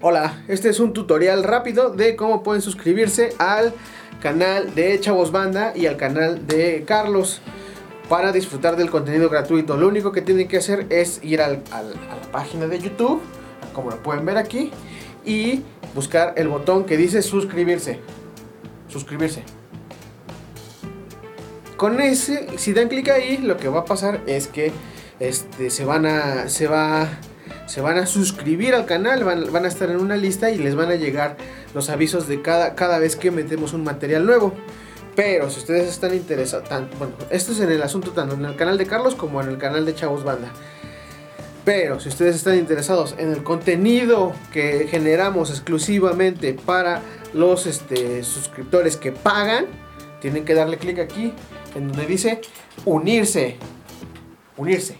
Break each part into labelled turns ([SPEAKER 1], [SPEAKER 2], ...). [SPEAKER 1] Hola, este es un tutorial rápido de cómo pueden suscribirse al canal de Chavos Banda y al canal de Carlos para disfrutar del contenido gratuito. Lo único que tienen que hacer es ir al- al- a la página de YouTube, como lo pueden ver aquí, y buscar el botón que dice suscribirse. Suscribirse. Con ese, si dan clic ahí, lo que va a pasar es que este, se van a. se va. Se van a suscribir al canal, van, van a estar en una lista y les van a llegar los avisos de cada, cada vez que metemos un material nuevo. Pero si ustedes están interesados, tan- bueno, esto es en el asunto tanto en el canal de Carlos como en el canal de Chavos Banda. Pero si ustedes están interesados en el contenido que generamos exclusivamente para los este, suscriptores que pagan, tienen que darle clic aquí en donde dice unirse. Unirse.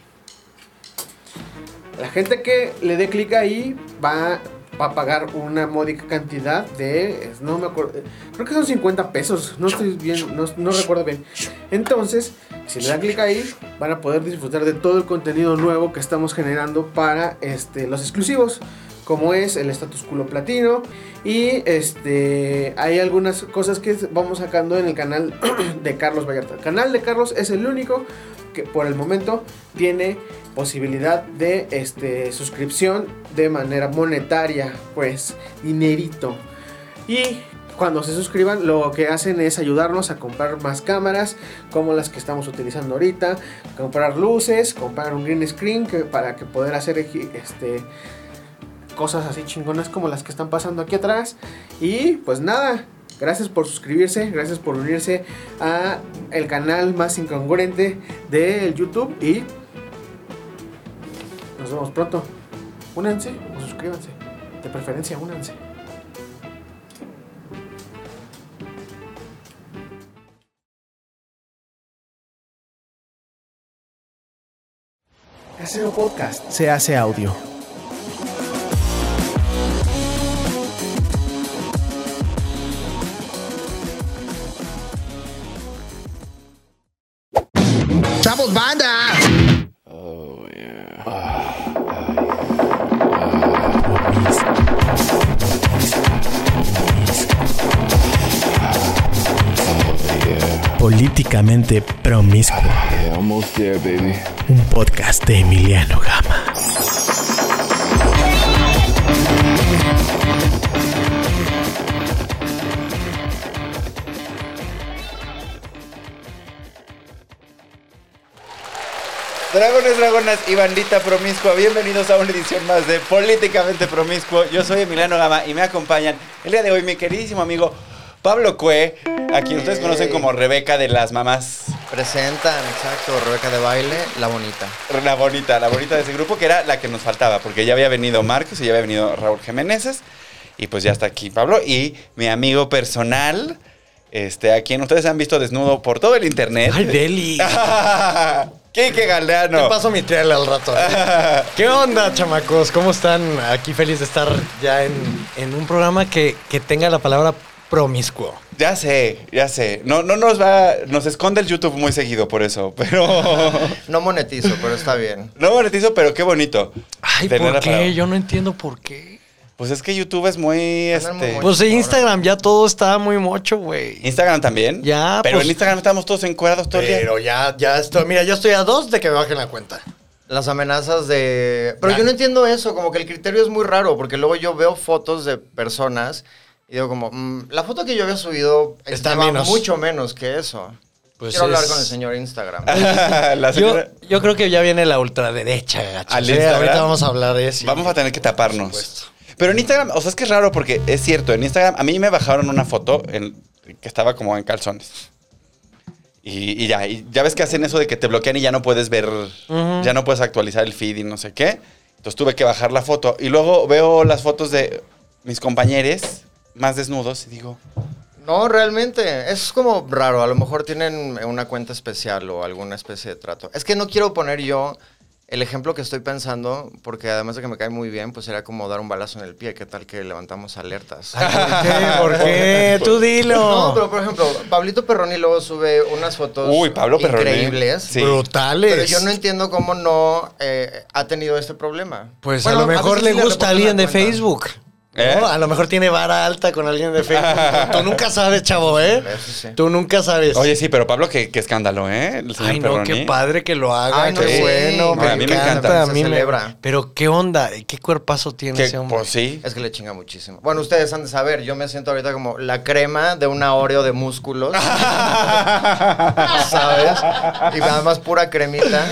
[SPEAKER 1] La gente que le dé clic ahí va, va a pagar una módica cantidad de. es- No me acuerdo. Creo que son 50 pesos. No estoy bien. No, no recuerdo bien. Entonces, si le dan clic ahí, van a poder disfrutar de todo el contenido nuevo que estamos generando para este, los exclusivos. Como es el status culo platino. Y este. Hay algunas cosas que vamos sacando en el canal de Carlos Vallarta. El canal de Carlos es el único que por el momento tiene posibilidad de este, suscripción de manera monetaria, pues dinerito. Y cuando se suscriban, lo que hacen es ayudarnos a comprar más cámaras, como las que estamos utilizando ahorita, comprar luces, comprar un green screen que- para que poder hacer eji- este cosas así chingonas como las que están pasando aquí atrás. Y pues nada, gracias por suscribirse, gracias por unirse a el canal más incongruente del YouTube y nos vemos pronto. Únanse o suscríbanse. De preferencia, únanse. Casero Podcast se hace audio.
[SPEAKER 2] ¡Chavos, banda!
[SPEAKER 3] Políticamente Promiscuo,
[SPEAKER 4] Yeah, almost there, baby.
[SPEAKER 3] un podcast de Emiliano Gama.
[SPEAKER 5] Dragones, dragonas y bandita promiscua, bienvenidos a una edición más de Políticamente Promiscuo. Yo soy Emiliano Gama y me acompañan el día de hoy mi queridísimo amigo Pablo Cue, a quien ustedes
[SPEAKER 6] Hey.
[SPEAKER 5] conocen como Rebeca de las Mamás.
[SPEAKER 6] Presentan, exacto, Rebeca de Baile, la bonita.
[SPEAKER 5] La bonita, la bonita de ese grupo, que era la que nos faltaba, porque ya había venido Marcos y ya había venido Raúl Jiménez. Y pues ya está aquí Pablo y mi amigo personal, este, a quien ustedes han visto desnudo por todo el internet.
[SPEAKER 3] ¡Ay, Deli!
[SPEAKER 5] Quique Galdeano.
[SPEAKER 6] Te paso mi trailer al rato. ¿Qué onda, chamacos? ¿Cómo están? Aquí feliz de estar ya en, en un programa que, que tenga la palabra promiscuo.
[SPEAKER 5] Ya sé, ya sé. No, no nos va. Nos esconde el YouTube muy seguido por eso. Pero.
[SPEAKER 6] No monetizo, pero está bien.
[SPEAKER 5] No monetizo, pero qué bonito.
[SPEAKER 3] Ay,
[SPEAKER 5] Tener
[SPEAKER 3] ¿por
[SPEAKER 5] la palabra.
[SPEAKER 3] qué? Yo no entiendo por qué.
[SPEAKER 5] Pues es que YouTube es muy.
[SPEAKER 6] Andan muy
[SPEAKER 5] Este,
[SPEAKER 6] mochos.
[SPEAKER 3] Pues en Instagram ya todo está muy mocho, güey.
[SPEAKER 5] Instagram también.
[SPEAKER 3] Ya,
[SPEAKER 5] Pero
[SPEAKER 3] pues-
[SPEAKER 5] en Instagram estamos todos encuadrados todo el día.
[SPEAKER 6] Pero ya, ya estoy, mira, yo estoy a dos de que me bajen la cuenta. Las amenazas de... Pero yo no entiendo eso, como que el criterio es muy raro, porque luego yo veo fotos de personas y digo como, mm, la foto que yo había subido
[SPEAKER 3] Está
[SPEAKER 6] estaba
[SPEAKER 3] menos.
[SPEAKER 6] mucho menos que eso.
[SPEAKER 3] Pues
[SPEAKER 6] Quiero hablar
[SPEAKER 3] es-
[SPEAKER 6] con el señor Instagram.
[SPEAKER 5] La
[SPEAKER 3] Yo,
[SPEAKER 5] señora-
[SPEAKER 3] yo creo que ya viene la ultraderecha, gacho.
[SPEAKER 5] Al
[SPEAKER 3] Sí,
[SPEAKER 5] Instagram.
[SPEAKER 3] ahorita vamos-
[SPEAKER 6] a hablar de eso.
[SPEAKER 5] Vamos a tener que taparnos. Pero en Instagram, o sea, es que es raro porque es cierto. En Instagram, a mí me bajaron una foto en- que estaba como en calzones. Y, y ya, y ya ves que hacen eso de que te bloquean y ya no puedes ver, ya no puedes actualizar el feed y no sé qué. Entonces tuve que bajar la foto. Y luego veo las fotos de mis compañeros más desnudos y digo,
[SPEAKER 6] No, realmente, es como raro. A lo mejor tienen una cuenta especial o alguna especie de trato. Es que no quiero poner yo el ejemplo que estoy pensando, porque además de que me cae muy bien, pues era como dar un balazo en el pie. ¿Qué tal que levantamos alertas?
[SPEAKER 3] Ay, ¿Por qué? ¿Por qué? Tú dilo.
[SPEAKER 6] No, pero por ejemplo, Pablito Perroni luego sube unas fotos
[SPEAKER 5] Uy, Pablo Perroni.
[SPEAKER 6] increíbles.
[SPEAKER 5] Sí.
[SPEAKER 3] Brutales.
[SPEAKER 6] Pero yo no entiendo cómo no eh, ha tenido este problema.
[SPEAKER 3] Pues
[SPEAKER 6] Bueno,
[SPEAKER 3] a lo mejor
[SPEAKER 6] veces
[SPEAKER 3] le
[SPEAKER 6] sí
[SPEAKER 3] gusta a
[SPEAKER 6] reportan
[SPEAKER 3] alguien
[SPEAKER 6] la
[SPEAKER 3] de
[SPEAKER 6] cuenta.
[SPEAKER 3] Facebook.
[SPEAKER 5] ¿Eh?
[SPEAKER 3] No, a lo mejor tiene vara alta con alguien de Facebook. Tú nunca sabes, chavo, ¿eh?
[SPEAKER 6] Eso sí.
[SPEAKER 3] Tú nunca sabes.
[SPEAKER 5] Oye, sí, pero Pablo, qué, qué escándalo, ¿eh? El señor
[SPEAKER 3] Ay, no,
[SPEAKER 5] Perroni.
[SPEAKER 3] qué padre que lo haga,
[SPEAKER 6] Ay, no,
[SPEAKER 3] qué
[SPEAKER 5] sí.
[SPEAKER 3] bueno.
[SPEAKER 5] No, a mí me encanta.
[SPEAKER 3] a mí
[SPEAKER 6] Se
[SPEAKER 3] me-
[SPEAKER 6] celebra.
[SPEAKER 3] Pero qué onda, qué cuerpazo tiene
[SPEAKER 5] Que,
[SPEAKER 3] ese hombre.
[SPEAKER 5] pues sí.
[SPEAKER 6] Es que le chinga muchísimo. Bueno, ustedes han de saber, yo me siento ahorita como la crema de una Oreo de músculos. ¿Sabes? Y nada más pura cremita.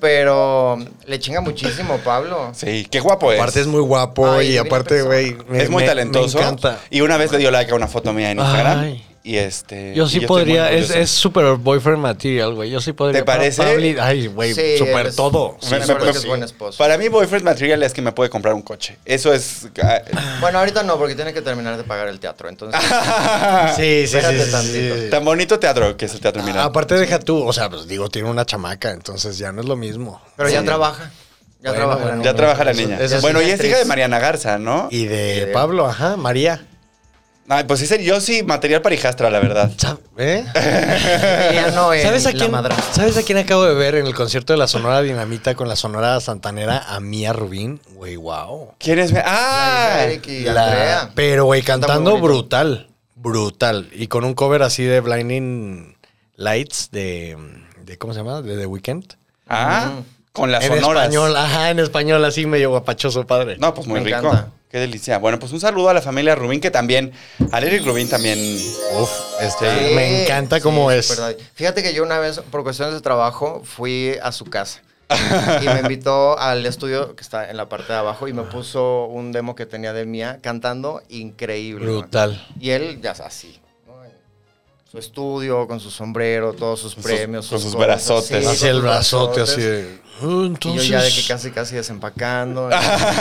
[SPEAKER 6] Pero le chinga muchísimo, Pablo.
[SPEAKER 5] Sí, qué guapo es.
[SPEAKER 3] Aparte es muy guapo
[SPEAKER 6] Ay,
[SPEAKER 3] y
[SPEAKER 6] es una
[SPEAKER 3] aparte,
[SPEAKER 6] persona.
[SPEAKER 3] güey. me-
[SPEAKER 5] pues. es muy
[SPEAKER 3] me-
[SPEAKER 5] talentoso.
[SPEAKER 3] Me encanta.
[SPEAKER 5] Y una vez le dio like a una foto mía en Instagram.
[SPEAKER 3] Ay.
[SPEAKER 5] Y este.
[SPEAKER 3] Yo
[SPEAKER 5] y
[SPEAKER 3] sí
[SPEAKER 5] estoy
[SPEAKER 3] podría,
[SPEAKER 5] muy
[SPEAKER 3] es,
[SPEAKER 5] orgulloso.
[SPEAKER 3] es super boyfriend material, güey. Yo sí podría.
[SPEAKER 5] ¿Te parece?
[SPEAKER 3] Pablo- ay, güey,
[SPEAKER 6] Sí,
[SPEAKER 3] super
[SPEAKER 6] eres-
[SPEAKER 3] todo.
[SPEAKER 6] sí,
[SPEAKER 5] Me-
[SPEAKER 6] me
[SPEAKER 5] me-
[SPEAKER 6] parece que
[SPEAKER 5] sí.
[SPEAKER 6] es buen esposo.
[SPEAKER 5] Para mí, boyfriend material es que me puede comprar un coche. Eso es. ah,
[SPEAKER 6] Bueno, ahorita no, porque tiene que terminar de pagar el teatro. Entonces,
[SPEAKER 3] Sí, sí, sí.
[SPEAKER 6] Espérate
[SPEAKER 3] sí,
[SPEAKER 6] tantito.
[SPEAKER 3] sí. Ah,
[SPEAKER 5] Tan bonito teatro que es el teatro Miranda.
[SPEAKER 3] Aparte deja tú, o sea, pues digo, tiene una chamaca, entonces ya no es lo mismo.
[SPEAKER 6] pero ya
[SPEAKER 5] Sí.
[SPEAKER 6] trabaja. Ya
[SPEAKER 3] Bueno,
[SPEAKER 6] trabaja.
[SPEAKER 3] bueno,
[SPEAKER 5] ya
[SPEAKER 3] no,
[SPEAKER 5] trabaja la
[SPEAKER 3] eso-
[SPEAKER 5] niña.
[SPEAKER 3] eso sí
[SPEAKER 5] bueno, y
[SPEAKER 6] es
[SPEAKER 5] es
[SPEAKER 6] actriz.
[SPEAKER 5] hija de Mariana Garza, ¿no?
[SPEAKER 3] Y de Pablo, ajá, María.
[SPEAKER 5] Ay, pues sí, ser- yo sí, material para hijastra, la verdad.
[SPEAKER 3] ¿Sab- ¿Eh?
[SPEAKER 6] Ya no es
[SPEAKER 3] ¿Sabes a
[SPEAKER 6] la
[SPEAKER 3] quién?
[SPEAKER 6] madrastra.
[SPEAKER 3] ¿Sabes a quién acabo de ver en el concierto de la Sonora Dinamita con la Sonora Santanera a Mía Rubín? Güey, wow.
[SPEAKER 5] ¿Quién es? ¡Ah!
[SPEAKER 6] Eric y
[SPEAKER 3] La-
[SPEAKER 6] Andrea.
[SPEAKER 3] pero güey,
[SPEAKER 6] Canta muy
[SPEAKER 3] cantando
[SPEAKER 6] bonito.
[SPEAKER 3] brutal, brutal y con un cover así de Blinding Lights de, de ¿cómo se llama? De The Weeknd.
[SPEAKER 5] Ah, con las
[SPEAKER 3] en
[SPEAKER 5] sonoras.
[SPEAKER 3] español, ajá, en español así medio guapachoso, padre.
[SPEAKER 5] No, pues muy
[SPEAKER 6] Me
[SPEAKER 5] rico.
[SPEAKER 6] encanta.
[SPEAKER 5] Qué delicia. Bueno, pues un saludo a la familia Rubín, que también. A Eric Rubín también. Ah,
[SPEAKER 3] Uf, este
[SPEAKER 6] Sí,
[SPEAKER 3] me encanta
[SPEAKER 6] sí,
[SPEAKER 3] cómo es.
[SPEAKER 6] súper daddy. Fíjate que yo una vez, por cuestiones de trabajo, fui a su casa. y me invitó al estudio que está en la parte de abajo y me puso un demo que tenía de mía cantando increíble. ¿no?
[SPEAKER 3] Brutal.
[SPEAKER 6] Y él, ya es así. ¿no? En Su estudio, con su sombrero, todos sus
[SPEAKER 5] Con sus-
[SPEAKER 6] premios.
[SPEAKER 5] con sus
[SPEAKER 6] cosas,
[SPEAKER 5] brazotes.
[SPEAKER 6] sí,
[SPEAKER 5] Así
[SPEAKER 3] Así
[SPEAKER 6] con
[SPEAKER 3] el
[SPEAKER 6] sus
[SPEAKER 3] brazote,
[SPEAKER 6] brazotes.
[SPEAKER 3] así de. "Ah,
[SPEAKER 6] Y yo
[SPEAKER 3] Entonces.
[SPEAKER 6] ya de que casi, casi desempacando.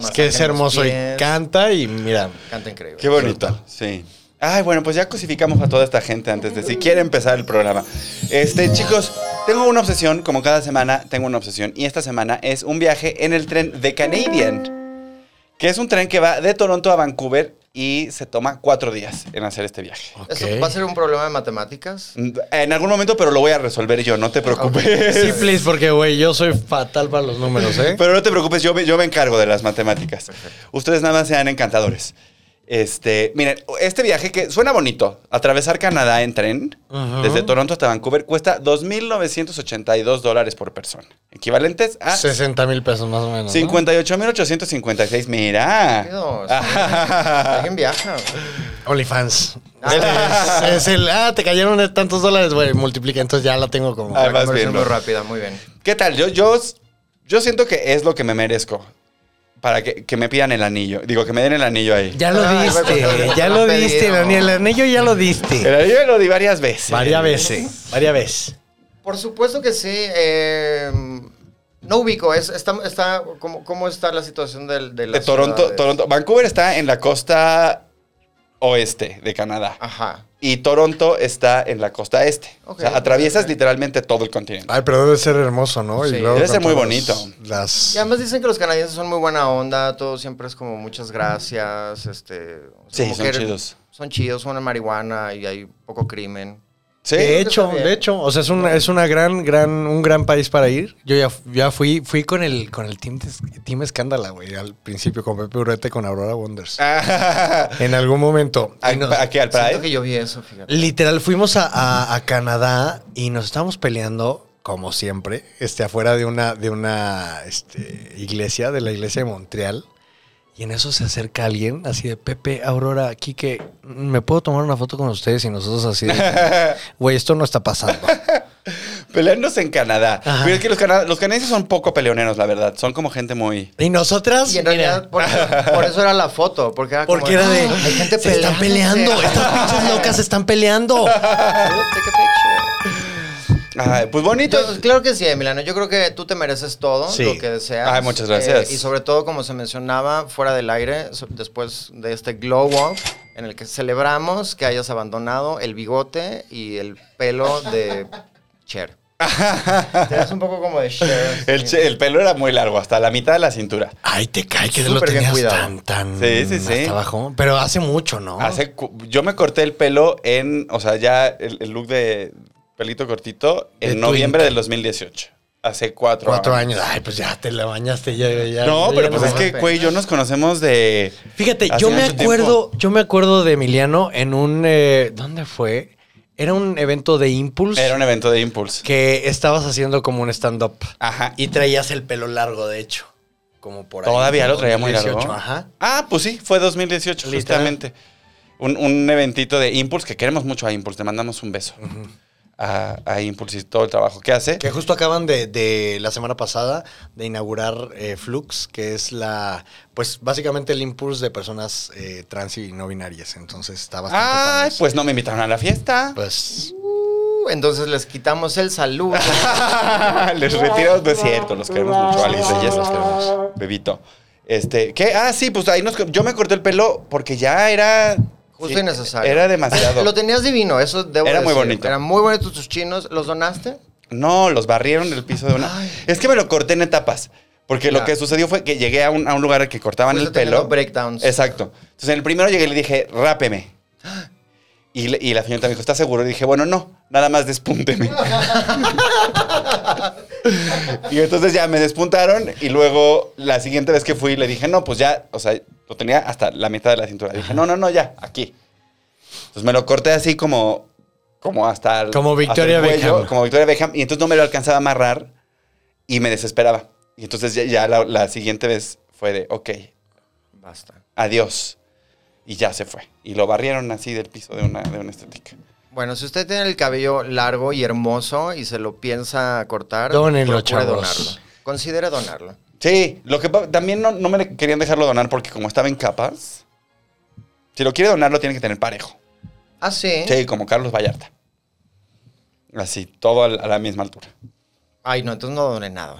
[SPEAKER 3] es que es hermoso y
[SPEAKER 6] canta.
[SPEAKER 3] canta y mira.
[SPEAKER 6] Canta increíble.
[SPEAKER 5] Qué bonito. Sí. Ay, bueno, pues ya cosificamos a toda esta gente antes de si quiere empezar el programa. Este, chicos, tengo una obsesión, como cada semana tengo una obsesión, y esta semana es un viaje en el tren de Canadian, que es un tren que va de Toronto a Vancouver y se toma cuatro días en hacer este viaje.
[SPEAKER 6] ¿Eso
[SPEAKER 3] Ok.
[SPEAKER 6] va a ser un problema de matemáticas?
[SPEAKER 5] En algún momento, pero lo voy a resolver yo, no te preocupes.
[SPEAKER 3] Sí, please, porque, güey, yo soy fatal para los números, ¿eh?
[SPEAKER 5] Pero no te preocupes, yo me, yo me encargo de las matemáticas. Ustedes nada más sean encantadores. Este, miren, este viaje que suena bonito, atravesar Canadá en tren
[SPEAKER 3] Ujú.
[SPEAKER 5] desde Toronto hasta Vancouver cuesta 2.982 dólares por persona, equivalentes a
[SPEAKER 3] 60 mil pesos más o menos. ¿no?
[SPEAKER 5] 58.856. Mira.
[SPEAKER 6] Dios,
[SPEAKER 5] Ah,
[SPEAKER 6] ¿Alguien viaja?
[SPEAKER 3] OnlyFans. Es, es el, ah, te cayeron de tantos dólares, güey, multiplica, entonces ya la tengo como...
[SPEAKER 5] Ah,
[SPEAKER 6] La
[SPEAKER 5] vas
[SPEAKER 6] conversión
[SPEAKER 5] viendo.
[SPEAKER 6] muy rápida, muy bien.
[SPEAKER 5] ¿Qué tal? Yo, yo, yo siento que es lo que me merezco para que, que me pidan el anillo. Digo, que me den el anillo ahí.
[SPEAKER 3] Ya lo
[SPEAKER 6] Ah,
[SPEAKER 3] diste,
[SPEAKER 6] bueno,
[SPEAKER 3] ya
[SPEAKER 6] lo
[SPEAKER 3] lo
[SPEAKER 6] pedí,
[SPEAKER 3] diste,
[SPEAKER 6] no.
[SPEAKER 3] Daniel, el anillo ya lo
[SPEAKER 5] El
[SPEAKER 3] diste.
[SPEAKER 5] anillo lo di varias veces.
[SPEAKER 3] Varias veces, varias veces.
[SPEAKER 6] Por supuesto que sí. eh, no ubico, es, está, está, ¿cómo, ¿cómo está la situación del, de la
[SPEAKER 5] de Toronto,
[SPEAKER 6] ciudad?
[SPEAKER 5] Toronto. Vancouver está en la costa oeste de Canadá.
[SPEAKER 6] Ajá.
[SPEAKER 5] Y Toronto está en la costa este.
[SPEAKER 6] Ah. Ok. Ah,
[SPEAKER 5] o sea, atraviesas literalmente todo el continente.
[SPEAKER 3] Ay, pero debe ser hermoso, ¿no?
[SPEAKER 6] Sí.
[SPEAKER 5] Debe ser muy
[SPEAKER 3] con todas
[SPEAKER 5] bonito.
[SPEAKER 3] Las...
[SPEAKER 6] Y además dicen que los canadienses son muy buena onda, todo siempre es como muchas gracias, este... o sea,
[SPEAKER 5] Sí,
[SPEAKER 6] como
[SPEAKER 5] son
[SPEAKER 6] que
[SPEAKER 5] chidos.
[SPEAKER 6] Son chidos, son marihuana y hay poco crimen.
[SPEAKER 5] Sí.
[SPEAKER 3] De
[SPEAKER 6] que
[SPEAKER 3] hecho,
[SPEAKER 6] está bien.
[SPEAKER 3] de hecho, o sea, es una, es una gran, gran, un gran país para ir. Yo ya, ya fui, fui con el, con el team, de- team Escándala, güey, al principio con Pepe Urrete, con Aurora Wonders.
[SPEAKER 5] Ah,
[SPEAKER 3] En algún momento.
[SPEAKER 5] ¿A,
[SPEAKER 3] Y nos-
[SPEAKER 5] a qué? ¿Al
[SPEAKER 6] Siento que
[SPEAKER 5] Pride?
[SPEAKER 6] yo vi eso, fíjate.
[SPEAKER 3] Literal, fuimos a, a- a Canadá y nos estábamos peleando, como siempre, este, afuera de una, de una este, iglesia, de la iglesia de Montreal. Y en eso se acerca alguien así de Pepe, Aurora, Quique, ¿me puedo tomar una foto con ustedes? Y nosotros así de, güey, esto no está pasando.
[SPEAKER 5] Peleándose en Canadá.
[SPEAKER 3] Ajá.
[SPEAKER 5] Pero es que los, cana- los canadienses son poco peleoneros, la verdad. Son como gente muy.
[SPEAKER 3] Y nosotras,
[SPEAKER 6] Y en
[SPEAKER 3] mira,
[SPEAKER 6] realidad, por eso, por eso era la foto, porque era como...
[SPEAKER 3] porque era de,
[SPEAKER 6] "Ah, hay gente
[SPEAKER 3] se están
[SPEAKER 6] peleándose".
[SPEAKER 3] peleando, estas pinches locas se están peleando.
[SPEAKER 6] Take a picture.
[SPEAKER 5] Ay, pues bonito.
[SPEAKER 6] Yo- claro que sí, Emiliano. Yo creo que tú te mereces todo
[SPEAKER 3] Sí.
[SPEAKER 6] lo que deseas. eh,
[SPEAKER 5] Ay, muchas gracias.
[SPEAKER 6] y sobre todo, como se mencionaba, fuera del aire, so- después de este glow up, en el que celebramos que hayas abandonado el bigote y el pelo de Cher. te das un poco como de Cher.
[SPEAKER 5] El, che- el pelo era muy largo, hasta la mitad de la cintura.
[SPEAKER 3] Ay, te cae que lo
[SPEAKER 6] Súper bien
[SPEAKER 3] tenías
[SPEAKER 6] cuidado.
[SPEAKER 3] tan, tan
[SPEAKER 5] Sí, sí, sí.
[SPEAKER 3] hasta abajo. Pero hace mucho, ¿no?
[SPEAKER 5] Hace cu- yo me corté el pelo en, o sea, ya el, el look de pelito cortito en
[SPEAKER 3] De
[SPEAKER 5] noviembre
[SPEAKER 3] twink.
[SPEAKER 5] del 2018. hace cuatro,
[SPEAKER 3] Cuatro años. Ay, pues ya te la bañaste. Ya, ya,
[SPEAKER 5] No,
[SPEAKER 3] ya
[SPEAKER 5] pero
[SPEAKER 3] no
[SPEAKER 5] pues es
[SPEAKER 3] vas.
[SPEAKER 5] que, güey, yo nos conocemos de.
[SPEAKER 3] Fíjate,
[SPEAKER 5] hace
[SPEAKER 3] yo me
[SPEAKER 5] mucho
[SPEAKER 3] acuerdo,
[SPEAKER 5] tiempo.
[SPEAKER 3] yo me acuerdo de Emiliano en un eh, ¿dónde fue? Era un evento de Impulse
[SPEAKER 5] Era un evento de Impulse.
[SPEAKER 3] que estabas haciendo como un stand up
[SPEAKER 5] Ajá.
[SPEAKER 3] y traías el pelo largo, de hecho, como por ahí.
[SPEAKER 5] ¿Todavía lo traía muy largo?
[SPEAKER 3] 2018, Ajá.
[SPEAKER 5] Ah, pues sí, fue 2018,
[SPEAKER 3] Literal.
[SPEAKER 5] justamente. Un, un eventito de Impulse, que queremos mucho a Impulse, te mandamos un beso a, a Impulse y todo el trabajo que hace.
[SPEAKER 3] Que justo acaban de, de la semana pasada de inaugurar eh, Flux, que es la, pues básicamente el impulso de personas eh, trans y no binarias. Entonces está bastante.
[SPEAKER 5] Ay,
[SPEAKER 3] padre eso.
[SPEAKER 5] pues no me invitaron a la fiesta.
[SPEAKER 3] Pues,
[SPEAKER 6] Uh, entonces les quitamos el saludo.
[SPEAKER 5] Les retiro, no es cierto, los queremos mucho, Alice, yes, los queremos. Bebito. Este, ¿qué? Ah, sí, pues ahí nos. Yo me corté el pelo porque ya era.
[SPEAKER 6] Justo y necesario.
[SPEAKER 5] Era demasiado.
[SPEAKER 6] Lo tenías divino, eso debo
[SPEAKER 5] Era muy
[SPEAKER 6] decir.
[SPEAKER 5] bonito.
[SPEAKER 6] Eran muy bonitos tus chinos. ¿Los donaste?
[SPEAKER 5] No, los barrieron del piso de una.
[SPEAKER 6] Ay.
[SPEAKER 5] Es que me lo corté en etapas. Porque lo
[SPEAKER 6] Ya.
[SPEAKER 5] que sucedió fue que llegué a un, a un lugar que cortaban
[SPEAKER 6] Fuiste
[SPEAKER 5] el pelo.
[SPEAKER 6] teniendo breakdowns.
[SPEAKER 5] Exacto. Entonces en el primero llegué y le dije, rápeme. Y, le- y la señorita me dijo, ¿estás seguro? Y dije, bueno, no, nada más despúnteme. y entonces ya me despuntaron. Y luego la siguiente vez que fui le dije, no, pues ya, o sea, lo tenía hasta la mitad de la cintura. dije, no, no, no, ya, aquí. Entonces me lo corté así como, como hasta el-
[SPEAKER 3] Como Victoria
[SPEAKER 5] hasta el cuello,
[SPEAKER 3] Beckham.
[SPEAKER 5] Como Victoria Beckham. Y entonces no me lo alcanzaba a amarrar y me desesperaba. Y entonces ya, ya la, la siguiente vez fue de, ok,
[SPEAKER 6] Basta.
[SPEAKER 5] adiós. Y ya se fue. Y lo barrieron así del piso de una, de una estética.
[SPEAKER 6] Bueno, si usted tiene el cabello largo y hermoso y se lo piensa cortar,
[SPEAKER 3] Dónenlo,
[SPEAKER 6] procure
[SPEAKER 3] chavos.
[SPEAKER 6] donarlo. Considere donarlo.
[SPEAKER 5] Sí, lo que pa- también no, no me le- querían dejarlo donar porque como estaba en capas, si lo quiere donar lo tiene que tener parejo.
[SPEAKER 6] Ah, sí.
[SPEAKER 5] Sí, como Carlos Vallarta. Así, todo a la- a la misma altura.
[SPEAKER 6] Ay, no, entonces no doné nada.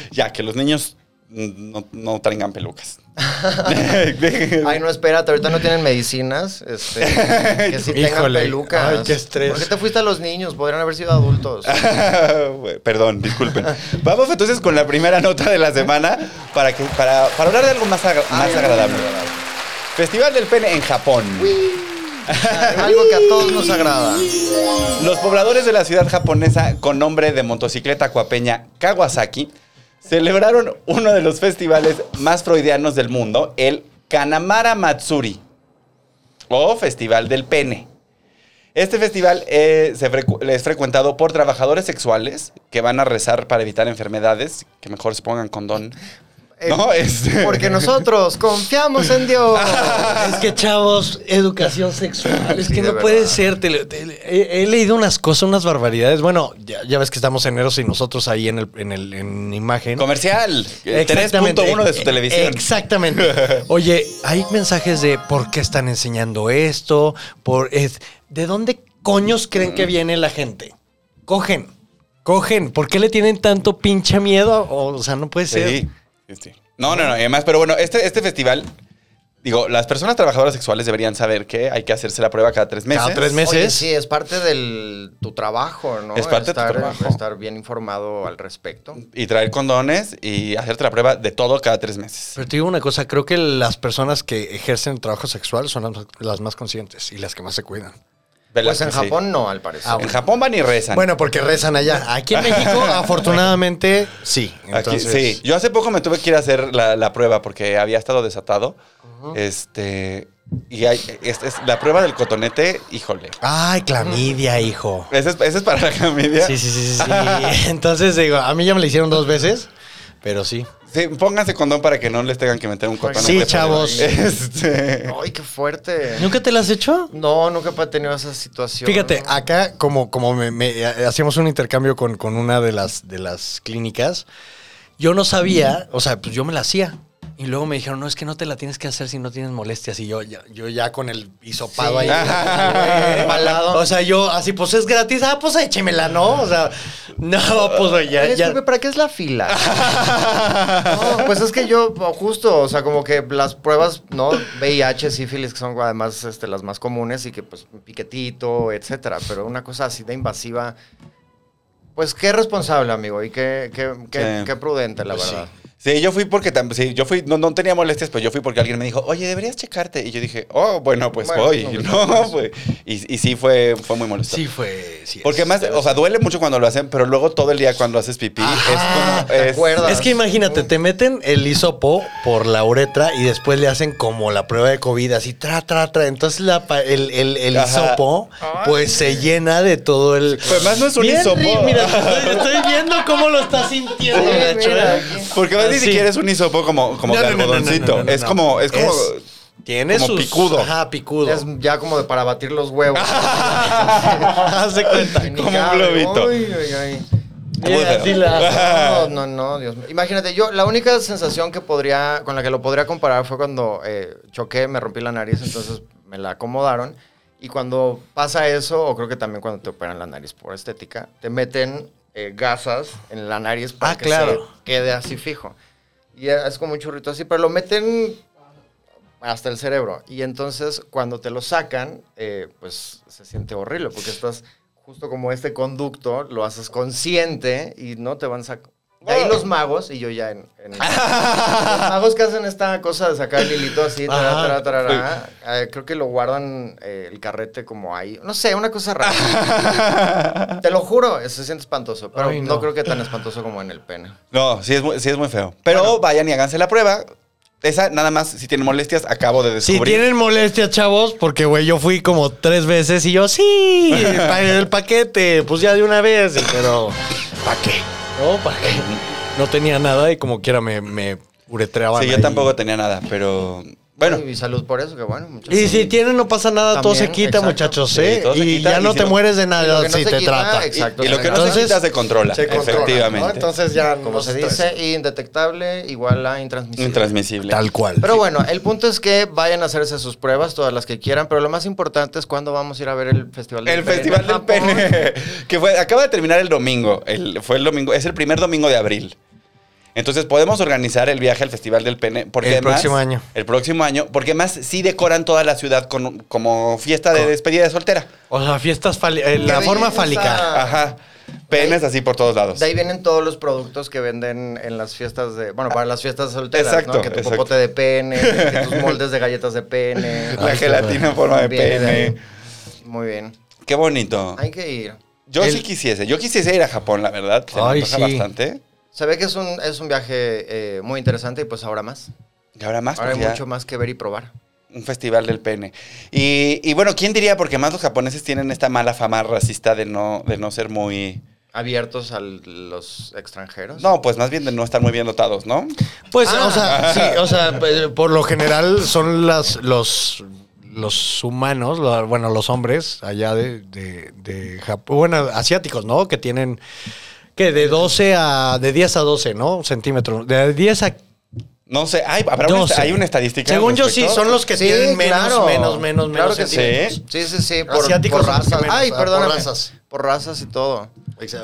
[SPEAKER 5] ya, que los niños no, no tengan pelucas.
[SPEAKER 6] Ay, no, espérate, ahorita no tienen medicinas. Este, que sí tengan
[SPEAKER 3] Híjole,
[SPEAKER 6] pelucas.
[SPEAKER 3] ay, qué estrés.
[SPEAKER 6] ¿Por qué te fuiste a los niños? Podrían haber sido adultos.
[SPEAKER 5] Perdón, disculpen. Vamos entonces con la primera nota de la semana para, que, para, para hablar de algo más, agra- más agradable. Festival del Pene en Japón.
[SPEAKER 6] Algo que a todos nos agrada.
[SPEAKER 5] Los pobladores de la ciudad japonesa con nombre de motocicleta cuapeña Kawasaki celebraron uno de los festivales más freudianos del mundo, el Kanamara Matsuri, o Festival del Pene. Este festival eh, se frecu- es frecuentado por trabajadores sexuales que van a rezar para evitar enfermedades, que mejor se pongan condón.
[SPEAKER 6] Eh,
[SPEAKER 5] No, es-
[SPEAKER 6] Porque nosotros confiamos en Dios.
[SPEAKER 3] es que chavos, educación sexual. Es
[SPEAKER 6] Sí,
[SPEAKER 3] que
[SPEAKER 6] de
[SPEAKER 3] no puede
[SPEAKER 6] verdad.
[SPEAKER 3] ser. te lo- te- he, he leído unas cosas, unas barbaridades. Bueno, ya, ya ves que estamos eneros y nosotros ahí en, el, en, el, en imagen.
[SPEAKER 5] Comercial, eh,
[SPEAKER 3] Exactamente.
[SPEAKER 5] 3.1 de su
[SPEAKER 3] Eh,
[SPEAKER 5] televisión.
[SPEAKER 3] Exactamente. Oye, hay mensajes de por qué están enseñando esto, por es, ¿de dónde coños creen
[SPEAKER 5] Mm.
[SPEAKER 3] que viene la gente? Cogen, cogen. ¿Por qué le tienen tanto pinche miedo? O, sea, no puede ser.
[SPEAKER 5] Sí. sí. No, no, no. y Además, pero bueno, este, este festival, digo, las personas trabajadoras sexuales deberían saber que hay que hacerse la prueba cada tres meses.
[SPEAKER 3] Cada tres meses.
[SPEAKER 6] Oye, sí, es parte de tu trabajo, ¿no?
[SPEAKER 5] Es parte de tu
[SPEAKER 6] estar,
[SPEAKER 5] trabajo.
[SPEAKER 6] Estar bien informado al respecto.
[SPEAKER 5] Y traer condones y hacerte la prueba de todo cada tres meses.
[SPEAKER 3] Pero te digo una cosa, creo que las personas que ejercen trabajo sexual son las- las más conscientes y las que más se cuidan.
[SPEAKER 5] De las
[SPEAKER 6] Pues en
[SPEAKER 5] que sí.
[SPEAKER 6] Japón no, al parecer.
[SPEAKER 3] Ah,
[SPEAKER 5] En Japón van y rezan.
[SPEAKER 3] Bueno, porque rezan allá. Aquí en México, afortunadamente, sí.
[SPEAKER 5] Aquí-
[SPEAKER 3] Entonces,
[SPEAKER 5] sí. Yo hace poco me tuve que ir a hacer la, la prueba porque había estado desatado. Este. Y hay, es- es la prueba del cotonete, híjole.
[SPEAKER 3] Ay, clamidia, hijo.
[SPEAKER 5] Ese es, ese es para la familia.
[SPEAKER 3] Sí, sí, sí, sí, sí. Entonces digo, a mí ya me lo hicieron dos veces, pero sí.
[SPEAKER 5] Sí, pónganse condón para que no les tengan que meter un cotón.
[SPEAKER 3] Sí,
[SPEAKER 5] Este,
[SPEAKER 3] chavos.
[SPEAKER 5] Este.
[SPEAKER 6] Ay, qué fuerte.
[SPEAKER 3] ¿Nunca te lo has hecho?
[SPEAKER 6] No, nunca he tenido esa situación.
[SPEAKER 3] Fíjate, ah, acá como, como me- me- hacíamos un intercambio con, con una de las, de las clínicas, yo no sabía, o sea, pues yo me la hacía. Y luego me dijeron, no, es que no te la tienes que hacer si no tienes molestias. Y yo ya, yo ya con el hisopado
[SPEAKER 6] Sí.
[SPEAKER 3] ahí.
[SPEAKER 6] Embalado.
[SPEAKER 3] O sea, yo así, pues es gratis. Ah, pues échemela, ¿no? O sea, no, pues oye,
[SPEAKER 6] Oye,
[SPEAKER 3] ya, ya.
[SPEAKER 6] disculpe, ¿para qué es la fila? No, pues es que yo, o justo, o sea, como que las pruebas, ¿no? VIH, sífilis, que son además este, las más comunes y que, pues, un piquetito, etcétera. Pero una cosa así de invasiva, pues qué responsable, amigo, y qué, qué, qué-
[SPEAKER 5] Sí.
[SPEAKER 3] Pues
[SPEAKER 6] qué prudente, la verdad.
[SPEAKER 5] Pues Sí, yo fui porque tam- sí, yo fui, no, no tenía molestias, pero yo fui porque alguien me dijo, oye, deberías checarte. Y yo dije, oh, bueno, pues
[SPEAKER 6] Bueno,
[SPEAKER 5] voy.
[SPEAKER 6] no,
[SPEAKER 5] Y
[SPEAKER 6] pues,
[SPEAKER 5] No,
[SPEAKER 6] no,
[SPEAKER 5] pues. Y, y sí fue, fue muy molesto.
[SPEAKER 3] Sí fue. sí
[SPEAKER 5] Porque
[SPEAKER 3] es.
[SPEAKER 5] además, o sea, duele mucho cuando lo hacen, pero luego todo el día cuando haces pipí es como.
[SPEAKER 6] ¿te
[SPEAKER 5] es-
[SPEAKER 6] acuerdas?
[SPEAKER 3] Es que imagínate, te meten el hisopo por la uretra y después le hacen como la prueba de COVID, así tra, tra, tra. Entonces la pa- el, el- el
[SPEAKER 5] Ajá.
[SPEAKER 3] hisopo, pues se llena de todo el.
[SPEAKER 5] Pero además no es un
[SPEAKER 3] Bien
[SPEAKER 5] hisopo.
[SPEAKER 3] ri- Mira, estoy, estoy viendo cómo lo está sintiendo,
[SPEAKER 6] Sí,
[SPEAKER 3] gacho,
[SPEAKER 6] mira,
[SPEAKER 3] ¿eh?
[SPEAKER 6] aquí.
[SPEAKER 5] Porque además ni
[SPEAKER 3] Así.
[SPEAKER 5] siquiera es un hisopo como, como
[SPEAKER 3] No,
[SPEAKER 5] de
[SPEAKER 3] no, no, no, no,
[SPEAKER 5] algodoncito.
[SPEAKER 3] no, no,
[SPEAKER 5] es
[SPEAKER 3] no.
[SPEAKER 5] como. Es como
[SPEAKER 3] tiene
[SPEAKER 5] como
[SPEAKER 3] sus-
[SPEAKER 5] picudo.
[SPEAKER 3] Ajá, picudo.
[SPEAKER 6] Es ya como de para batir los huevos.
[SPEAKER 3] Haz de cuenta.
[SPEAKER 6] Ni
[SPEAKER 5] Como un
[SPEAKER 6] cabe.
[SPEAKER 5] globito.
[SPEAKER 6] Uy, uy, uy.
[SPEAKER 3] Mira,
[SPEAKER 5] Bueno.
[SPEAKER 3] así la-
[SPEAKER 6] No, no, no, Dios mío. Imagínate, yo la única sensación que podría, con la que lo podría comparar fue cuando eh, choqué, me rompí la nariz, entonces me la acomodaron. Y cuando pasa eso, o creo que también cuando te operan la nariz por estética, te meten eh, gasas en la nariz para
[SPEAKER 3] Ah,
[SPEAKER 6] que
[SPEAKER 3] claro.
[SPEAKER 6] se quede así fijo. Y es como un churrito así, pero lo meten hasta el cerebro. Y entonces cuando te lo sacan, eh, pues se siente horrible porque estás justo como este conducto, lo haces consciente y no te van sacando. De ahí los magos y yo ya en... en- los magos que hacen esta cosa de sacar el hilito así, tará,
[SPEAKER 3] Ajá.
[SPEAKER 6] tará, tarará, eh, creo que lo guardan eh, el carrete como ahí. No sé, una cosa rara. te lo juro, eh, se siente espantoso, pero
[SPEAKER 3] Ay,
[SPEAKER 6] no.
[SPEAKER 3] no.
[SPEAKER 6] creo que tan espantoso como en el pene.
[SPEAKER 5] No, sí es muy, sí es muy feo. Pero vayan y háganse la prueba. Esa, nada más, si tienen molestias, acabo de
[SPEAKER 3] Si
[SPEAKER 5] descubrir.
[SPEAKER 3] tienen molestias, chavos, porque, güey, yo fui como tres veces y yo, sí, pagué el paquete, pues ya de una vez, y- pero... ¿Para qué? No, ¿para qué? No tenía nada y como quiera me, me uretreaban
[SPEAKER 5] Sí, yo
[SPEAKER 3] ahí.
[SPEAKER 5] tampoco tenía nada, pero. Bueno,
[SPEAKER 6] Y salud por eso, que bueno, muchachos.
[SPEAKER 3] Y si tienen, no pasa nada, todo se
[SPEAKER 6] También,
[SPEAKER 3] quita,
[SPEAKER 6] exacto.
[SPEAKER 3] muchachos,
[SPEAKER 5] Sí,
[SPEAKER 3] ¿eh?
[SPEAKER 5] todo se
[SPEAKER 3] y
[SPEAKER 5] quita,
[SPEAKER 3] ya
[SPEAKER 5] y
[SPEAKER 3] no
[SPEAKER 5] si
[SPEAKER 3] te
[SPEAKER 5] no-
[SPEAKER 3] mueres de
[SPEAKER 6] y lo
[SPEAKER 3] nada
[SPEAKER 6] que no
[SPEAKER 3] si
[SPEAKER 6] se
[SPEAKER 3] te
[SPEAKER 6] quita,
[SPEAKER 3] trata.
[SPEAKER 6] exacto.
[SPEAKER 5] y lo que no se
[SPEAKER 3] Entonces,
[SPEAKER 5] quita se controla.
[SPEAKER 3] se controla,
[SPEAKER 5] efectivamente.
[SPEAKER 3] ¿no? Entonces ya
[SPEAKER 6] Como
[SPEAKER 3] no
[SPEAKER 6] se
[SPEAKER 3] estresa.
[SPEAKER 6] dice, indetectable igual a intransmisible.
[SPEAKER 5] Intransmisible.
[SPEAKER 3] Tal cual.
[SPEAKER 6] Pero bueno, el punto es que vayan a hacerse sus pruebas, todas las que quieran, pero lo más importante es cuándo vamos a ir a ver el Festival del
[SPEAKER 5] El
[SPEAKER 6] Pene
[SPEAKER 5] Festival
[SPEAKER 6] en
[SPEAKER 5] del
[SPEAKER 6] Japón.
[SPEAKER 5] Pene, que fue, acaba de terminar el domingo. El, fue el domingo, es el primer domingo de abril. Entonces podemos organizar el viaje al Festival del Pene. Porque
[SPEAKER 3] El
[SPEAKER 5] además-
[SPEAKER 3] próximo año.
[SPEAKER 5] El próximo año, porque más sí decoran toda la ciudad con, como fiesta de
[SPEAKER 3] Con-
[SPEAKER 5] despedida de soltera.
[SPEAKER 3] O sea, fiestas fali- eh, la
[SPEAKER 6] Qué
[SPEAKER 3] forma
[SPEAKER 6] belleza.
[SPEAKER 3] fálica.
[SPEAKER 6] Ah.
[SPEAKER 5] Ajá. Penes así por todos lados.
[SPEAKER 6] De ahí vienen todos los productos que venden en las fiestas de. Bueno, para las fiestas solteras,
[SPEAKER 5] Exacto,
[SPEAKER 6] ¿no? Que tu
[SPEAKER 5] exacto.
[SPEAKER 6] popote de pene, que tus moldes de galletas de pene.
[SPEAKER 5] La
[SPEAKER 3] Ay,
[SPEAKER 5] gelatina en forma de
[SPEAKER 6] Viene de ahí.
[SPEAKER 5] pene.
[SPEAKER 6] Muy bien.
[SPEAKER 5] Qué bonito.
[SPEAKER 6] Hay que ir.
[SPEAKER 5] Yo
[SPEAKER 3] El-
[SPEAKER 5] sí quisiese. Yo quisiese ir a Japón, la verdad. Se me
[SPEAKER 3] Ay,
[SPEAKER 5] antoja
[SPEAKER 3] sí.
[SPEAKER 5] bastante.
[SPEAKER 6] Se ve que es un, es un viaje eh, muy interesante y pues ahora más.
[SPEAKER 5] Y ahora más.
[SPEAKER 6] Ahora hay
[SPEAKER 5] porque Ah, pues ya-
[SPEAKER 6] mucho más que ver y probar.
[SPEAKER 5] Un festival del pene. Y, y bueno, ¿quién diría? Porque más los japoneses tienen esta mala fama racista de no, de no ser muy...
[SPEAKER 6] abiertos a los extranjeros.
[SPEAKER 5] No, pues más bien de no estar muy bien dotados, ¿no?
[SPEAKER 3] Pues,
[SPEAKER 6] Ah.
[SPEAKER 3] o sea, sí, o sea, eh, por lo general son las, los, los humanos, la- bueno, los hombres allá de, de, de Japón, bueno, asiáticos, ¿no? Que tienen, que de 12 a, de 10 a 12, ¿no? Centímetros, de 10 a
[SPEAKER 5] No sé, hay, habrá una,
[SPEAKER 3] 12.
[SPEAKER 5] hay una estadística. al
[SPEAKER 3] Según yo sí,
[SPEAKER 5] respecto?
[SPEAKER 3] son los que
[SPEAKER 6] Sí,
[SPEAKER 3] tienen menos,
[SPEAKER 6] claro.
[SPEAKER 3] menos, menos,
[SPEAKER 6] Claro
[SPEAKER 3] menos.
[SPEAKER 6] que sí.
[SPEAKER 3] centímetros.
[SPEAKER 6] Sí, sí, sí. Por,
[SPEAKER 3] Asiáticos
[SPEAKER 6] por
[SPEAKER 3] son los que
[SPEAKER 6] razas.
[SPEAKER 3] menos,
[SPEAKER 6] Ay,
[SPEAKER 3] ah,
[SPEAKER 6] perdóname.
[SPEAKER 3] por razas.
[SPEAKER 6] Por razas y todo.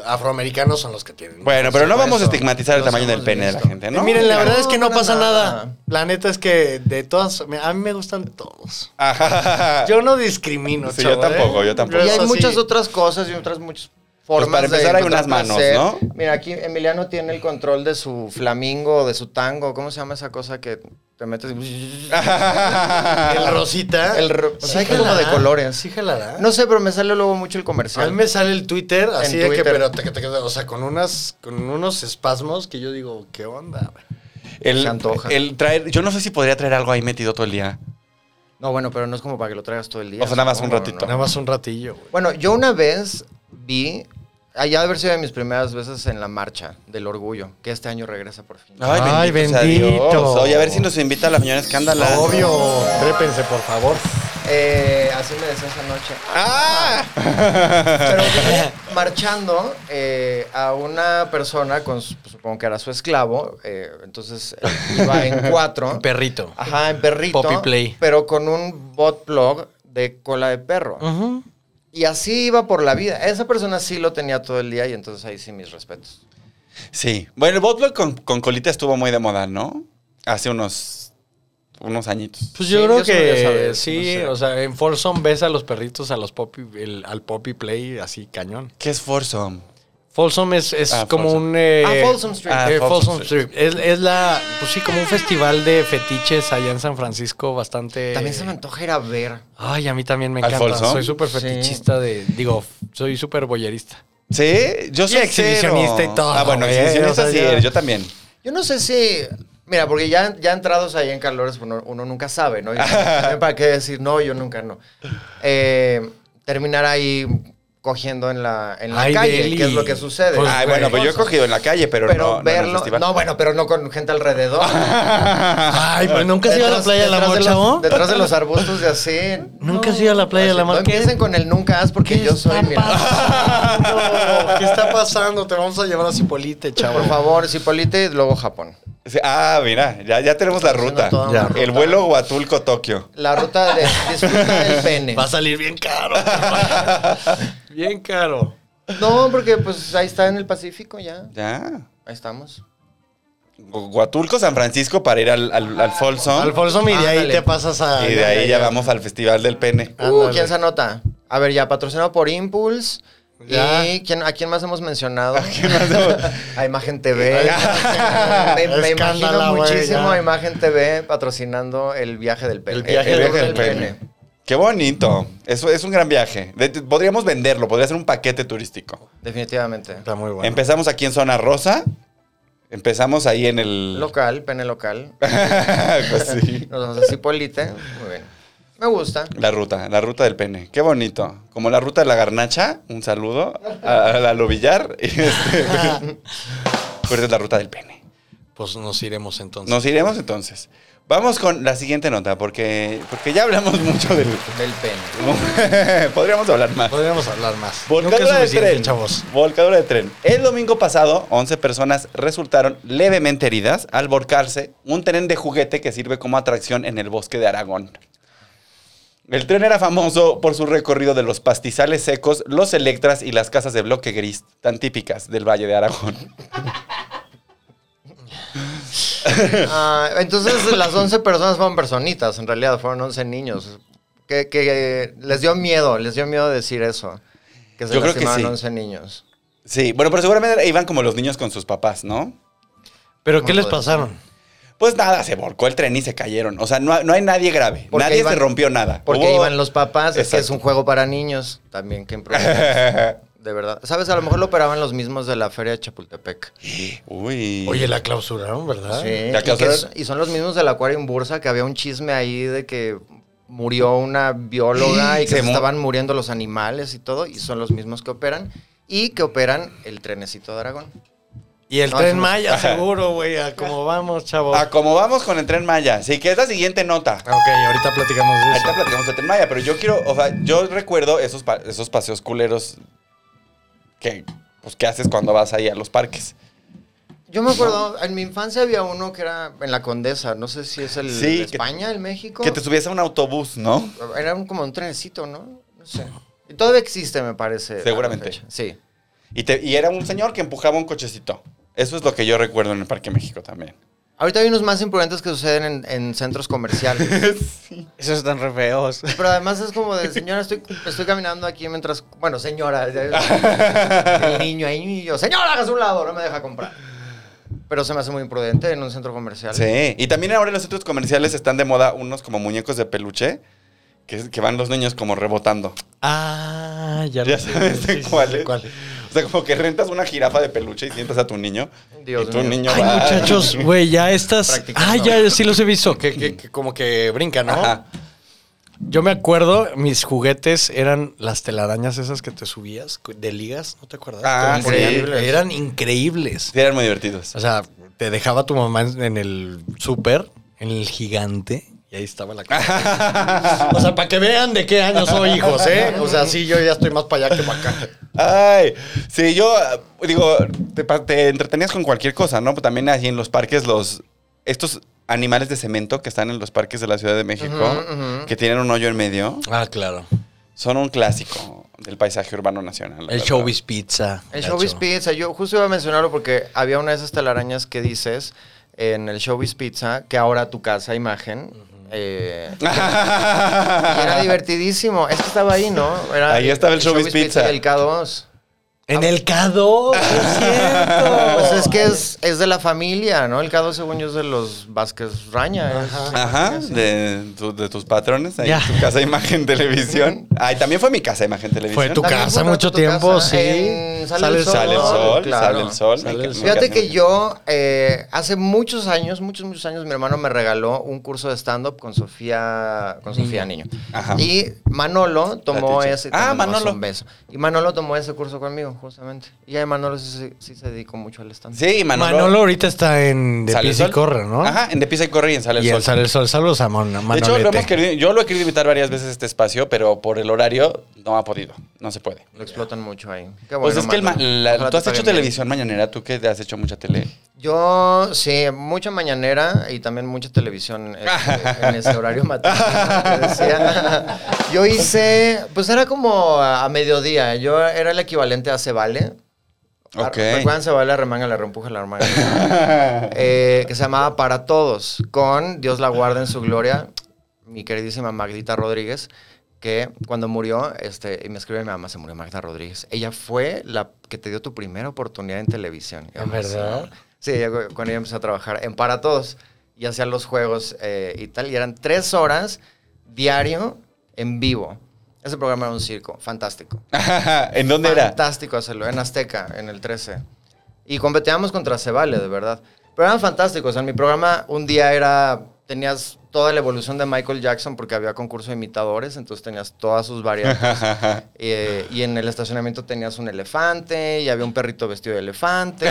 [SPEAKER 3] Afroamericanos son los que tienen.
[SPEAKER 5] Bueno, pero no
[SPEAKER 6] Por
[SPEAKER 5] vamos a
[SPEAKER 6] eso,
[SPEAKER 5] estigmatizar el
[SPEAKER 6] los
[SPEAKER 5] tamaño del
[SPEAKER 6] hemos
[SPEAKER 5] pene de la
[SPEAKER 6] visto.
[SPEAKER 5] gente,
[SPEAKER 3] Eh,
[SPEAKER 5] ¿no?
[SPEAKER 3] miren, la verdad es que no,
[SPEAKER 6] No,
[SPEAKER 3] pasa
[SPEAKER 6] para
[SPEAKER 3] nada.
[SPEAKER 6] nada.
[SPEAKER 3] La neta es que de todas, a mí me gustan todos.
[SPEAKER 5] Ajá.
[SPEAKER 3] Yo no discrimino,
[SPEAKER 5] Ah. Sí, yo
[SPEAKER 3] chavo, ¿eh?
[SPEAKER 5] tampoco, yo tampoco.
[SPEAKER 6] Y
[SPEAKER 3] eso
[SPEAKER 6] hay
[SPEAKER 3] sí.
[SPEAKER 6] muchas otras cosas y otras muchas formas.
[SPEAKER 5] Pues para
[SPEAKER 6] de
[SPEAKER 5] empezar hay
[SPEAKER 6] encontrar
[SPEAKER 5] unas manos,
[SPEAKER 6] placer.
[SPEAKER 5] ¿no?
[SPEAKER 6] Mira, aquí Emiliano tiene el control de su flamingo, de su tango. ¿Cómo se llama esa cosa que te metes? y-
[SPEAKER 3] El rosita.
[SPEAKER 6] Ah. El ro- pues hay como
[SPEAKER 3] jalará,
[SPEAKER 6] de colores.
[SPEAKER 3] Sí, jalará.
[SPEAKER 6] No sé, pero me sale luego mucho el comercial.
[SPEAKER 3] a mí me sale el Twitter así de que,
[SPEAKER 6] Twitter.
[SPEAKER 3] pero te, te- te- o sea, con unas, con unos espasmos que yo digo, ¿qué onda?
[SPEAKER 5] El,
[SPEAKER 6] Se antoja.
[SPEAKER 5] el traer, yo no sé si podría traer algo ahí metido todo el día.
[SPEAKER 6] No, bueno, pero no es como para que lo traigas todo el día.
[SPEAKER 5] O sea, nada más un
[SPEAKER 6] supongo,
[SPEAKER 5] ratito.
[SPEAKER 6] ¿no?
[SPEAKER 3] Nada más un ratillo, güey.
[SPEAKER 6] Bueno, yo una vez vi, allá de haber sido de mis primeras veces en la marcha del orgullo, que este año regresa por
[SPEAKER 5] Ah.
[SPEAKER 6] fin.
[SPEAKER 3] Ay, bendito.
[SPEAKER 5] sea Dios. Oye, a ver si nos invita a la señora Escándala.
[SPEAKER 3] Obvio, trépense, por favor.
[SPEAKER 6] Eh, así me decía esa noche.
[SPEAKER 5] ¡Ah!
[SPEAKER 6] Pero vine marchando eh, a una persona con, su- pues, supongo que era su esclavo, eh, entonces eh, iba en cuatro.
[SPEAKER 3] Perrito.
[SPEAKER 6] Ajá, en perrito.
[SPEAKER 3] Poppy Play.
[SPEAKER 6] Pero con un bot blog de cola de perro.
[SPEAKER 3] Mm.
[SPEAKER 6] Y así iba por la vida. Esa persona sí lo tenía todo el día y entonces ahí sí mis respetos.
[SPEAKER 5] Sí. Bueno, el Botblock con, con colita estuvo muy de moda, ¿no? Hace unos, unos añitos.
[SPEAKER 3] Pues yo
[SPEAKER 6] Sí,
[SPEAKER 3] creo
[SPEAKER 6] yo sí lo
[SPEAKER 3] que
[SPEAKER 6] voy a saber,
[SPEAKER 3] sí,
[SPEAKER 6] no sé.
[SPEAKER 3] o sea, en Folsom ves a los perritos, a los poppy, el- al poppy play así cañón.
[SPEAKER 5] ¿Qué es foursome?
[SPEAKER 3] Folsom es, es
[SPEAKER 5] Ah,
[SPEAKER 3] como
[SPEAKER 5] Folsom.
[SPEAKER 3] un... eh,
[SPEAKER 6] Ah, Folsom Street.
[SPEAKER 5] Ah,
[SPEAKER 3] eh,
[SPEAKER 5] Folsom
[SPEAKER 3] Folsom
[SPEAKER 5] Street.
[SPEAKER 3] Street. Es, es la... Pues sí, como un festival de fetiches allá en San Francisco bastante...
[SPEAKER 6] También se me antoja ir a ver.
[SPEAKER 3] Ay, a mí también me
[SPEAKER 5] ¿Al
[SPEAKER 3] encanta.
[SPEAKER 5] Folsom?
[SPEAKER 3] Soy súper
[SPEAKER 6] Sí.
[SPEAKER 3] fetichista de... Digo, soy súper boyerista.
[SPEAKER 5] Sí, yo soy
[SPEAKER 3] Y exhibicionista
[SPEAKER 5] cero.
[SPEAKER 3] y todo,
[SPEAKER 5] Ah, bueno,
[SPEAKER 3] güey,
[SPEAKER 5] exhibicionista
[SPEAKER 3] o sea,
[SPEAKER 5] sí,
[SPEAKER 3] ya-
[SPEAKER 5] eres, yo también.
[SPEAKER 6] Yo no sé si. Mira, porque ya, ya entrados ahí en calores, pues, uno, uno nunca sabe, ¿no? Y también ¿Para qué decir no? Yo nunca no. Eh, terminar ahí cogiendo en la, en la
[SPEAKER 3] Ay,
[SPEAKER 6] calle,
[SPEAKER 3] Deli.
[SPEAKER 6] que es lo que sucede.
[SPEAKER 3] Pues,
[SPEAKER 5] Ay,
[SPEAKER 3] güey.
[SPEAKER 5] bueno, pero yo he cogido en la calle, pero, no, no
[SPEAKER 6] Pero
[SPEAKER 5] en el
[SPEAKER 6] verlo. No,
[SPEAKER 5] festival.
[SPEAKER 6] bueno, pero no con gente alrededor.
[SPEAKER 3] Ay, pero nunca has ido a la
[SPEAKER 6] Detrás-
[SPEAKER 3] playa del
[SPEAKER 6] detrás
[SPEAKER 3] amor,
[SPEAKER 6] los-
[SPEAKER 3] chavo.
[SPEAKER 6] Detrás de los arbustos y así.
[SPEAKER 3] Nunca has ido a la playa del
[SPEAKER 6] No
[SPEAKER 3] amor. ¿Qué-
[SPEAKER 6] empiecen con el nunca has porque
[SPEAKER 3] ¿Qué
[SPEAKER 6] yo soy.
[SPEAKER 3] está
[SPEAKER 6] Mira,
[SPEAKER 3] pasando? ¿Qué está pasando? Te vamos a llevar a Cipolite, chavo.
[SPEAKER 6] por favor, Cipolite y luego Japón.
[SPEAKER 5] Sí, Ah, mira, ya, ya tenemos la
[SPEAKER 6] Estamos
[SPEAKER 5] ruta.
[SPEAKER 6] haciendo toda
[SPEAKER 3] Ya.
[SPEAKER 6] una
[SPEAKER 5] El
[SPEAKER 6] ruta.
[SPEAKER 5] vuelo Huatulco-Tokio.
[SPEAKER 6] La ruta de disfruta del pene.
[SPEAKER 3] Va a salir bien caro. bien caro.
[SPEAKER 6] No, porque pues ahí está en el Pacífico ya.
[SPEAKER 5] Ya.
[SPEAKER 6] Ahí estamos.
[SPEAKER 5] Gu- Huatulco, San Francisco para ir al, al, al Folsom.
[SPEAKER 3] Alfonso, y de ahí
[SPEAKER 6] Ándale.
[SPEAKER 3] te pasas a.
[SPEAKER 5] y de ahí ya vamos al Festival del Pene.
[SPEAKER 6] Uh,
[SPEAKER 3] Ándale.
[SPEAKER 6] ¿quién se anota? A ver, ya patrocinado por Impulse.
[SPEAKER 3] Ya.
[SPEAKER 6] ¿Y quién, a quién más hemos mencionado? A, Imagen TV.
[SPEAKER 3] Ya.
[SPEAKER 6] me, me
[SPEAKER 3] Escándala,
[SPEAKER 6] imagino
[SPEAKER 3] güey,
[SPEAKER 6] muchísimo
[SPEAKER 3] ya.
[SPEAKER 6] a Imagen TV patrocinando el viaje del pene.
[SPEAKER 3] El viaje
[SPEAKER 5] El
[SPEAKER 3] del
[SPEAKER 5] viaje del pene. Qué bonito. Eso es un gran viaje. De- de- podríamos venderlo, podría ser un paquete turístico.
[SPEAKER 6] Definitivamente.
[SPEAKER 3] Está muy bueno.
[SPEAKER 5] Empezamos aquí en Zona Rosa. Empezamos ahí en el.
[SPEAKER 6] Local, pene local.
[SPEAKER 5] Pues sí.
[SPEAKER 6] Nos vamos a Cipolite. Muy bien. Me gusta.
[SPEAKER 5] La ruta, la ruta del pene. Qué bonito. Como la ruta de la garnacha, un saludo a, a la Lobillar. y este, Pero es la ruta del pene.
[SPEAKER 3] Pues nos iremos entonces.
[SPEAKER 5] Nos iremos entonces. Vamos con la siguiente nota, porque, porque ya hablamos mucho del...
[SPEAKER 6] Del pene.
[SPEAKER 5] Podríamos hablar más.
[SPEAKER 3] Podríamos hablar más. Nunca
[SPEAKER 5] Volcadura
[SPEAKER 3] es
[SPEAKER 5] de
[SPEAKER 3] suficiente,
[SPEAKER 5] tren.
[SPEAKER 3] chavos.
[SPEAKER 5] Volcadura de tren. El domingo pasado, 11 personas resultaron levemente heridas al volcarse un tren de juguete que sirve como atracción en el bosque de Aragón. El tren era famoso por su recorrido de los pastizales secos, los electras y las casas de bloque gris, tan típicas del Valle de Aragón.
[SPEAKER 6] Ah, entonces las 11 personas fueron personitas, en realidad fueron 11 niños. Que, que les dio miedo, les dio miedo decir eso. Que se
[SPEAKER 5] Yo creo que
[SPEAKER 6] lastimaban
[SPEAKER 5] sí.
[SPEAKER 6] 11 niños.
[SPEAKER 5] Sí, bueno, pero seguramente iban como los niños con sus papás, ¿no?
[SPEAKER 3] ¿Pero qué
[SPEAKER 6] No
[SPEAKER 3] les
[SPEAKER 6] puede
[SPEAKER 3] pasaron?
[SPEAKER 5] Pues nada, se volcó el tren y se cayeron. O sea, no, no hay nadie grave.
[SPEAKER 6] Porque
[SPEAKER 5] Nadie
[SPEAKER 6] iban-
[SPEAKER 5] se rompió nada.
[SPEAKER 6] Porque
[SPEAKER 5] Hubo-
[SPEAKER 6] iban los papás, es que es
[SPEAKER 5] Exacto.
[SPEAKER 6] un juego para niños también que improvisar. De verdad. ¿Sabes? A lo mejor lo operaban los mismos de la feria de Chapultepec.
[SPEAKER 5] Uy.
[SPEAKER 3] Oye, la clausuraron, ¿verdad?
[SPEAKER 6] Sí.
[SPEAKER 5] Ya
[SPEAKER 6] Y, que
[SPEAKER 5] clausuraron.
[SPEAKER 6] es- y son los mismos del Aquarium Bursa, que había un chisme ahí de que murió una bióloga y que
[SPEAKER 5] Se
[SPEAKER 6] se
[SPEAKER 5] mu-
[SPEAKER 6] estaban muriendo los animales y todo, y son los mismos que operan, y que operan el trenecito de Aragón.
[SPEAKER 3] Y el
[SPEAKER 6] No,
[SPEAKER 3] tren
[SPEAKER 6] eso-
[SPEAKER 3] Maya, seguro, güey. A cómo vamos, chavos.
[SPEAKER 5] A Ah, como vamos con el tren Maya. Sí, que es la siguiente nota.
[SPEAKER 3] Ok, ahorita platicamos de Ah, eso.
[SPEAKER 5] Ahorita platicamos del tren Maya, pero yo quiero, o sea, yo recuerdo esos, pa- esos paseos culeros que, pues, que haces cuando vas ahí a los parques.
[SPEAKER 6] Yo me acuerdo, en mi infancia había uno que era en la Condesa, no sé si es el
[SPEAKER 5] Sí,
[SPEAKER 6] de
[SPEAKER 5] que-
[SPEAKER 6] España, el México.
[SPEAKER 5] Que te subías a un autobús, ¿no?
[SPEAKER 6] Era un- como un trenecito, ¿no? No sé. Y todavía existe, me parece. a la
[SPEAKER 5] Seguramente.
[SPEAKER 6] fecha. Sí.
[SPEAKER 5] Y, te, y era un señor que empujaba un cochecito. Eso es lo que yo recuerdo en el Parque México también.
[SPEAKER 6] Ahorita hay unos más imprudentes que suceden en, en centros comerciales.
[SPEAKER 3] Esos están re feos.
[SPEAKER 6] Pero además es como de, señora, estoy, estoy caminando aquí mientras. Bueno, señora. El niño ahí, y yo, señora, hagas un lado, no me deja comprar. Pero se me hace muy imprudente en un centro comercial.
[SPEAKER 5] Sí. Y también ahora en los centros comerciales están de moda unos como muñecos de peluche que, es- que van los niños como rebotando.
[SPEAKER 3] Ah, ya,
[SPEAKER 5] Ya
[SPEAKER 3] lo sé.
[SPEAKER 5] sabes de
[SPEAKER 3] Sí, sí, sí,
[SPEAKER 5] cuál
[SPEAKER 3] sé
[SPEAKER 5] es. O sea, como que rentas una jirafa de peluche y sientas a tu niño.
[SPEAKER 6] Dios
[SPEAKER 5] y tu
[SPEAKER 6] mío.
[SPEAKER 5] niño
[SPEAKER 3] Ay,
[SPEAKER 5] va-
[SPEAKER 3] muchachos, güey, ya estas. Ah,
[SPEAKER 6] Practicando.
[SPEAKER 3] ya sí los he visto. Que, que- que como que brinca, ¿no?
[SPEAKER 5] Ajá.
[SPEAKER 3] Yo me acuerdo, mis juguetes eran las telarañas esas que te subías cu- de ligas, ¿no te acuerdas?
[SPEAKER 5] Ah,
[SPEAKER 3] Te ponían-
[SPEAKER 5] increíbles.
[SPEAKER 3] Eran increíbles.
[SPEAKER 5] Sí, eran muy divertidos.
[SPEAKER 3] O sea, te dejaba tu mamá en en el súper, en el gigante, y ahí estaba la casa. o sea, para que vean de qué año soy, hijos, ¿eh? O sea, sí, yo ya estoy más para allá que para acá.
[SPEAKER 5] Ay, sí, yo ah, digo, te, pa- te entretenías con cualquier cosa, ¿no? Pero También allí en los parques, los estos animales de cemento que están en los parques de la Ciudad de México,
[SPEAKER 6] Ujú, ujú.
[SPEAKER 5] que tienen un hoyo en medio,
[SPEAKER 3] Ah, claro.
[SPEAKER 5] son un clásico del paisaje urbano nacional. la
[SPEAKER 3] El
[SPEAKER 5] verdad.
[SPEAKER 3] showbiz pizza.
[SPEAKER 6] El
[SPEAKER 3] gacho.
[SPEAKER 6] Showbiz Pizza, yo justo iba a mencionarlo porque había una de esas telarañas que dices en el Showbiz Pizza, que ahora tu casa, imagen. eh, y era divertidísimo. Es que estaba ahí, ¿no? Era
[SPEAKER 5] Ahí estaba el Showbiz Pizza.
[SPEAKER 6] y El K2.
[SPEAKER 3] En el K2, es cierto.
[SPEAKER 6] Pues es que es, es de la familia, ¿no? El Cado, según yo, es de los Vázquez Raña. es-
[SPEAKER 5] Ajá, de, tu- de tus patrones. Ahí,
[SPEAKER 3] Ya.
[SPEAKER 5] tu casa Imagen Televisión. Ay, también fue mi casa Imagen Televisión.
[SPEAKER 3] Fue tu
[SPEAKER 6] También
[SPEAKER 3] casa
[SPEAKER 6] fue
[SPEAKER 3] mucho
[SPEAKER 6] tu
[SPEAKER 3] tiempo,
[SPEAKER 6] casa,
[SPEAKER 3] sí.
[SPEAKER 6] en Sale el Sol.
[SPEAKER 5] Sale el sol,
[SPEAKER 6] Claro.
[SPEAKER 5] sale el sol.
[SPEAKER 3] Sale
[SPEAKER 5] Me-
[SPEAKER 3] el
[SPEAKER 5] me
[SPEAKER 3] sol.
[SPEAKER 6] Fíjate
[SPEAKER 5] encanta.
[SPEAKER 6] que yo, eh, hace muchos años, muchos, muchos años, mi hermano me regaló un curso de stand-up con Sofía, con Sofía Niño.
[SPEAKER 5] Ajá.
[SPEAKER 6] Y Manolo tomó
[SPEAKER 5] teacher.
[SPEAKER 6] ese
[SPEAKER 5] Ah,
[SPEAKER 6] te mandamos
[SPEAKER 5] Manolo.
[SPEAKER 6] un beso. Y Manolo tomó ese curso conmigo, justamente. Y ahí Manolo sí, se- sí se dedicó mucho al stand-up.
[SPEAKER 5] Sí, Manolo.
[SPEAKER 3] Manolo. ahorita está en De
[SPEAKER 5] Sale el
[SPEAKER 3] Pisa y
[SPEAKER 5] Sol.
[SPEAKER 3] Corre, ¿no?
[SPEAKER 5] Ajá, en De Pisa y Corre y en Sale el
[SPEAKER 3] Y
[SPEAKER 5] Sol.
[SPEAKER 3] en Sale el Sol. Saludos a Mon- Manolete.
[SPEAKER 5] de hecho, lo hemos querido- yo lo he querido invitar varias veces a este espacio, pero por el horario no ha podido. No se puede.
[SPEAKER 3] Ah,
[SPEAKER 6] Lo explotan mucho ahí. Qué
[SPEAKER 5] Pues
[SPEAKER 6] bueno,
[SPEAKER 5] es que el ma-
[SPEAKER 6] Manolo.
[SPEAKER 5] la- tú
[SPEAKER 6] Ojalá te
[SPEAKER 5] has hecho
[SPEAKER 6] paguen bien.
[SPEAKER 5] televisión mañanera, tú que has hecho mucha tele.
[SPEAKER 6] Yo, sí, mucha mañanera y también mucha televisión este, en ese horario matutino que decía. Yo hice, pues era como a, a mediodía, yo era el equivalente a Se Vale. A-
[SPEAKER 3] Ah,
[SPEAKER 5] Ok.
[SPEAKER 6] ¿Recuerdan Se Vale, Remanga, la Rempuja, la Remanga? Eh, que se llamaba Para Todos, con Dios la guarda en su gloria, mi queridísima Magdita Rodríguez, que cuando murió, este, y me escribe mi mamá, se murió Magda Rodríguez. Ella fue la que te dio tu primera oportunidad en televisión.
[SPEAKER 3] ¿En verdad?
[SPEAKER 6] Sí, ella- con ella empecé a trabajar en Para Todos y hacía los juegos eh, y tal. Y eran tres horas diario en vivo. Ese programa era un circo, fantástico.
[SPEAKER 5] ¿En dónde era?
[SPEAKER 6] Fantástico hacerlo, en Azteca, en el 13. Y competíamos contra Cebale, de verdad. Pero eran fantásticos. En mi programa un día era, tenías toda la evolución de Michael Jackson porque había concurso de imitadores, entonces tenías todas sus variantes. Eh, y en el estacionamiento tenías un elefante y había un perrito vestido de elefante.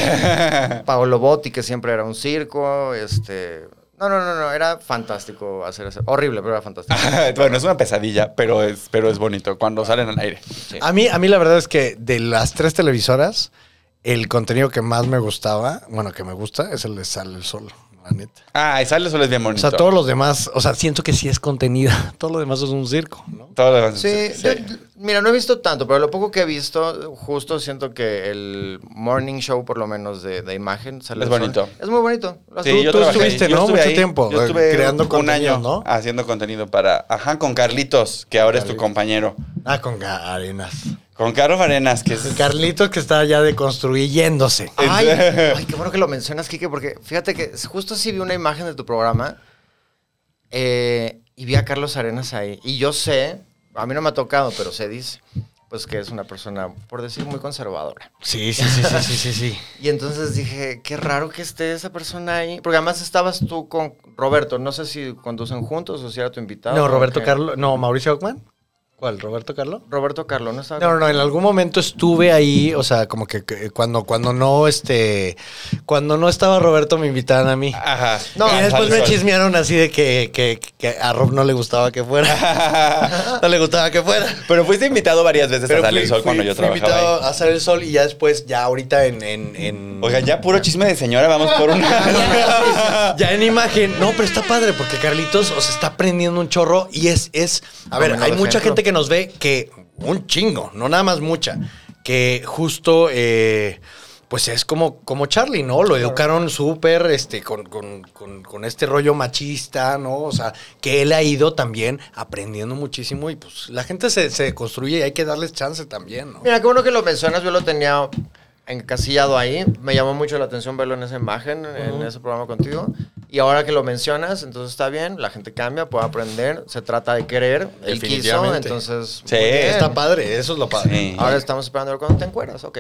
[SPEAKER 6] Paolo Botti, que siempre era un circo. Este... No, no, no, no, era fantástico hacer eso. Horrible, pero era fantástico.
[SPEAKER 5] bueno, es una pesadilla, pero es, pero es bonito cuando salen al aire.
[SPEAKER 3] A mí, a mí la verdad es que de las tres televisoras, el contenido que más me gustaba, bueno, que me gusta, es el de Sale el Sol, la neta.
[SPEAKER 5] Ah, y sale el sol es bien
[SPEAKER 3] O
[SPEAKER 5] bonito.
[SPEAKER 3] sea, todos los demás, o sea, siento que sí es contenido. Todo lo demás es un circo, ¿no?
[SPEAKER 5] Todo lo-
[SPEAKER 6] Sí, yo- mira, no he visto tanto, pero lo poco que he visto, justo siento que el morning show, por lo menos de, de imagen, sale
[SPEAKER 5] Es
[SPEAKER 6] el sol.
[SPEAKER 5] bonito.
[SPEAKER 6] Es muy bonito. Lo
[SPEAKER 5] Sí,
[SPEAKER 6] hace-
[SPEAKER 5] yo
[SPEAKER 3] tú
[SPEAKER 5] trabajé ahí.
[SPEAKER 3] estuviste,
[SPEAKER 5] Yo
[SPEAKER 3] ¿no?
[SPEAKER 5] estuve
[SPEAKER 3] Mucho
[SPEAKER 5] ahí.
[SPEAKER 3] tiempo,
[SPEAKER 5] Yo estuve
[SPEAKER 3] eh, creando
[SPEAKER 5] un
[SPEAKER 3] contenido,
[SPEAKER 5] año
[SPEAKER 3] ¿no?
[SPEAKER 5] haciendo contenido para... Ajá, con Carlitos, que ahora es tu compañero.
[SPEAKER 3] Ah, con Ga- Arenas.
[SPEAKER 5] Con Carlos Arenas, que es...
[SPEAKER 3] El Carlitos que está ya deconstruyéndose.
[SPEAKER 5] Ah.
[SPEAKER 6] Ay, ay, qué bueno que lo mencionas, Kike, porque fíjate que justo sí vi una imagen de tu programa eh, y vi a Carlos Arenas ahí. Y yo sé, a mí no me ha tocado, pero se dice, pues que es una persona, por decir, muy conservadora.
[SPEAKER 3] Sí, sí, sí, sí, sí, sí, sí.
[SPEAKER 6] Y entonces dije, qué raro que esté esa persona ahí. Porque además estabas tú con Roberto. No sé si conducen juntos o si era tu invitado.
[SPEAKER 3] No,
[SPEAKER 6] o
[SPEAKER 3] Roberto
[SPEAKER 6] qué.
[SPEAKER 3] Carlo, no, Mauricio Ockman. ¿Cuál? ¿Roberto Carlo?
[SPEAKER 6] Roberto Carlos, ¿no estaba?
[SPEAKER 3] No, no, no, en algún momento estuve ahí, o sea, como que, que cuando, cuando no, este, cuando no estaba Roberto me invitaban a mí.
[SPEAKER 5] Ajá.
[SPEAKER 3] No,
[SPEAKER 5] Ah,
[SPEAKER 3] y después
[SPEAKER 5] sale el
[SPEAKER 3] me
[SPEAKER 5] sol.
[SPEAKER 3] chismearon así de que, que- que a Rob no le gustaba que fuera. no le gustaba que fuera.
[SPEAKER 5] Pero fuiste invitado varias veces a Sale el Sol cuando yo
[SPEAKER 3] fui
[SPEAKER 5] trabajaba ahí.
[SPEAKER 3] invitado a hacer el sol y ya después, ya ahorita en... en, en-
[SPEAKER 5] Oiga, ya
[SPEAKER 3] Mm.
[SPEAKER 5] puro chisme de señora, vamos por una.
[SPEAKER 3] Ya en imagen. No, pero está padre porque Carlitos, o sea, está aprendiendo un chorro y es, es. A ver,
[SPEAKER 6] Como
[SPEAKER 3] hay
[SPEAKER 6] el
[SPEAKER 3] mucha
[SPEAKER 6] ejemplo.
[SPEAKER 3] gente que nos ve que un chingo, no nada más mucha, que justo, eh, pues es como, como Charlie, ¿no? Lo educaron súper, este, con, con- con- con este rollo machista, ¿no? O sea, que él ha ido también aprendiendo muchísimo y pues la gente se, se construye y hay que darles chance también, ¿no?
[SPEAKER 6] Mira, qué bueno que lo mencionas. Yo lo tenía encasillado ahí. Me llamó mucho la atención verlo en esa imagen, en ese programa contigo. Y ahora que lo mencionas, entonces está bien. La gente cambia, puede aprender. Se trata de querer. Él quiso,
[SPEAKER 3] Definitivamente.
[SPEAKER 6] entonces...
[SPEAKER 5] Sí,
[SPEAKER 6] muy bien.
[SPEAKER 3] Está padre, eso es lo padre.
[SPEAKER 5] Sí.
[SPEAKER 6] Ahora estamos esperando a ver cuando te encueras, ok.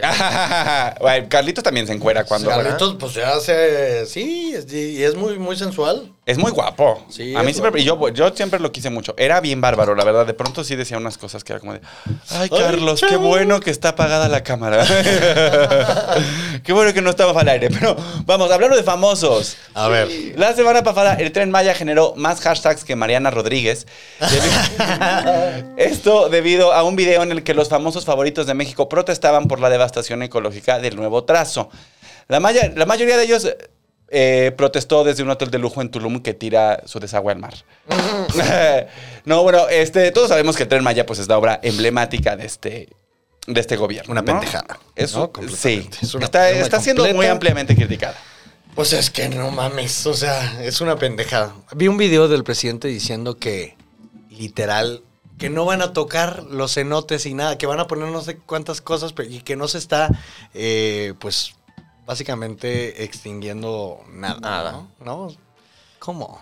[SPEAKER 5] Bueno, Carlitos también se encuera cuando.
[SPEAKER 3] Carlitos, pues ya hace. Sí, es- y es muy, muy sensual.
[SPEAKER 5] Es muy guapo.
[SPEAKER 3] Sí,
[SPEAKER 5] a mí
[SPEAKER 3] es
[SPEAKER 5] siempre, y yo, yo siempre lo quise mucho. Era bien bárbaro, la verdad. De pronto sí decía unas cosas que era como de, ay, Carlos, qué bueno que está apagada la cámara. qué bueno que no estamos al aire. Pero vamos, hablando de famosos.
[SPEAKER 3] A ver.
[SPEAKER 5] La semana pasada, el tren Maya generó más hashtags que Mariana Rodríguez. Debi- Esto debido a un video en el que los famosos favoritos de México protestaban por la devastación ecológica del nuevo trazo. La, maya- la mayoría de ellos eh, protestó desde un hotel de lujo en Tulum que tira su desagüe al mar. no, bueno, este, todos sabemos que el tren Maya pues, es la obra emblemática de este, de este gobierno.
[SPEAKER 3] Una
[SPEAKER 5] ¿no?
[SPEAKER 3] pendejada,
[SPEAKER 5] Es
[SPEAKER 3] ¿no?
[SPEAKER 5] un- sí,
[SPEAKER 3] Completamente. Es una
[SPEAKER 5] está,
[SPEAKER 3] pendejada
[SPEAKER 5] está siendo muy
[SPEAKER 3] completa.
[SPEAKER 5] ampliamente criticada.
[SPEAKER 3] Pues es que no mames, o sea, es una pendejada. Vi un video del presidente diciendo que literal que no van a tocar los cenotes y nada, que van a poner no sé cuántas cosas pero- y que no se está, eh, pues, básicamente extinguiendo nada.
[SPEAKER 6] Nada.
[SPEAKER 3] ¿no? ¿No? ¿Cómo?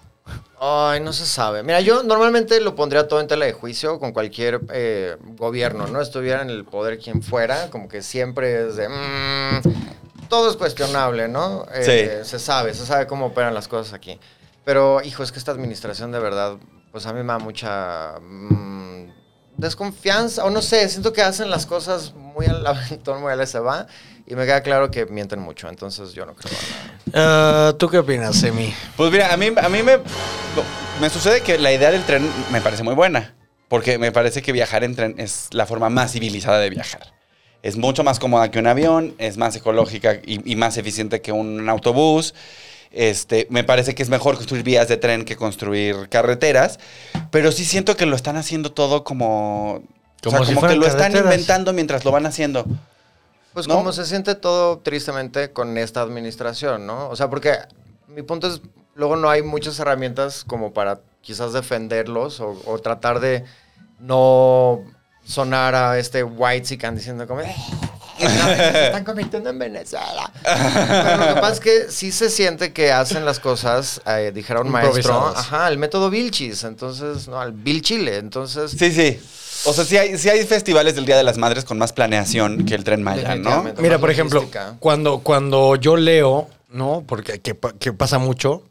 [SPEAKER 6] Ay, no se sabe. Mira, yo normalmente lo pondría todo en tela de juicio con cualquier eh, gobierno, ¿no? Estuviera en el poder quien fuera, como que siempre es de... mm, todo es cuestionable, ¿no? Eh, Se sabe, se sabe cómo operan las cosas aquí. Pero, hijo, es que esta administración de verdad, pues a mí me da mucha mm, desconfianza, o no sé, siento que hacen las cosas muy al aventón, muy al se va, y me queda claro que mienten mucho, entonces yo no creo en nada.
[SPEAKER 3] Ah, ¿Tú qué opinas, Semi?
[SPEAKER 5] Pues mira, a mí, a mí me, me sucede que la idea del tren me parece muy buena. Porque me parece que viajar en tren es la forma más civilizada de viajar. Es mucho más cómoda que un avión, es más ecológica y, y más eficiente que un autobús. Este, me parece que es mejor construir vías de tren que construir carreteras. Pero sí siento que lo están haciendo todo como. o sea,
[SPEAKER 3] Como si
[SPEAKER 5] como que
[SPEAKER 3] fueran
[SPEAKER 5] lo están
[SPEAKER 3] carreteras.
[SPEAKER 5] inventando mientras lo van haciendo.
[SPEAKER 6] Pues
[SPEAKER 5] ¿no?
[SPEAKER 6] como se siente todo tristemente con esta administración, ¿no? O sea, porque mi punto es, luego no hay muchas herramientas como para quizás defenderlos o, o tratar de no sonar a este white chican diciendo como... "Eh, se están convirtiendo en Venezuela. Pero lo que pasa es que sí se siente que hacen las cosas, eh, dijera un maestro,
[SPEAKER 3] Improvisadas.
[SPEAKER 6] ajá, el método Vilchis, entonces, no, al Vilchile, entonces...
[SPEAKER 5] Sí, sí. O sea, sí hay, sí hay festivales del Día de las Madres con más planeación que el tren Maya, ¿no?
[SPEAKER 6] Definitivamente.
[SPEAKER 3] Mira,
[SPEAKER 6] más
[SPEAKER 3] por ejemplo,
[SPEAKER 6] logística.
[SPEAKER 3] cuando, cuando yo leo, ¿no? Porque que, pa- que pasa mucho.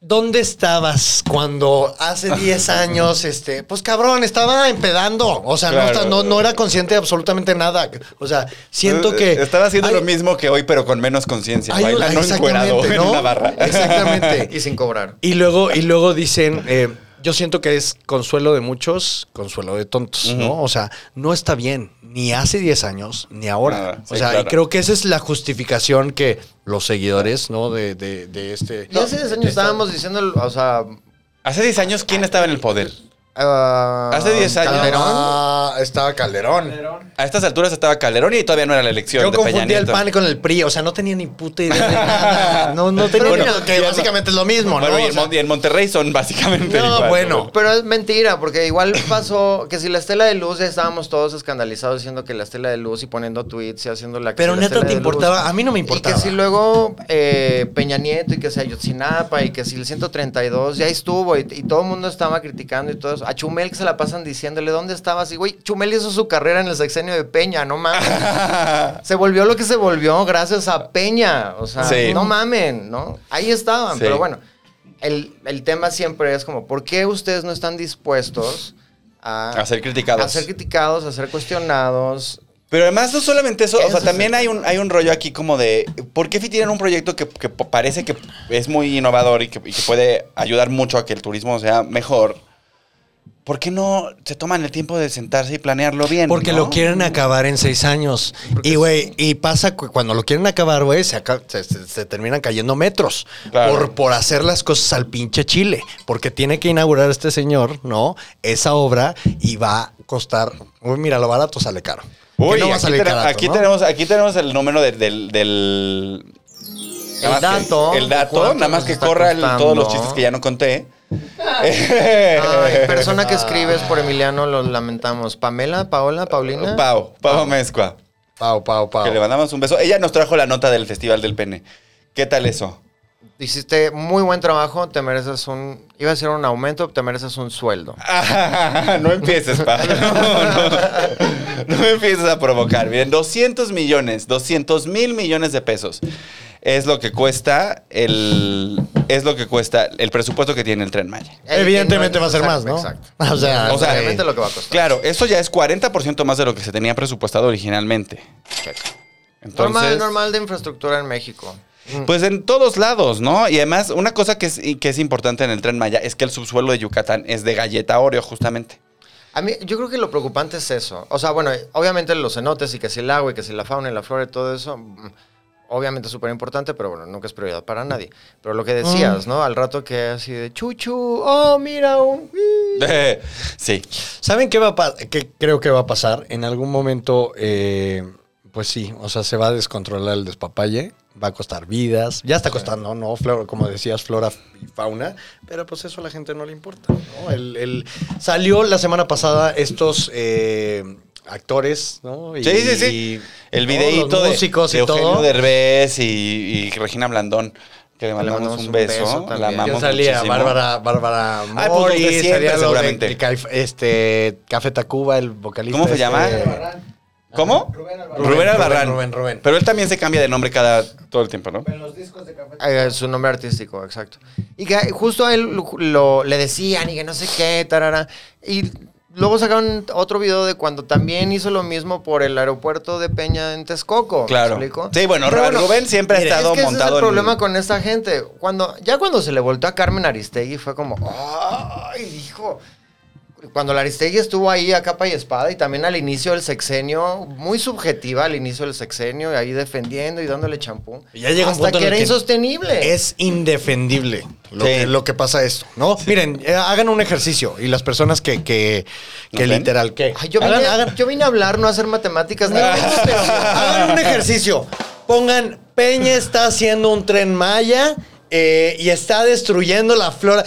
[SPEAKER 3] ¿Dónde estabas cuando hace 10 años, este, pues cabrón, estaba empedando? O sea, no,
[SPEAKER 5] Claro.
[SPEAKER 3] está- no, no era consciente de absolutamente nada. O sea, siento que...
[SPEAKER 5] Están Eh, haciendo
[SPEAKER 3] Ay,
[SPEAKER 5] lo mismo que hoy, pero con menos conciencia.
[SPEAKER 3] hay un-
[SPEAKER 5] Bailando
[SPEAKER 3] exactamente,
[SPEAKER 5] encuerado en
[SPEAKER 3] ¿no?
[SPEAKER 5] una barra.
[SPEAKER 3] Exactamente.
[SPEAKER 6] Y sin cobrar.
[SPEAKER 3] Y luego, y luego dicen, eh, yo siento que es consuelo de muchos, consuelo de tontos, ¿no? O sea, no está bien, ni hace 10 años, ni ahora.
[SPEAKER 5] Nada,
[SPEAKER 3] o
[SPEAKER 5] sí,
[SPEAKER 3] sea,
[SPEAKER 5] claro.
[SPEAKER 3] y creo que esa es la justificación que los seguidores, ¿no? De, de- de este...
[SPEAKER 6] Y hace 10 años estábamos diciendo, o sea...
[SPEAKER 5] Hace 10 años, ¿quién estaba en el poder?
[SPEAKER 6] ah,
[SPEAKER 5] Hace 10 años.
[SPEAKER 6] Calderón.
[SPEAKER 3] Ah, estaba Calderón.
[SPEAKER 5] A estas alturas estaba Calderón y todavía no era la elección
[SPEAKER 3] Yo
[SPEAKER 5] de Peña
[SPEAKER 3] confundía el
[SPEAKER 5] Nieto.
[SPEAKER 3] PAN con el PRI, o sea, no tenía ni puta idea de nada. No, no tenía
[SPEAKER 5] Bueno,
[SPEAKER 3] ni- que
[SPEAKER 5] y en-
[SPEAKER 3] básicamente es lo mismo,
[SPEAKER 5] Bueno,
[SPEAKER 3] ¿no?
[SPEAKER 5] y
[SPEAKER 3] O
[SPEAKER 5] en,
[SPEAKER 3] sea,
[SPEAKER 5] Mon- y en Monterrey son básicamente
[SPEAKER 3] No,
[SPEAKER 5] igual.
[SPEAKER 3] bueno.
[SPEAKER 6] Pero es mentira, porque igual pasó que si la estela de luz ya estábamos todos escandalizados diciendo que la estela de luz y poniendo tweets y haciendo la que
[SPEAKER 3] Pero
[SPEAKER 6] si la
[SPEAKER 3] neta,
[SPEAKER 6] estela
[SPEAKER 3] ¿te
[SPEAKER 6] de luz.
[SPEAKER 3] importaba? A mí no
[SPEAKER 6] Y
[SPEAKER 3] me importaba.
[SPEAKER 6] que si luego eh, Peña Nieto y que si Ayotzinapa y que si el 132 ya estuvo y, y todo el mundo estaba criticando y todo eso. A Chumel que se la pasan diciéndole, ¿dónde estabas? Y güey, Chumel hizo su carrera en el sexenio de Peña, no mames. se volvió lo que se volvió gracias a Peña. O sea,
[SPEAKER 5] Sí.
[SPEAKER 6] no mamen, ¿no? Ahí estaban,
[SPEAKER 5] Sí.
[SPEAKER 6] pero bueno. El, el tema siempre es como, ¿por qué ustedes no están dispuestos a,
[SPEAKER 5] A ser criticados.
[SPEAKER 6] a ser criticados, a ser cuestionados?
[SPEAKER 5] Pero además no solamente eso, o
[SPEAKER 6] Eso
[SPEAKER 5] sea,
[SPEAKER 6] sí.
[SPEAKER 5] también hay un, hay un rollo aquí como de, ¿por qué si tienen un proyecto que, que p- parece que es muy innovador y que, y que puede ayudar mucho a que el turismo sea mejor? ¿Por qué no se toman el tiempo de sentarse y planearlo bien?
[SPEAKER 3] Porque
[SPEAKER 5] no?
[SPEAKER 3] lo quieren acabar en seis años. Y, güey, y pasa cu- cuando lo quieren acabar, güey, se, aca- se- se- se terminan cayendo metros
[SPEAKER 5] Claro.
[SPEAKER 3] por, por hacer las cosas al pinche Chile. Porque tiene que inaugurar este señor, ¿no? Esa obra y va a costar. Uy, mira, lo barato sale caro. Que
[SPEAKER 5] Uy,
[SPEAKER 3] no va a
[SPEAKER 5] aquí,
[SPEAKER 3] salir
[SPEAKER 5] tene-
[SPEAKER 3] barato,
[SPEAKER 5] aquí
[SPEAKER 3] ¿no?
[SPEAKER 5] tenemos, aquí tenemos el número de- del... del- nada más que-
[SPEAKER 6] dato.
[SPEAKER 5] el dato,
[SPEAKER 6] ¿Cuánto
[SPEAKER 5] nada más
[SPEAKER 6] nos
[SPEAKER 5] que
[SPEAKER 6] está
[SPEAKER 5] corra el- todos los
[SPEAKER 6] costando?
[SPEAKER 5] chistes que ya no conté.
[SPEAKER 6] Ay, persona que escribes por Emiliano, lo lamentamos. ¿Pamela, Paola, Paulina?
[SPEAKER 5] Pau, Pau Mezcua.
[SPEAKER 3] Pau, pau, pau.
[SPEAKER 5] Que le mandamos un beso. Ella nos trajo la nota del Festival del Pene. ¿Qué tal eso?
[SPEAKER 6] Hiciste muy buen trabajo, te mereces un... Iba a ser un aumento, te mereces un sueldo.
[SPEAKER 5] Ah, no empieces, pa. No, no. No empieces a provocar. Miren, 200 millones, 200 mil millones de pesos es lo que cuesta el es lo que cuesta el presupuesto que tiene el Tren Maya.
[SPEAKER 3] Evidentemente va a ser más, ¿no? Ah,
[SPEAKER 6] Exacto.
[SPEAKER 3] O sea,
[SPEAKER 5] O sea,
[SPEAKER 6] Obviamente lo que va a costar.
[SPEAKER 5] Claro, eso ya es 40% más de lo que se tenía presupuestado originalmente. Entonces,
[SPEAKER 6] normal, normal de infraestructura en México.
[SPEAKER 5] Pues en todos lados, ¿no? Y además, una cosa que es, y que es importante en el Tren Maya es que el subsuelo de Yucatán es de galleta Oreo, justamente.
[SPEAKER 6] A mí, yo creo que lo preocupante es eso. O sea, bueno, obviamente los cenotes y que si el agua y que si la fauna y la flora y todo eso, mm, obviamente es súper importante, pero bueno, nunca es prioridad para nadie. Pero lo que
[SPEAKER 3] Mm.
[SPEAKER 6] decías, ¿no? Al rato que así de chuchu, oh, mira un...
[SPEAKER 5] sí.
[SPEAKER 3] ¿Saben qué va a pasar? creo que va a pasar? En algún momento, eh, pues sí, o sea, se va a descontrolar el despapalle, va a costar vidas. Ya está costando, ¿no? Flor- como decías, flora y fauna. Pero pues eso a la gente no le importa, ¿no? El, el- salió la semana pasada estos eh, actores, ¿no? Y-
[SPEAKER 5] Sí, sí, sí.
[SPEAKER 3] y-
[SPEAKER 5] el
[SPEAKER 3] ¿no?
[SPEAKER 5] videíto
[SPEAKER 3] Los
[SPEAKER 5] de,
[SPEAKER 3] músicos
[SPEAKER 5] de
[SPEAKER 3] y
[SPEAKER 5] Eugenio
[SPEAKER 3] todo.
[SPEAKER 5] Derbez y, y Regina Blandón, que le mandamos,
[SPEAKER 6] mandamos
[SPEAKER 5] un
[SPEAKER 6] un
[SPEAKER 5] beso.
[SPEAKER 6] beso
[SPEAKER 5] la
[SPEAKER 6] también.
[SPEAKER 5] amamos
[SPEAKER 3] Ya salía
[SPEAKER 5] muchísimo.
[SPEAKER 3] Bárbara, Bárbara
[SPEAKER 5] Ay, pues, los de
[SPEAKER 3] Mori,
[SPEAKER 5] siempre,
[SPEAKER 3] salía los de-
[SPEAKER 5] seguramente.
[SPEAKER 3] de Caif- este, Café Tacuba, el vocalista.
[SPEAKER 5] ¿Cómo se llama?
[SPEAKER 3] este,
[SPEAKER 5] ¿Cómo?
[SPEAKER 1] Rubén Albarrán.
[SPEAKER 5] Rubén, Albarrán.
[SPEAKER 3] Rubén, Rubén.
[SPEAKER 5] Pero él también se cambia de nombre cada todo el tiempo, ¿no?
[SPEAKER 1] En los discos de café.
[SPEAKER 6] Eh, su nombre artístico, exacto. Y que justo a él lo, lo- le decían y que no sé qué, tarara. Y luego sacaron otro video de cuando también hizo lo mismo por el aeropuerto de Peña en Texcoco. ¿me
[SPEAKER 5] Claro.
[SPEAKER 6] explico?
[SPEAKER 5] Sí, bueno,
[SPEAKER 6] Pero
[SPEAKER 5] Ra- Rubén siempre ha
[SPEAKER 6] mira,
[SPEAKER 5] estado
[SPEAKER 6] es que ese
[SPEAKER 5] montado en-
[SPEAKER 6] es el problema con esta gente. Cuando, ya cuando se le voltó a Carmen Aristegui fue como, ¡ay, hijo! Cuando la Aristegui estuvo ahí a capa y espada y también al inicio del sexenio, muy subjetiva al inicio del sexenio, y ahí defendiendo y dándole champú.
[SPEAKER 3] Ya llega un
[SPEAKER 6] hasta
[SPEAKER 3] punto
[SPEAKER 6] que
[SPEAKER 3] en el
[SPEAKER 6] era
[SPEAKER 3] que
[SPEAKER 6] insostenible.
[SPEAKER 3] Es indefendible lo,
[SPEAKER 5] Sí.
[SPEAKER 3] que, lo que pasa esto, ¿no? Miren, eh, hagan un ejercicio y las personas que, que,
[SPEAKER 5] ¿Nos
[SPEAKER 3] que
[SPEAKER 5] ven?
[SPEAKER 3] literal, que
[SPEAKER 6] Ay, yo, vine,
[SPEAKER 3] hagan, hagan-
[SPEAKER 6] yo vine a hablar, no a hacer matemáticas. este, ni a hacer ejercicio.
[SPEAKER 3] hagan un ejercicio. Pongan, Peña está haciendo un tren Maya eh, y está destruyendo la flora.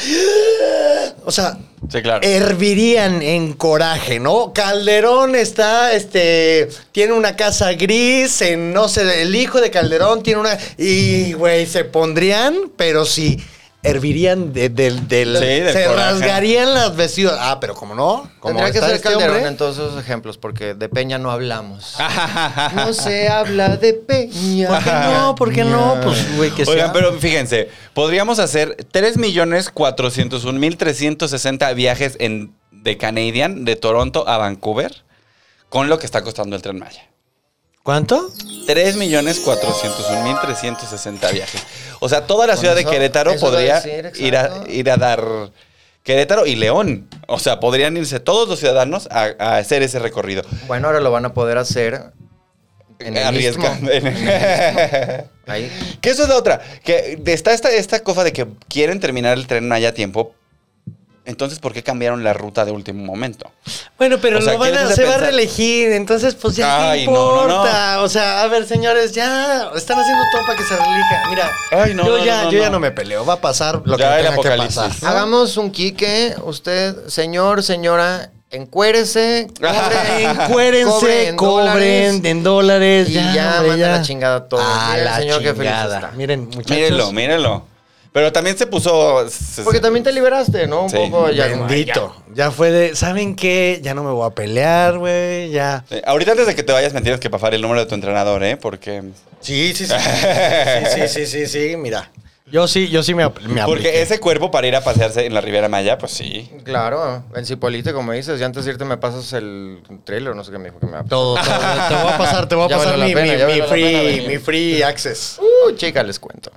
[SPEAKER 3] O sea,
[SPEAKER 5] Sí, claro.
[SPEAKER 3] eh, hervirían en coraje, ¿no? Calderón está, este, tiene una casa gris, en, no sé, el hijo de Calderón tiene una... Y, güey, se pondrían, pero sí, hervirían de- del... del-
[SPEAKER 5] Sí, del
[SPEAKER 3] se
[SPEAKER 5] coraje.
[SPEAKER 3] rasgarían las vestiduras. Ah, pero como no, como
[SPEAKER 6] Tendría que
[SPEAKER 3] está
[SPEAKER 6] ser
[SPEAKER 3] este
[SPEAKER 6] Calderón
[SPEAKER 3] hombre-
[SPEAKER 6] en todos esos ejemplos, porque de Peña no hablamos. no se habla de Peña.
[SPEAKER 3] ¿Por qué no? ¿Por qué no? Pues, güey, que
[SPEAKER 5] Oigan,
[SPEAKER 3] sea.
[SPEAKER 5] pero fíjense, podríamos hacer 3.401.360 viajes en, de Canadian de Toronto a Vancouver con lo que está costando el tren Maya.
[SPEAKER 3] ¿Cuánto?
[SPEAKER 5] 3.401.360 viajes. O sea, toda la
[SPEAKER 6] Con
[SPEAKER 5] ciudad de
[SPEAKER 6] eso-
[SPEAKER 5] Querétaro
[SPEAKER 6] eso iba a
[SPEAKER 5] podría
[SPEAKER 6] decir,
[SPEAKER 5] ir, a,
[SPEAKER 6] exacto.
[SPEAKER 5] ir a dar Querétaro y León. O sea, podrían irse todos los ciudadanos a, a hacer ese recorrido.
[SPEAKER 6] Bueno, ahora lo van a poder hacer en el
[SPEAKER 5] Arriesga-
[SPEAKER 6] Istmo.
[SPEAKER 5] en el-
[SPEAKER 6] Ahí.
[SPEAKER 5] Que eso es la otra. Que está esta, esta cosa de que quieren terminar el tren Maya a tiempo. Entonces, ¿por qué cambiaron la ruta de último momento?
[SPEAKER 3] Bueno, pero
[SPEAKER 5] O sea,
[SPEAKER 3] lo van
[SPEAKER 5] ¿qué les
[SPEAKER 3] a-
[SPEAKER 5] hace
[SPEAKER 3] se va a
[SPEAKER 5] pensar?
[SPEAKER 3] reelegir, entonces pues ya
[SPEAKER 5] Ay,
[SPEAKER 3] no
[SPEAKER 5] no, no,
[SPEAKER 3] importa.
[SPEAKER 5] no.
[SPEAKER 3] O sea, a ver, señores, ya están haciendo todo para que se reelija. Mira,
[SPEAKER 5] Ay, no,
[SPEAKER 3] yo,
[SPEAKER 5] no,
[SPEAKER 3] ya,
[SPEAKER 5] no,
[SPEAKER 3] yo
[SPEAKER 5] no.
[SPEAKER 3] ya no me peleo, va a pasar
[SPEAKER 5] Ya
[SPEAKER 3] lo que
[SPEAKER 5] el
[SPEAKER 3] tenga que
[SPEAKER 5] apocalipsis.
[SPEAKER 3] pasar. ¿no?
[SPEAKER 6] Hagamos un quique. Usted, señor, señora, encuérese. cobren,
[SPEAKER 3] Encuérense,
[SPEAKER 6] Ah, cobren en dólares.
[SPEAKER 3] cobren en dólares.
[SPEAKER 6] Y ya,
[SPEAKER 3] hombre,
[SPEAKER 6] manda la chingada todo.
[SPEAKER 3] A
[SPEAKER 6] Mira el
[SPEAKER 3] la
[SPEAKER 6] señor qué feliz
[SPEAKER 3] chingada.
[SPEAKER 6] está.
[SPEAKER 3] Miren, muchachos.
[SPEAKER 5] Mírenlo, mírenlo. Pero también se puso. se-
[SPEAKER 6] Porque también te liberaste, ¿no? Un
[SPEAKER 5] Sí.
[SPEAKER 6] poco ya. como, ay,
[SPEAKER 3] Bendito. Ya fue de, ¿saben qué? Ya no me voy a pelear, güey, ya.
[SPEAKER 5] Eh, Ahorita antes de que te vayas, me tienes que pasar el número de tu entrenador, ¿eh? Porque.
[SPEAKER 3] Sí, sí, sí. sí, sí, sí, sí, sí, mira. Yo sí, yo sí me, ap- me apliqué.
[SPEAKER 5] Porque ese cuerpo para ir a pasearse en la Riviera Maya, pues sí.
[SPEAKER 6] Claro, el Cipolite, como dices, ya antes de irte me pasas el trailer, no sé qué me dijo que me va a
[SPEAKER 3] Todo, todo. Te voy a pasar, te voy a
[SPEAKER 6] Ya
[SPEAKER 3] pasar
[SPEAKER 6] valió la
[SPEAKER 3] mi,
[SPEAKER 6] pena,
[SPEAKER 3] mi-
[SPEAKER 6] ya
[SPEAKER 3] mi
[SPEAKER 6] valió la pena
[SPEAKER 3] free,
[SPEAKER 6] venir.
[SPEAKER 3] mi free access.
[SPEAKER 6] Uh, chica, les cuento.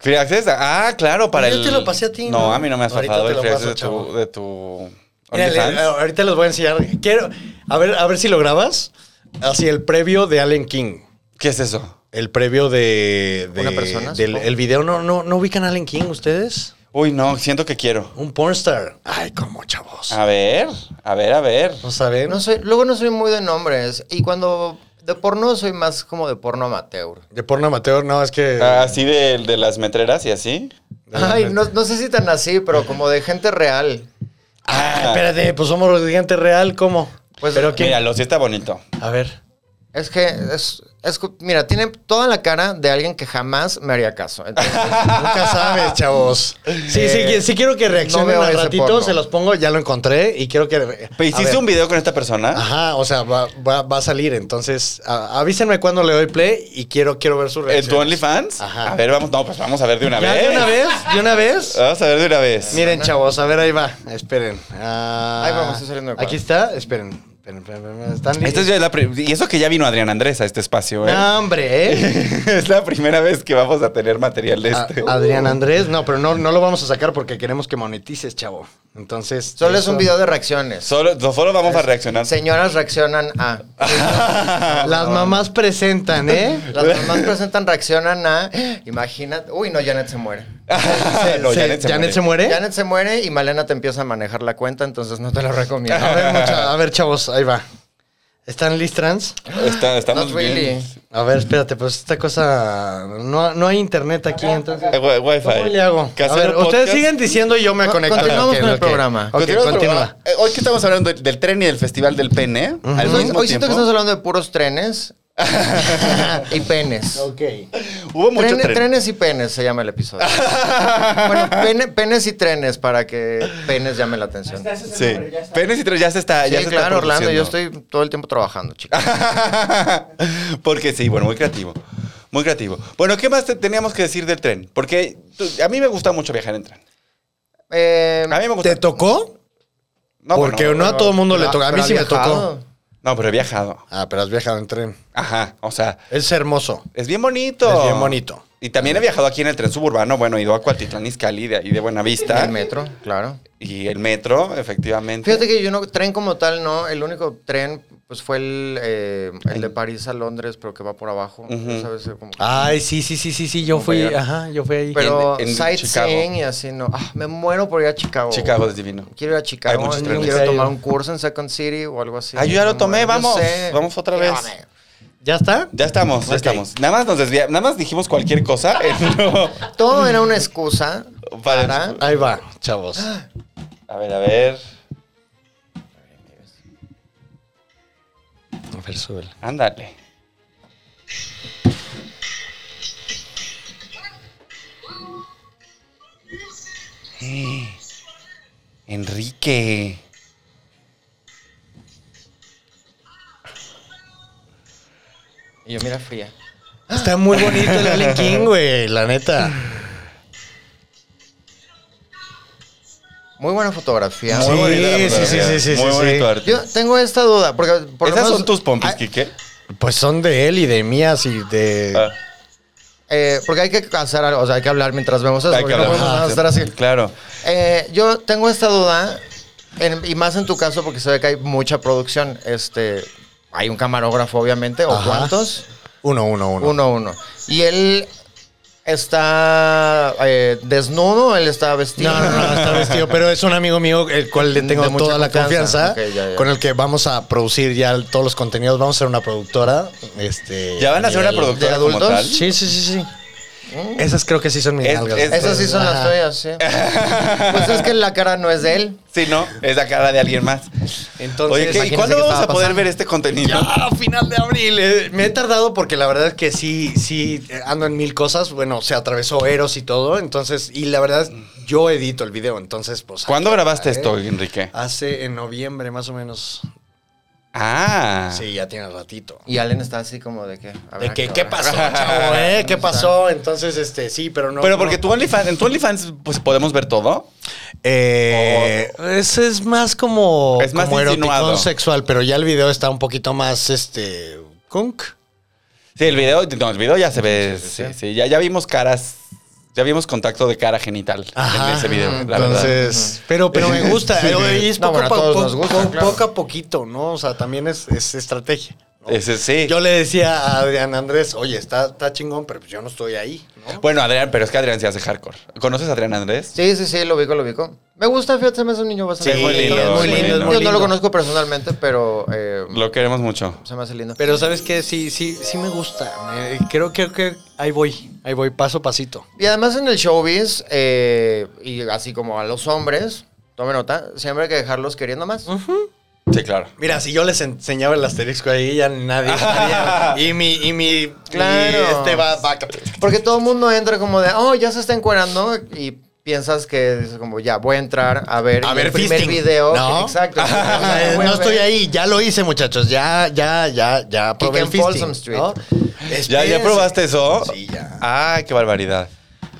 [SPEAKER 5] Free Access. Ah, claro, para
[SPEAKER 3] Yo
[SPEAKER 5] el.
[SPEAKER 3] te lo pasé a ti,
[SPEAKER 5] No,
[SPEAKER 3] ¿no?
[SPEAKER 5] a mí no me has
[SPEAKER 3] Ahorita
[SPEAKER 5] pasado
[SPEAKER 3] te
[SPEAKER 5] el
[SPEAKER 3] lo
[SPEAKER 5] Free
[SPEAKER 3] paso,
[SPEAKER 5] Access de tu.
[SPEAKER 3] chavo.
[SPEAKER 5] De tu
[SPEAKER 3] Mira, le- eh,
[SPEAKER 5] OnlyFans.
[SPEAKER 3] ahorita les voy a enseñar. Quiero, a ver, a ver si lo grabas. Así el previo de Allen King.
[SPEAKER 5] ¿Qué es eso?
[SPEAKER 3] El previo de. de-
[SPEAKER 6] Una persona,
[SPEAKER 3] del-
[SPEAKER 6] supongo.
[SPEAKER 3] el video. ¿No, no, ¿No ubican a Allen King ustedes?
[SPEAKER 5] Uy, no, siento que quiero.
[SPEAKER 3] Un pornstar. Ay, como chavos.
[SPEAKER 6] Ah.
[SPEAKER 5] A ver, a ver, a ver.
[SPEAKER 3] No saben.
[SPEAKER 6] No soy, luego no soy muy de nombres, y cuando de porno soy más como de porno amateur.
[SPEAKER 3] De porno amateur, no, es que.
[SPEAKER 6] Ah,
[SPEAKER 5] Así Ah, de, de las metreras y así.
[SPEAKER 6] Ay, no, no sé si tan así, pero como de gente real.
[SPEAKER 5] Ah,
[SPEAKER 3] Ay, espérate, pues somos gente real, ¿cómo?
[SPEAKER 6] Pues,
[SPEAKER 3] Pero ¿quién?
[SPEAKER 5] Míralo, sí está bonito.
[SPEAKER 3] A ver.
[SPEAKER 6] Es que es, es cu- mira, tiene toda la cara de alguien que jamás me haría caso. Entonces,
[SPEAKER 3] Nunca sabes, chavos. Sí, sí,
[SPEAKER 6] Eh,
[SPEAKER 3] sí, quiero que reaccionen
[SPEAKER 6] no veo
[SPEAKER 3] al
[SPEAKER 6] ese
[SPEAKER 3] ratito,
[SPEAKER 6] porno.
[SPEAKER 3] se los pongo, ya lo encontré y quiero que... re-
[SPEAKER 5] Pero
[SPEAKER 3] A
[SPEAKER 5] hiciste
[SPEAKER 3] ver. Ah,
[SPEAKER 5] un video con esta persona.
[SPEAKER 3] Ajá, o sea, va, va- va a salir, entonces a- avísenme cuando le doy play y quiero, quiero ver su
[SPEAKER 5] ¿En
[SPEAKER 3] reacción.
[SPEAKER 5] tu OnlyFans?
[SPEAKER 3] Ajá.
[SPEAKER 5] A ver, vamos. No, pues vamos a ver Ah, de una
[SPEAKER 3] ¿Ya
[SPEAKER 5] vez.
[SPEAKER 3] de una vez? ¿De una vez?
[SPEAKER 5] Vamos a ver de una vez.
[SPEAKER 3] Miren, chavos, a ver, ahí va, esperen. Ah,
[SPEAKER 6] Ahí vamos, estoy saliendo de cuadro.
[SPEAKER 3] Aquí está, esperen. esperen, esperen, esperen,
[SPEAKER 5] Esta
[SPEAKER 3] ¿Están listos?
[SPEAKER 5] Este es ya la pri- y eso que ya vino Adrián Andrés a este espacio, ¿eh?
[SPEAKER 3] No, hombre, ¿eh?
[SPEAKER 5] es la primera vez que vamos a tener material de
[SPEAKER 3] A-
[SPEAKER 5] este.
[SPEAKER 3] Ah, Adrián Andrés, no, pero no, no lo vamos a sacar porque queremos que monetices, chavo. Entonces...
[SPEAKER 6] solo es un
[SPEAKER 3] eso-
[SPEAKER 6] video de reacciones.
[SPEAKER 5] Solo, solo vamos a reaccionar.
[SPEAKER 6] Señoras reaccionan a.
[SPEAKER 5] Ah,
[SPEAKER 3] Las mamás presentan, ¿eh?
[SPEAKER 6] Las mamás presentan reaccionan a. Imagínate. Uy, no, Janet se muere.
[SPEAKER 5] Ah, No, Janet se muere.
[SPEAKER 6] Janet se muere y Malena te empieza a manejar la cuenta, entonces no te lo recomiendo.
[SPEAKER 3] A ver, mucha- a ver, chavos, ahí va. ¿Están listrans?
[SPEAKER 5] Está- estamos
[SPEAKER 6] Not really.
[SPEAKER 5] bien.
[SPEAKER 3] A ver, espérate, pues esta cosa. No, no hay internet aquí, entonces.
[SPEAKER 5] Eh, wi- Wi-Fi.
[SPEAKER 3] ¿Cómo le hago?
[SPEAKER 5] Que
[SPEAKER 3] A
[SPEAKER 5] hacer
[SPEAKER 3] ver, ustedes
[SPEAKER 5] podcast.
[SPEAKER 3] siguen diciendo y yo me
[SPEAKER 6] No,
[SPEAKER 3] conecto.
[SPEAKER 6] Ah, continuamos
[SPEAKER 3] Ok,
[SPEAKER 6] con el
[SPEAKER 3] ok.
[SPEAKER 6] programa.
[SPEAKER 3] Ok,
[SPEAKER 5] Continuamos con el
[SPEAKER 3] continúa.
[SPEAKER 5] programa. Eh, Hoy que estamos hablando del tren y del festival del pene, al
[SPEAKER 6] Hoy,
[SPEAKER 5] mismo
[SPEAKER 6] hoy siento que
[SPEAKER 5] tiempo,
[SPEAKER 6] estamos hablando de puros trenes y penes.
[SPEAKER 5] hubo mucho
[SPEAKER 6] Trene-
[SPEAKER 5] tren.
[SPEAKER 6] Trenes y penes se llama el episodio. bueno, pene- penes y trenes para que penes llame la atención.
[SPEAKER 5] Sí. Penes y trenes ya se está.
[SPEAKER 6] Sí,
[SPEAKER 5] ya se está Ah,
[SPEAKER 6] claro, Orlando, yo
[SPEAKER 5] produciendo.
[SPEAKER 6] estoy todo el tiempo trabajando, chicos.
[SPEAKER 5] Porque sí, bueno, muy creativo. Muy creativo. Bueno, ¿qué más te- teníamos que decir del tren? Porque tú- a mí me gusta mucho viajar en tren.
[SPEAKER 6] Eh,
[SPEAKER 5] A mí me gusta.
[SPEAKER 3] ¿Te tocó?
[SPEAKER 5] No,
[SPEAKER 3] Porque
[SPEAKER 5] pero
[SPEAKER 3] no a todo mundo le
[SPEAKER 6] pero-
[SPEAKER 3] tocó. A mí
[SPEAKER 6] pero
[SPEAKER 3] sí
[SPEAKER 6] ha
[SPEAKER 3] me tocó.
[SPEAKER 6] viajado.
[SPEAKER 5] No, pero he viajado.
[SPEAKER 3] Ah, pero has viajado en tren.
[SPEAKER 5] Ajá. O sea,
[SPEAKER 3] Es hermoso.
[SPEAKER 5] es bien bonito.
[SPEAKER 3] Es bien bonito.
[SPEAKER 5] Y también he viajado aquí en el tren suburbano. Bueno, he ido a Cualtitlán Izcalli de- y de Buenavista.
[SPEAKER 6] El metro, claro.
[SPEAKER 5] Y el metro, efectivamente.
[SPEAKER 6] Fíjate que yo no, tren como tal, no. El único tren, pues fue el, eh, el de París a Londres, pero que va por abajo.
[SPEAKER 5] Ujú.
[SPEAKER 6] Ya sabes, eh, como-
[SPEAKER 3] Ay, sí, sí, sí, sí, sí. Yo fui.
[SPEAKER 5] Compañero.
[SPEAKER 3] Ajá, yo fui ahí.
[SPEAKER 6] pero
[SPEAKER 5] en- en Chicago.
[SPEAKER 6] sightseeing y así, no. Ah, me muero por ir a Chicago.
[SPEAKER 5] Chicago es divino.
[SPEAKER 6] Quiero ir a
[SPEAKER 5] Hay
[SPEAKER 6] Chicago,
[SPEAKER 5] muchos trenes.
[SPEAKER 6] quiero
[SPEAKER 3] Nunca he
[SPEAKER 6] tomar
[SPEAKER 3] ido.
[SPEAKER 6] un curso en Second City o algo así.
[SPEAKER 5] Ah, yo ya lo
[SPEAKER 6] Me
[SPEAKER 5] tomé,
[SPEAKER 6] muero. Yo
[SPEAKER 5] vamos.
[SPEAKER 6] sé.
[SPEAKER 5] Vamos otra vez.
[SPEAKER 6] Llévame.
[SPEAKER 3] ¿Ya está?
[SPEAKER 5] Ya estamos, ya
[SPEAKER 3] Ok.
[SPEAKER 5] estamos. Nada más nos desviamos, nada más dijimos cualquier cosa. No.
[SPEAKER 6] Todo era una excusa
[SPEAKER 5] Para-
[SPEAKER 6] para...
[SPEAKER 3] Ahí va, chavos.
[SPEAKER 5] A ver, a ver.
[SPEAKER 3] A ver, súbela.
[SPEAKER 5] Ándale. Eh, Enrique.
[SPEAKER 6] Y yo, mira, fría.
[SPEAKER 3] Está muy bonito el Alien King, güey, la neta.
[SPEAKER 6] Muy buena fotografía.
[SPEAKER 3] Sí,
[SPEAKER 5] Muy bonita la
[SPEAKER 3] sí,
[SPEAKER 5] fotografía.
[SPEAKER 3] sí, sí, sí,
[SPEAKER 5] Muy
[SPEAKER 3] sí,
[SPEAKER 5] bonito
[SPEAKER 3] sí.
[SPEAKER 5] arte.
[SPEAKER 6] Yo tengo esta duda, porque por lo
[SPEAKER 5] Esas
[SPEAKER 6] menos-
[SPEAKER 5] son tus pompis,
[SPEAKER 6] Ah,
[SPEAKER 5] Quique.
[SPEAKER 3] Pues son de él y de mías y de.
[SPEAKER 5] Ah,
[SPEAKER 6] eh, porque hay que hacer algo, o sea, hay que hablar mientras vemos eso,
[SPEAKER 5] hay que
[SPEAKER 6] porque no
[SPEAKER 5] hablar. Ah,
[SPEAKER 6] podemos nada más estar así.
[SPEAKER 5] Claro.
[SPEAKER 6] Eh, yo tengo esta duda, en- y más en tu caso, porque se ve que hay mucha producción. Este, hay un camarógrafo, obviamente, o
[SPEAKER 3] Ajá.
[SPEAKER 6] cuántos.
[SPEAKER 3] Uno, uno, uno.
[SPEAKER 6] Uno, uno. Y él está eh, desnudo, él está vestido.
[SPEAKER 3] No, no, no, está vestido, pero es un amigo mío, el cual le tengo
[SPEAKER 6] De mucha
[SPEAKER 3] toda la confianza,
[SPEAKER 6] confianza. Ok, ya, ya.
[SPEAKER 3] con el que vamos a producir ya todos los contenidos, vamos a ser una productora. Este,
[SPEAKER 5] ¿Ya van a ser una
[SPEAKER 3] nivel-
[SPEAKER 5] productora
[SPEAKER 6] de
[SPEAKER 5] como
[SPEAKER 6] adultos?
[SPEAKER 5] tal?
[SPEAKER 3] Sí, sí, sí, sí. Esas creo que sí son mis
[SPEAKER 5] Es-
[SPEAKER 3] nalgas.
[SPEAKER 5] es-
[SPEAKER 6] Mm. Esas sí son las
[SPEAKER 3] Ajá.
[SPEAKER 6] tuyas, sí. Pues es que la cara no es de él.
[SPEAKER 5] Sí, ¿no? Es la cara de alguien más.
[SPEAKER 3] Entonces,
[SPEAKER 5] Oye, ¿qué- ¿y
[SPEAKER 3] imagínense
[SPEAKER 5] cuándo
[SPEAKER 6] qué
[SPEAKER 5] vamos a
[SPEAKER 6] estaba
[SPEAKER 5] poder
[SPEAKER 6] pasando?
[SPEAKER 5] ver este contenido?
[SPEAKER 3] Ya, Ah, final de abril. eh, Me he tardado porque la verdad es que sí, sí, eh, ando en mil cosas. Bueno, se atravesó Eros y todo. Entonces, y la verdad, yo edito el video. Entonces, pues.
[SPEAKER 5] ¿Cuándo
[SPEAKER 3] ahí-
[SPEAKER 5] grabaste
[SPEAKER 3] ahí-
[SPEAKER 5] esto, Enrique?
[SPEAKER 3] Hace en noviembre, más o menos.
[SPEAKER 5] Ah.
[SPEAKER 3] Sí, ya tiene ratito.
[SPEAKER 6] Y Allen está así como de que. a ver,
[SPEAKER 3] De
[SPEAKER 6] ¿a
[SPEAKER 3] que,
[SPEAKER 6] qué
[SPEAKER 3] ¿qué
[SPEAKER 6] hora?
[SPEAKER 3] pasó, chavo, eh? ¿Qué pasó? Entonces, este, sí, pero no.
[SPEAKER 5] Pero
[SPEAKER 3] no.
[SPEAKER 5] porque tu OnlyFans, en tu OnlyFans pues, podemos ver todo.
[SPEAKER 3] Eh, ese es más como.
[SPEAKER 5] Es más
[SPEAKER 3] como
[SPEAKER 5] insinuado.
[SPEAKER 3] eroticón sexual, pero ya el video está un poquito más, este. Kunk.
[SPEAKER 5] Sí, el video, no, el video ya se ve. Sí, sí, ya, ya vimos caras, ya vimos contacto de cara genital en ese video, la verdad.
[SPEAKER 3] Entonces, pero, pero me gusta. eh, y es
[SPEAKER 6] No,
[SPEAKER 3] poco,
[SPEAKER 6] bueno, a
[SPEAKER 3] a
[SPEAKER 6] todos
[SPEAKER 3] po-
[SPEAKER 6] nos gusta,
[SPEAKER 3] po-
[SPEAKER 6] claro.
[SPEAKER 3] poco a poquito, ¿no? O sea, también es, es estrategia. ¿no?
[SPEAKER 5] Ese sí.
[SPEAKER 3] Yo le decía a Adrián Andrés, oye, está, está chingón, pero pues yo no estoy ahí. ¿no?
[SPEAKER 5] Bueno, Adrián, pero es que Adrián se hace hardcore. ¿Conoces a Adrián Andrés?
[SPEAKER 6] Sí, sí, sí, lo ubico, lo ubico. Me gusta, fíjate, se me hace un niño bastante
[SPEAKER 5] Sí, es muy lindo, es muy lindo, es muy
[SPEAKER 6] Yo no
[SPEAKER 3] lindo.
[SPEAKER 6] lo conozco personalmente, pero eh,
[SPEAKER 5] Lo queremos mucho.
[SPEAKER 6] se me hace lindo.
[SPEAKER 3] Pero sabes que sí, sí, sí me gusta. Me- creo, creo que ahí voy, ahí voy, paso a pasito.
[SPEAKER 6] Y además en el showbiz, eh, y así como a los hombres, tome nota, siempre hay que dejarlos queriendo más.
[SPEAKER 5] Sí, claro.
[SPEAKER 3] Mira, si yo les enseñaba el asterisco ahí, ya nadie estaría. Y mi, y mi,
[SPEAKER 6] Claro.
[SPEAKER 3] y este va, va-
[SPEAKER 6] Porque todo el mundo entra como de, oh, ya se está encuerando y piensas que es como, ya, voy a entrar a ver,
[SPEAKER 3] A
[SPEAKER 6] y
[SPEAKER 3] ver,
[SPEAKER 6] el primer
[SPEAKER 3] fisting.
[SPEAKER 6] video.
[SPEAKER 3] No.
[SPEAKER 6] Exacto.
[SPEAKER 3] Ah, no estoy ahí, ya lo hice, muchachos. Ya, ya, ya, ya. Probé
[SPEAKER 6] Kick
[SPEAKER 3] el
[SPEAKER 6] and
[SPEAKER 3] fisting,
[SPEAKER 6] Folsom Street.
[SPEAKER 3] ¿no?
[SPEAKER 5] ¿Ya, ¿Ya
[SPEAKER 3] Espérense.
[SPEAKER 5] probaste eso?
[SPEAKER 3] Sí, ya.
[SPEAKER 5] Ay, qué barbaridad.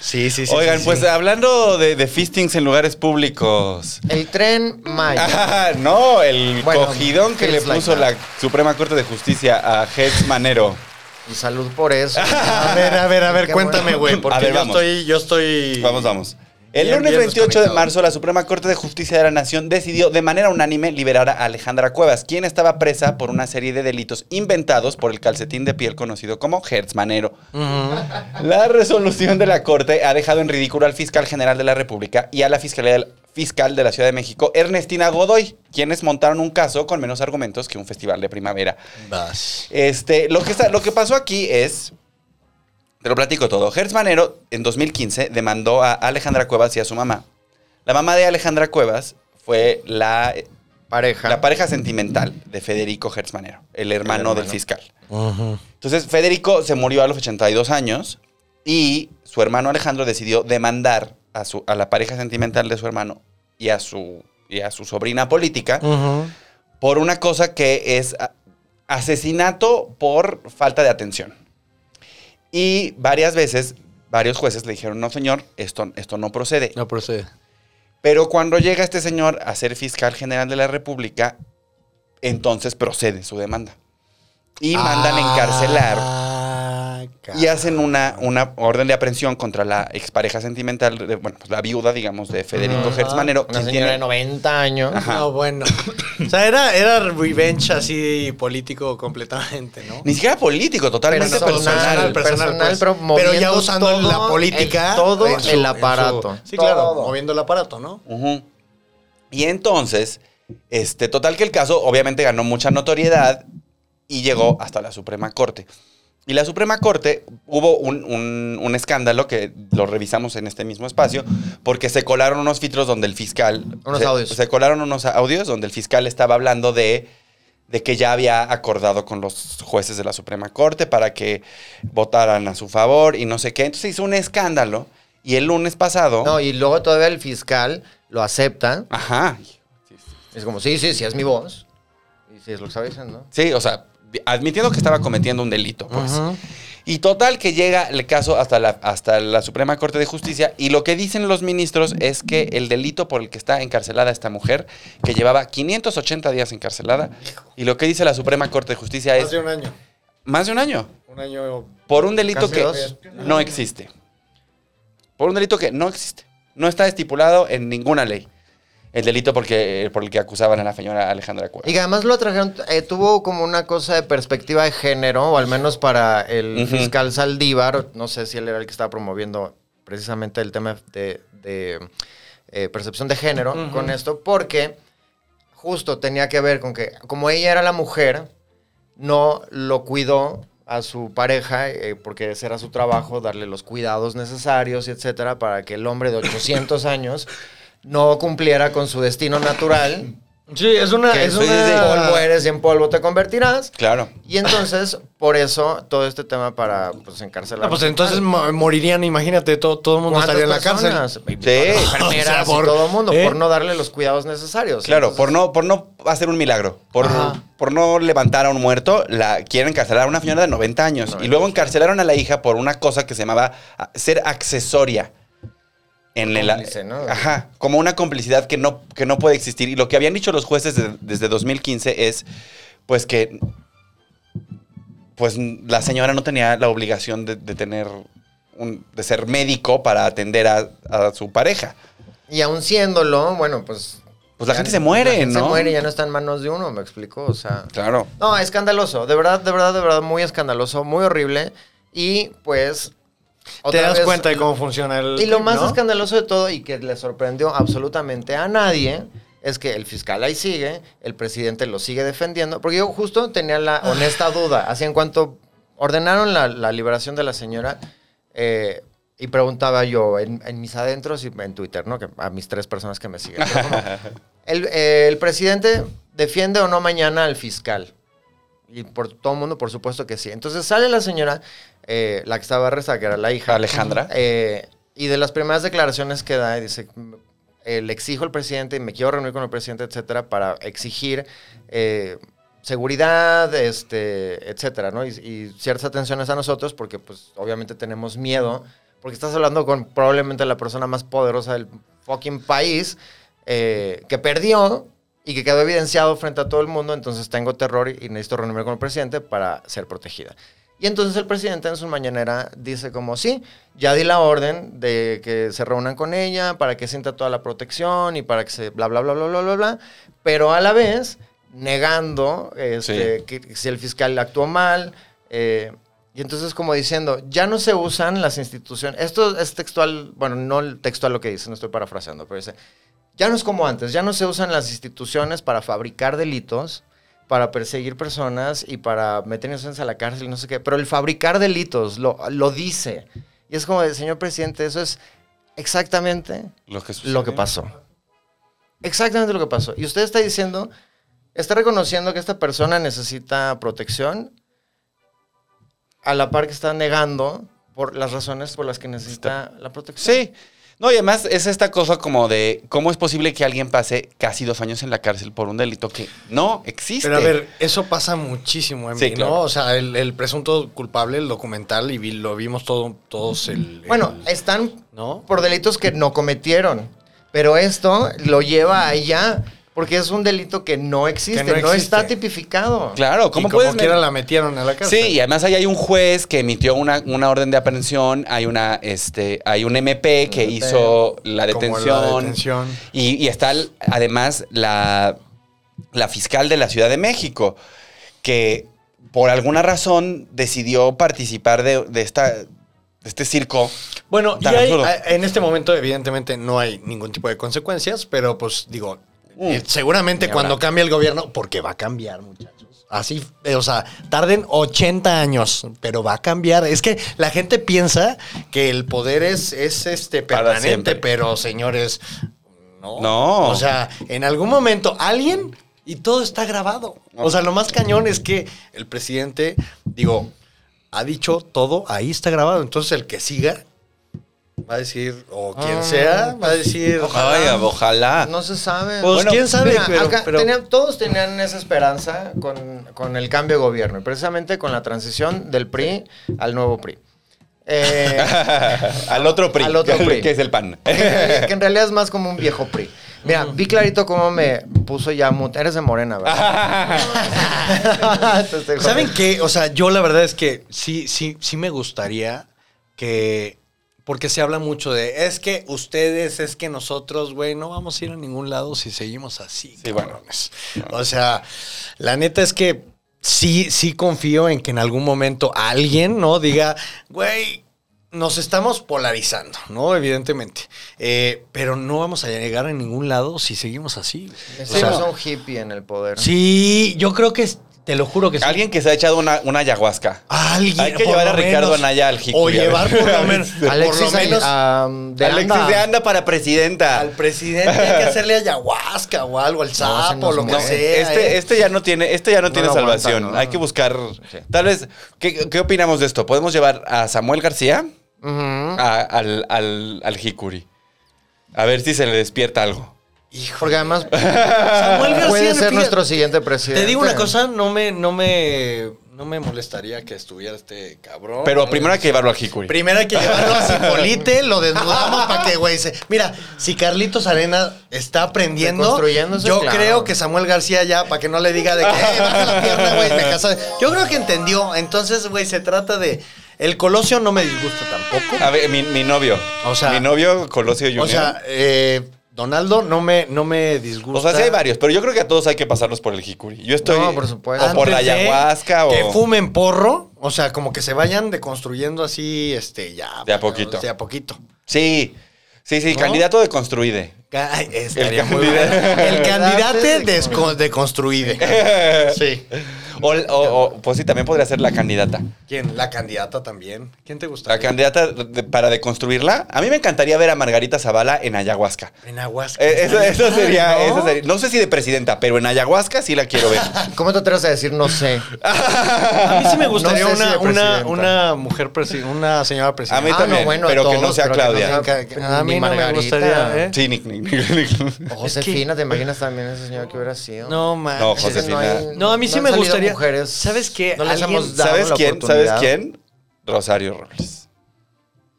[SPEAKER 3] Sí, sí, sí.
[SPEAKER 5] Oigan,
[SPEAKER 3] sí,
[SPEAKER 5] pues
[SPEAKER 3] sí.
[SPEAKER 5] hablando de, de fistings en lugares públicos.
[SPEAKER 6] El tren Maya.
[SPEAKER 5] Ah, no, el
[SPEAKER 6] Bueno,
[SPEAKER 5] cogidón que le
[SPEAKER 6] feels like
[SPEAKER 5] puso
[SPEAKER 6] that.
[SPEAKER 5] la Suprema Corte de Justicia a Hetz Manero.
[SPEAKER 6] Y salud por eso.
[SPEAKER 3] A ver, a ver, a ver,
[SPEAKER 6] Qué
[SPEAKER 3] cuéntame,
[SPEAKER 6] bueno.
[SPEAKER 3] güey. Porque
[SPEAKER 5] ah, A ver,
[SPEAKER 3] yo
[SPEAKER 5] vamos.
[SPEAKER 3] estoy, yo estoy.
[SPEAKER 5] Vamos, vamos. El
[SPEAKER 3] Bien,
[SPEAKER 5] lunes
[SPEAKER 3] bien
[SPEAKER 5] 28 de
[SPEAKER 3] desconectado.
[SPEAKER 5] marzo, la Suprema Corte de Justicia de la Nación decidió de manera unánime liberar a Alejandra Cuevas, quien estaba presa por una serie de delitos inventados por el calcetín de piel conocido como Hertzmanero. La resolución de la Corte ha dejado en ridículo al fiscal general de la República y a la Fiscalía del- Fiscal de la Ciudad de México, Ernestina Godoy, quienes montaron un caso con menos argumentos que un festival de primavera.
[SPEAKER 3] Vas.
[SPEAKER 5] Este, lo que, está- lo que pasó aquí es. Te lo platico todo. Hertz Manero, en 2015, demandó a Alejandra Cuevas y a su mamá. La mamá de Alejandra Cuevas fue la,
[SPEAKER 6] Pareja.
[SPEAKER 5] la pareja sentimental de Federico Hertz Manero, el hermano
[SPEAKER 6] hermano.
[SPEAKER 5] del fiscal.
[SPEAKER 3] Ujú.
[SPEAKER 5] Entonces, Federico se murió a los 82 años y su hermano Alejandro decidió demandar a, su, a la pareja sentimental de su hermano y a su, y a su sobrina política
[SPEAKER 3] Ujú.
[SPEAKER 5] por una cosa que es a- asesinato por falta de atención. Y varias veces, varios jueces le dijeron, no señor, esto, esto no procede.
[SPEAKER 3] No procede.
[SPEAKER 5] Pero cuando llega este señor a ser fiscal general de la República, entonces procede su demanda. Y mandan a encarcelar
[SPEAKER 3] Ah,
[SPEAKER 5] y hacen una, una orden de aprehensión contra la expareja sentimental, de- bueno, pues la viuda, digamos, de Federico
[SPEAKER 3] Ajá.
[SPEAKER 5] Hertzmanero.
[SPEAKER 6] Una
[SPEAKER 5] quien
[SPEAKER 6] señora
[SPEAKER 5] tiene-
[SPEAKER 6] de 90 años.
[SPEAKER 5] Ajá.
[SPEAKER 3] No, bueno. O sea, era, era revenge así político completamente, ¿no?
[SPEAKER 5] Ni siquiera político, totalmente personal.
[SPEAKER 6] Personal, personal,
[SPEAKER 3] pues.
[SPEAKER 6] pero moviendo
[SPEAKER 3] ya usando
[SPEAKER 6] todo
[SPEAKER 3] la política.
[SPEAKER 6] el- todo
[SPEAKER 3] en
[SPEAKER 6] el
[SPEAKER 3] en
[SPEAKER 6] aparato.
[SPEAKER 3] sí, claro,
[SPEAKER 6] Todo.
[SPEAKER 3] moviendo el aparato, ¿no?
[SPEAKER 5] Ujú. Y entonces, este, total que el caso obviamente ganó mucha notoriedad y llegó hasta la Suprema Corte. Y la Suprema Corte hubo un, un- un escándalo que lo revisamos en este mismo espacio, porque se colaron unos filtros donde el fiscal.
[SPEAKER 6] Unos
[SPEAKER 5] se,
[SPEAKER 6] audios.
[SPEAKER 5] Se colaron unos audios donde el fiscal estaba hablando de, de que ya había acordado con los jueces de la Suprema Corte para que votaran a su favor y no sé qué. Entonces hizo un escándalo y el lunes pasado.
[SPEAKER 6] No, y luego todavía el fiscal lo acepta.
[SPEAKER 5] Ajá.
[SPEAKER 6] Es como, sí, sí, sí, es mi voz. Y sí, es lo que estaba diciendo.
[SPEAKER 5] Sí, o sea, admitiendo que estaba cometiendo un delito, pues. Y total que llega el caso hasta la, hasta la Suprema Corte de Justicia y lo que dicen los ministros es que el delito por el que está encarcelada esta mujer, que llevaba 580 días encarcelada, y lo que dice la Suprema Corte de Justicia
[SPEAKER 3] Hace
[SPEAKER 5] es
[SPEAKER 3] un año.
[SPEAKER 5] más de un año
[SPEAKER 3] Un año.
[SPEAKER 5] por un delito
[SPEAKER 6] Casi
[SPEAKER 5] que
[SPEAKER 6] dos.
[SPEAKER 5] no existe. Por un delito que no existe. No está estipulado en ninguna ley. El delito porque, por el que acusaban a la señora Alejandra Cuevas.
[SPEAKER 6] Y que además lo trajeron, eh, tuvo como una cosa de perspectiva de género, o al menos para el
[SPEAKER 5] Ujú.
[SPEAKER 6] fiscal Saldívar, no sé si él era el que estaba promoviendo precisamente el tema de, de, eh, percepción de género con esto, porque justo tenía que ver con que como ella era la mujer, no lo cuidó a su pareja, eh, porque ese era su trabajo, darle los cuidados necesarios, etcétera, para que el hombre de 800 años no cumpliera con su destino natural.
[SPEAKER 3] Sí, es una.
[SPEAKER 6] Que
[SPEAKER 3] Es
[SPEAKER 6] soy
[SPEAKER 3] una...
[SPEAKER 6] de polvo eres y en polvo te convertirás.
[SPEAKER 5] Claro.
[SPEAKER 6] Y entonces, por eso, todo este tema para pues, encarcelar.
[SPEAKER 3] No, pues entonces mo- morirían, imagínate, todo, todo el mundo
[SPEAKER 6] ¿Cuántas
[SPEAKER 3] estaría en la cárcel.
[SPEAKER 6] personas?
[SPEAKER 5] Sí.
[SPEAKER 6] Enfermeras
[SPEAKER 3] O sea,
[SPEAKER 6] y
[SPEAKER 3] por-
[SPEAKER 6] todo el mundo,
[SPEAKER 3] ¿eh?
[SPEAKER 6] por no darle los cuidados necesarios.
[SPEAKER 5] Claro,
[SPEAKER 6] Entonces,
[SPEAKER 5] por no, por no hacer un milagro, por,
[SPEAKER 3] Ajá.
[SPEAKER 5] por no levantar a un muerto, la quieren encarcelar a una señora de 90 años. y luego encarcelaron a la hija por una cosa que se llamaba ah, ser accesoria. En el-
[SPEAKER 6] Cómplice, ¿no?
[SPEAKER 5] Ajá, como una complicidad que no, que no puede existir. Y lo que habían dicho los jueces de- desde 2015 es, pues que, pues la señora no tenía la obligación de, de tener, un- de ser médico para atender a, a su pareja.
[SPEAKER 6] Y aún siéndolo, bueno, pues.
[SPEAKER 5] Pues la
[SPEAKER 6] ya-
[SPEAKER 5] gente se muere,
[SPEAKER 6] la gente
[SPEAKER 5] ¿no?
[SPEAKER 6] Se muere, ya no está en manos de uno, me explico. O sea.
[SPEAKER 5] Claro.
[SPEAKER 6] No, escandaloso. De verdad, de verdad, de verdad, muy escandaloso, muy horrible. Y pues.
[SPEAKER 3] Te
[SPEAKER 6] otra
[SPEAKER 3] das
[SPEAKER 6] vez- mm,
[SPEAKER 3] cuenta de cómo funciona el.
[SPEAKER 6] Y lo más
[SPEAKER 3] ¿no?
[SPEAKER 6] escandaloso de todo y que le sorprendió absolutamente a nadie es que el fiscal ahí sigue, el presidente lo sigue defendiendo, porque yo justo tenía la honesta duda, así en cuanto ordenaron la, la liberación de la señora eh, y preguntaba yo en, en mis adentros y en Twitter, ¿no? Que a mis tres personas que me siguen. yo como, el, eh, el presidente defiende o no mañana al fiscal. Y por todo el mundo, por supuesto que sí. Entonces sale la señora, eh, la que estaba reza, que era la hija.
[SPEAKER 5] Alejandra.
[SPEAKER 6] Eh, y de las primeras declaraciones que da, dice, "Mm, eh, le exijo al presidente y me quiero reunir con el presidente, etcétera, para exigir eh, seguridad, este, etcétera, ¿no? Y, y ciertas atenciones a nosotros porque, pues, obviamente tenemos miedo porque estás hablando con probablemente la persona más poderosa del fucking país eh, que perdió y que quedó evidenciado frente a todo el mundo, entonces tengo terror y necesito reunirme con el presidente para ser protegida. Y entonces el presidente en su mañanera dice como, sí, ya di la orden de que se reúnan con ella para que sienta toda la protección y para que se bla, bla, bla, bla, bla, bla, bla, pero a la vez negando este,
[SPEAKER 5] Sí.
[SPEAKER 6] que, que si el fiscal actuó mal. eh, y entonces como diciendo, ya no se usan las instituciones. Esto es textual, bueno, no textual lo que dice, no estoy parafraseando, pero dice, ya no es como antes, ya no se usan las instituciones para fabricar delitos, para perseguir personas y para meter inocentes a la cárcel, no sé qué, pero el fabricar delitos lo, lo dice. Y es como, de, señor presidente, eso es exactamente
[SPEAKER 5] Lo que, sucedió.
[SPEAKER 6] lo que pasó. Exactamente lo que pasó. Y usted está diciendo, está reconociendo que esta persona necesita protección, a la par que está negando por las razones por las que necesita la protección.
[SPEAKER 5] Sí. No, y además es esta cosa como de cómo es posible que alguien pase casi dos años en la cárcel por un delito que no existe.
[SPEAKER 3] Pero a ver, eso pasa muchísimo, Emi,
[SPEAKER 5] Este. Sí, claro.
[SPEAKER 3] ¿no? O sea, el, el presunto culpable, el documental, y vi- lo vimos todo- todos el...
[SPEAKER 6] Bueno,
[SPEAKER 3] el-
[SPEAKER 6] están
[SPEAKER 3] ¿No?
[SPEAKER 6] por delitos que no cometieron, pero esto lo lleva allá porque es un delito que no existe, no,
[SPEAKER 3] existe.
[SPEAKER 6] está tipificado.
[SPEAKER 5] Claro, ¿cómo
[SPEAKER 3] y
[SPEAKER 5] puedes
[SPEAKER 3] como quiera la metieron a la cárcel.
[SPEAKER 5] Sí, y además ahí hay un juez que emitió una, una orden de aprehensión, hay una, este, hay un MP que
[SPEAKER 6] MP,
[SPEAKER 5] hizo la
[SPEAKER 3] Como
[SPEAKER 5] detención.
[SPEAKER 3] la detención.
[SPEAKER 5] Y, y está el- además la, la fiscal de la Ciudad de México, que por alguna razón decidió participar de, de esta, de este circo.
[SPEAKER 3] Bueno, y
[SPEAKER 5] Tan
[SPEAKER 3] hay-
[SPEAKER 5] absurdo.
[SPEAKER 3] a- en este momento, evidentemente, no hay ningún tipo de consecuencias, pero pues digo,
[SPEAKER 5] Mm.
[SPEAKER 3] eh, seguramente
[SPEAKER 5] Ni
[SPEAKER 3] cuando
[SPEAKER 5] hablar.
[SPEAKER 3] cambie el gobierno, porque va a cambiar, muchachos. Así, eh, o sea, tarden 80 años, pero va a cambiar. Es que la gente piensa que el poder es, es este
[SPEAKER 5] Para
[SPEAKER 3] permanente,
[SPEAKER 5] siempre.
[SPEAKER 3] pero señores, no.
[SPEAKER 5] No.
[SPEAKER 3] O sea, en algún momento alguien y todo está grabado. O sea, lo más cañón es que el presidente, digo, ha dicho todo, ahí está grabado. Entonces el que siga va a decir, o quien
[SPEAKER 6] Ah,
[SPEAKER 3] sea, va a decir.
[SPEAKER 5] Ay, ojalá.
[SPEAKER 6] No se sabe.
[SPEAKER 3] Pues, ¿quién sabe? Pero-
[SPEAKER 6] acá
[SPEAKER 3] pero-
[SPEAKER 6] tenían- todos tenían esa esperanza con, con el cambio de gobierno, y precisamente con la transición del PRI al nuevo PRI. Eh,
[SPEAKER 5] al otro PRI,
[SPEAKER 6] Al otro PRI.
[SPEAKER 5] que es el PAN.
[SPEAKER 6] que, en realidad- que en realidad es más como un viejo PRI. Mira, vi clarito cómo me puso ya mute. Eres de Morena, ¿verdad? Te estoy
[SPEAKER 3] ¿Saben
[SPEAKER 6] jodiendo.
[SPEAKER 3] qué? O sea, yo la verdad es que sí, sí, sí me gustaría que. Porque se habla mucho de, es que ustedes, es que nosotros, güey, no vamos a ir a ningún lado si seguimos así.
[SPEAKER 5] Sí, bueno.
[SPEAKER 3] cabrones". O sea, la neta es que sí, sí confío en que en algún momento alguien, ¿no? Diga, güey, nos estamos polarizando, ¿no? Evidentemente. Eh, pero no vamos a llegar a ningún lado si seguimos así.
[SPEAKER 6] Necesitamos
[SPEAKER 5] O sea,
[SPEAKER 6] a un hippie en el poder.
[SPEAKER 3] Sí, yo creo que, es- te lo juro que sí.
[SPEAKER 5] Alguien que se ha echado una, una ayahuasca.
[SPEAKER 3] Alguien,
[SPEAKER 5] Hay que
[SPEAKER 3] por
[SPEAKER 5] llevar
[SPEAKER 3] lo
[SPEAKER 5] a Ricardo Anaya al
[SPEAKER 3] O
[SPEAKER 5] Jicuy, a este,
[SPEAKER 3] llevar
[SPEAKER 5] ver.
[SPEAKER 3] por lo, men- por
[SPEAKER 6] Alexis
[SPEAKER 3] lo menos
[SPEAKER 6] um, de
[SPEAKER 5] Alexis
[SPEAKER 6] Anda.
[SPEAKER 5] de Anda para presidenta.
[SPEAKER 3] al presidente hay que hacerle ayahuasca o algo, al sapo,
[SPEAKER 6] nos
[SPEAKER 3] lo que
[SPEAKER 5] No,
[SPEAKER 3] sea.
[SPEAKER 5] este,
[SPEAKER 3] ¿eh?
[SPEAKER 5] este ya no tiene, este ya no,
[SPEAKER 6] No
[SPEAKER 5] tiene
[SPEAKER 6] lo aguanta,
[SPEAKER 5] salvación.
[SPEAKER 6] ¿no?
[SPEAKER 5] Hay que buscar.
[SPEAKER 6] Sí.
[SPEAKER 5] Tal vez. ¿qué, qué opinamos de esto? ¿Podemos llevar a Samuel García
[SPEAKER 6] Ujú.
[SPEAKER 5] a- al, al, al Hikuri? A ver si se le despierta algo.
[SPEAKER 6] Porque además
[SPEAKER 3] Samuel García,
[SPEAKER 6] puede ser
[SPEAKER 3] fíjate,
[SPEAKER 6] nuestro siguiente presidente.
[SPEAKER 3] Te digo una cosa, no me, no me, no me molestaría que estuviera este cabrón.
[SPEAKER 5] Pero primero hay que llevarlo al Hikuri.
[SPEAKER 3] Primero hay que llevarlo a Cipolite, lo desnudamos para que, güey, se... Mira, si Carlitos Arena está aprendiendo,
[SPEAKER 6] Reconstruyéndose,
[SPEAKER 3] yo
[SPEAKER 6] claro.
[SPEAKER 3] creo que Samuel García ya, para que no le diga de que, "Eh, baja la pierna, güey, me casa". Yo creo que entendió. Entonces, güey, se trata de... El Colosio no me disgusta tampoco.
[SPEAKER 5] A ver, mi, mi novio.
[SPEAKER 3] O sea-
[SPEAKER 5] mi novio Colosio Junior.
[SPEAKER 3] O sea, eh, Donaldo no me, no me disgusta.
[SPEAKER 5] O sea, sí hay varios, pero yo creo que a todos hay que pasarlos por el Hikuri. Yo estoy.
[SPEAKER 6] No, por supuesto.
[SPEAKER 5] O por la
[SPEAKER 3] Antes de
[SPEAKER 5] ayahuasca o.
[SPEAKER 3] Que fumen porro. O sea, como que se vayan deconstruyendo así, este, ya.
[SPEAKER 5] De a poquito.
[SPEAKER 3] De a poquito.
[SPEAKER 5] Sí. Sí, sí,
[SPEAKER 3] ¿No?
[SPEAKER 5] candidato de construide.
[SPEAKER 3] Ca- estaría
[SPEAKER 5] El
[SPEAKER 3] muy
[SPEAKER 5] candidato-
[SPEAKER 3] bueno. El candidato
[SPEAKER 6] Candidato de-
[SPEAKER 3] desco- deconstruide. Sí.
[SPEAKER 5] O, o- o, pues sí, también podría ser la candidata.
[SPEAKER 3] ¿Quién? La candidata también. ¿Quién te gusta?
[SPEAKER 5] La candidata de- para deconstruirla. A mí me encantaría ver a Margarita Zavala en ayahuasca.
[SPEAKER 3] En Aguasca.
[SPEAKER 5] Eh, eso, eso sería,
[SPEAKER 3] Ay, ¿no?
[SPEAKER 5] eso sería- No sé si de presidenta, pero en ayahuasca sí la quiero ver.
[SPEAKER 6] ¿Cómo te atreves a decir no sé?
[SPEAKER 3] A mí sí me gustaría
[SPEAKER 6] No sé si
[SPEAKER 3] una,
[SPEAKER 6] de
[SPEAKER 3] una,
[SPEAKER 6] presidenta.
[SPEAKER 3] una mujer, presi- una señora
[SPEAKER 5] Ah, A mí
[SPEAKER 3] presidenta. Ah,
[SPEAKER 5] también, pero que no sea Claudia.
[SPEAKER 3] A mí no me gustaría, ¿eh?
[SPEAKER 5] sí, Nick, Nick, Nick, Nick.
[SPEAKER 6] O Josefina, ¿te imaginas también ese señor que hubiera sido?
[SPEAKER 3] No, man.
[SPEAKER 5] No, Josefina.
[SPEAKER 3] No, a mí sí
[SPEAKER 6] han
[SPEAKER 3] me
[SPEAKER 6] salido
[SPEAKER 3] gustaría-
[SPEAKER 6] Mujeres.
[SPEAKER 3] ¿Sabes qué?
[SPEAKER 6] No les
[SPEAKER 3] Alguien-
[SPEAKER 6] hemos dado
[SPEAKER 5] ¿Sabes
[SPEAKER 6] la
[SPEAKER 5] quién? ¿Sabes
[SPEAKER 6] oportunidad.
[SPEAKER 5] quién? Rosario Robles.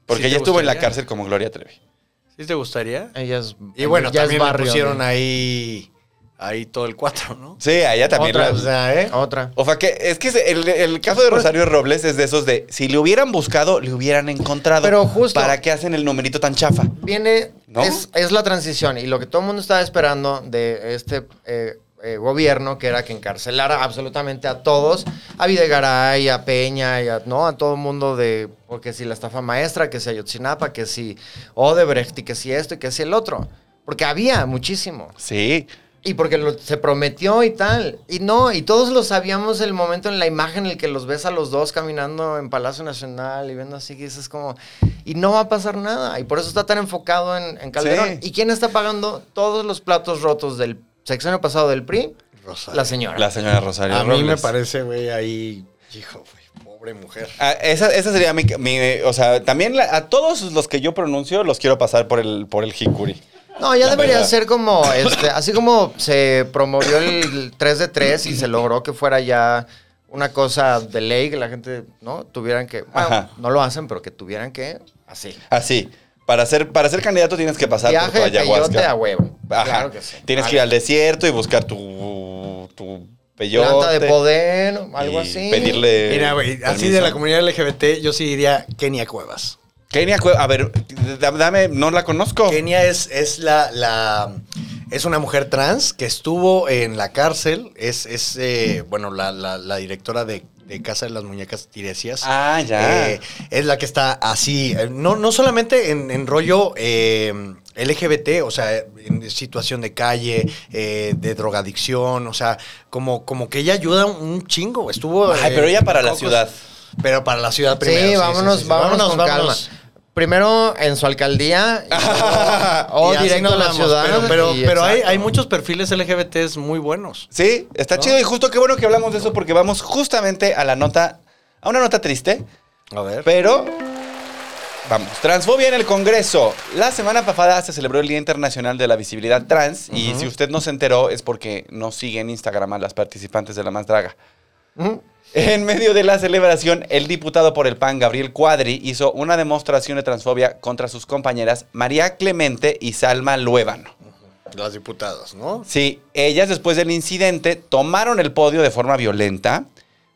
[SPEAKER 5] Porque
[SPEAKER 3] ¿Sí
[SPEAKER 5] ella
[SPEAKER 3] te
[SPEAKER 5] estuvo en la
[SPEAKER 3] gustaría?
[SPEAKER 5] cárcel como Gloria Trevi.
[SPEAKER 3] ¿Sí te gustaría?
[SPEAKER 6] Ella es.
[SPEAKER 3] Y bueno,
[SPEAKER 6] ya es
[SPEAKER 3] también le
[SPEAKER 6] barrio,
[SPEAKER 3] pusieron
[SPEAKER 6] ¿no?
[SPEAKER 3] ahí ahí todo el 4, ¿no?
[SPEAKER 5] Sí, a ella también.
[SPEAKER 3] Otra,
[SPEAKER 5] la-
[SPEAKER 3] o sea, Pues, ¿eh?
[SPEAKER 6] Otra.
[SPEAKER 5] O sea, que es que se- el, el caso de Rosario Robles es de esos de si le hubieran buscado, le hubieran encontrado.
[SPEAKER 6] Pero justo.
[SPEAKER 5] ¿Para qué hacen el numerito tan chafa?
[SPEAKER 6] Viene,
[SPEAKER 5] ¿No?
[SPEAKER 6] es, es la transición y lo que todo el mundo estaba esperando de este eh, eh, gobierno, que era que encarcelara absolutamente a todos, a Videgaray, a Peña, y a, ¿no? a todo el mundo de, porque si la estafa maestra, que si Ayotzinapa, que si Odebrecht, y que si esto, y que si el otro. Porque había muchísimo.
[SPEAKER 5] Sí.
[SPEAKER 6] Y porque lo- se prometió y tal. Y no, y todos lo sabíamos el momento en la imagen en el que los ves a los dos caminando en Palacio Nacional y viendo así que dices como, y no va a pasar nada. Y por eso está tan enfocado en, en Calderón.
[SPEAKER 5] Sí.
[SPEAKER 6] ¿Y quién está pagando todos los platos rotos del sexenio pasado del PRI?
[SPEAKER 3] Rosario.
[SPEAKER 6] La señora.
[SPEAKER 5] La señora Rosario
[SPEAKER 3] a mí
[SPEAKER 5] Robles.
[SPEAKER 3] me parece, güey, ahí, hijo, güey, pobre mujer.
[SPEAKER 5] Ah, esa, esa sería mi, mi- O sea, también la- a todos los que yo pronuncio los quiero pasar por el, por el jicuri.
[SPEAKER 6] No, ya
[SPEAKER 5] La
[SPEAKER 6] debería
[SPEAKER 5] verdad.
[SPEAKER 6] ser como, este, así como se promovió el 3 de 3 y se logró que fuera ya una cosa de ley, que la gente, ¿no? Tuvieran que, bueno,
[SPEAKER 5] Ajá.
[SPEAKER 6] no lo hacen, pero que tuvieran que, así.
[SPEAKER 5] Así. Para ser, para ser candidato tienes que pasar por tu
[SPEAKER 6] Viaje de peyote
[SPEAKER 5] ayahuasca.
[SPEAKER 6] a huevo.
[SPEAKER 5] Ajá.
[SPEAKER 6] Claro que sí.
[SPEAKER 5] Tienes
[SPEAKER 6] A
[SPEAKER 5] que ir
[SPEAKER 6] ver,
[SPEAKER 5] al desierto y buscar tu, tu peyote.
[SPEAKER 6] Planta de poder, algo
[SPEAKER 5] y
[SPEAKER 6] así.
[SPEAKER 5] Pedirle.
[SPEAKER 3] Mira, güey, así
[SPEAKER 5] Eh, permiso.
[SPEAKER 3] de la comunidad LGBT, yo sí diría Kenia Cuevas.
[SPEAKER 5] Kenia Cue- A ver, d- dame, no la conozco.
[SPEAKER 3] Kenia es, es la, la- es una mujer trans que estuvo en la cárcel. Es, es eh, bueno, la, la- la directora de, de Casa de las Muñecas Tiresias.
[SPEAKER 5] Ah, ya.
[SPEAKER 3] Eh, es la que está así. eh, No, no solamente en, en rollo eh, LGBT, o sea, en situación de calle, eh, de drogadicción, o sea, como, como que ella ayuda un chingo. Estuvo.
[SPEAKER 5] Ay,
[SPEAKER 3] eh,
[SPEAKER 5] pero ella para la
[SPEAKER 3] Cocos,
[SPEAKER 5] ciudad.
[SPEAKER 3] Pero para la ciudad primero.
[SPEAKER 6] sí, vámonos,
[SPEAKER 3] sí, sí.
[SPEAKER 6] vámonos, con
[SPEAKER 3] vámonos.
[SPEAKER 6] calma. Primero en su alcaldía y luego- o
[SPEAKER 3] Y así
[SPEAKER 6] directo
[SPEAKER 3] nos
[SPEAKER 6] a la
[SPEAKER 3] vamos,
[SPEAKER 6] ciudad.
[SPEAKER 3] Pero, pero,
[SPEAKER 6] y
[SPEAKER 3] pero hay,
[SPEAKER 6] exacto.
[SPEAKER 3] hay muchos perfiles LGBTs muy buenos.
[SPEAKER 5] Sí, está chido y justo qué bueno que hablamos de eso porque vamos justamente a la nota, a una nota triste,
[SPEAKER 3] A ver.
[SPEAKER 5] pero vamos, transfobia en el Congreso. La semana pasada se celebró el Día Internacional de la Visibilidad Trans y si usted no se enteró es porque no sigue en Instagram a las participantes de La Más Draga.
[SPEAKER 6] Ujú.
[SPEAKER 5] En medio de la celebración, el diputado por el PAN, Gabriel Cuadri, hizo una demostración de transfobia contra sus compañeras María Clemente y Salma Luébano.
[SPEAKER 3] Las diputadas, ¿no?
[SPEAKER 5] Sí, ellas después del incidente tomaron el podio de forma violenta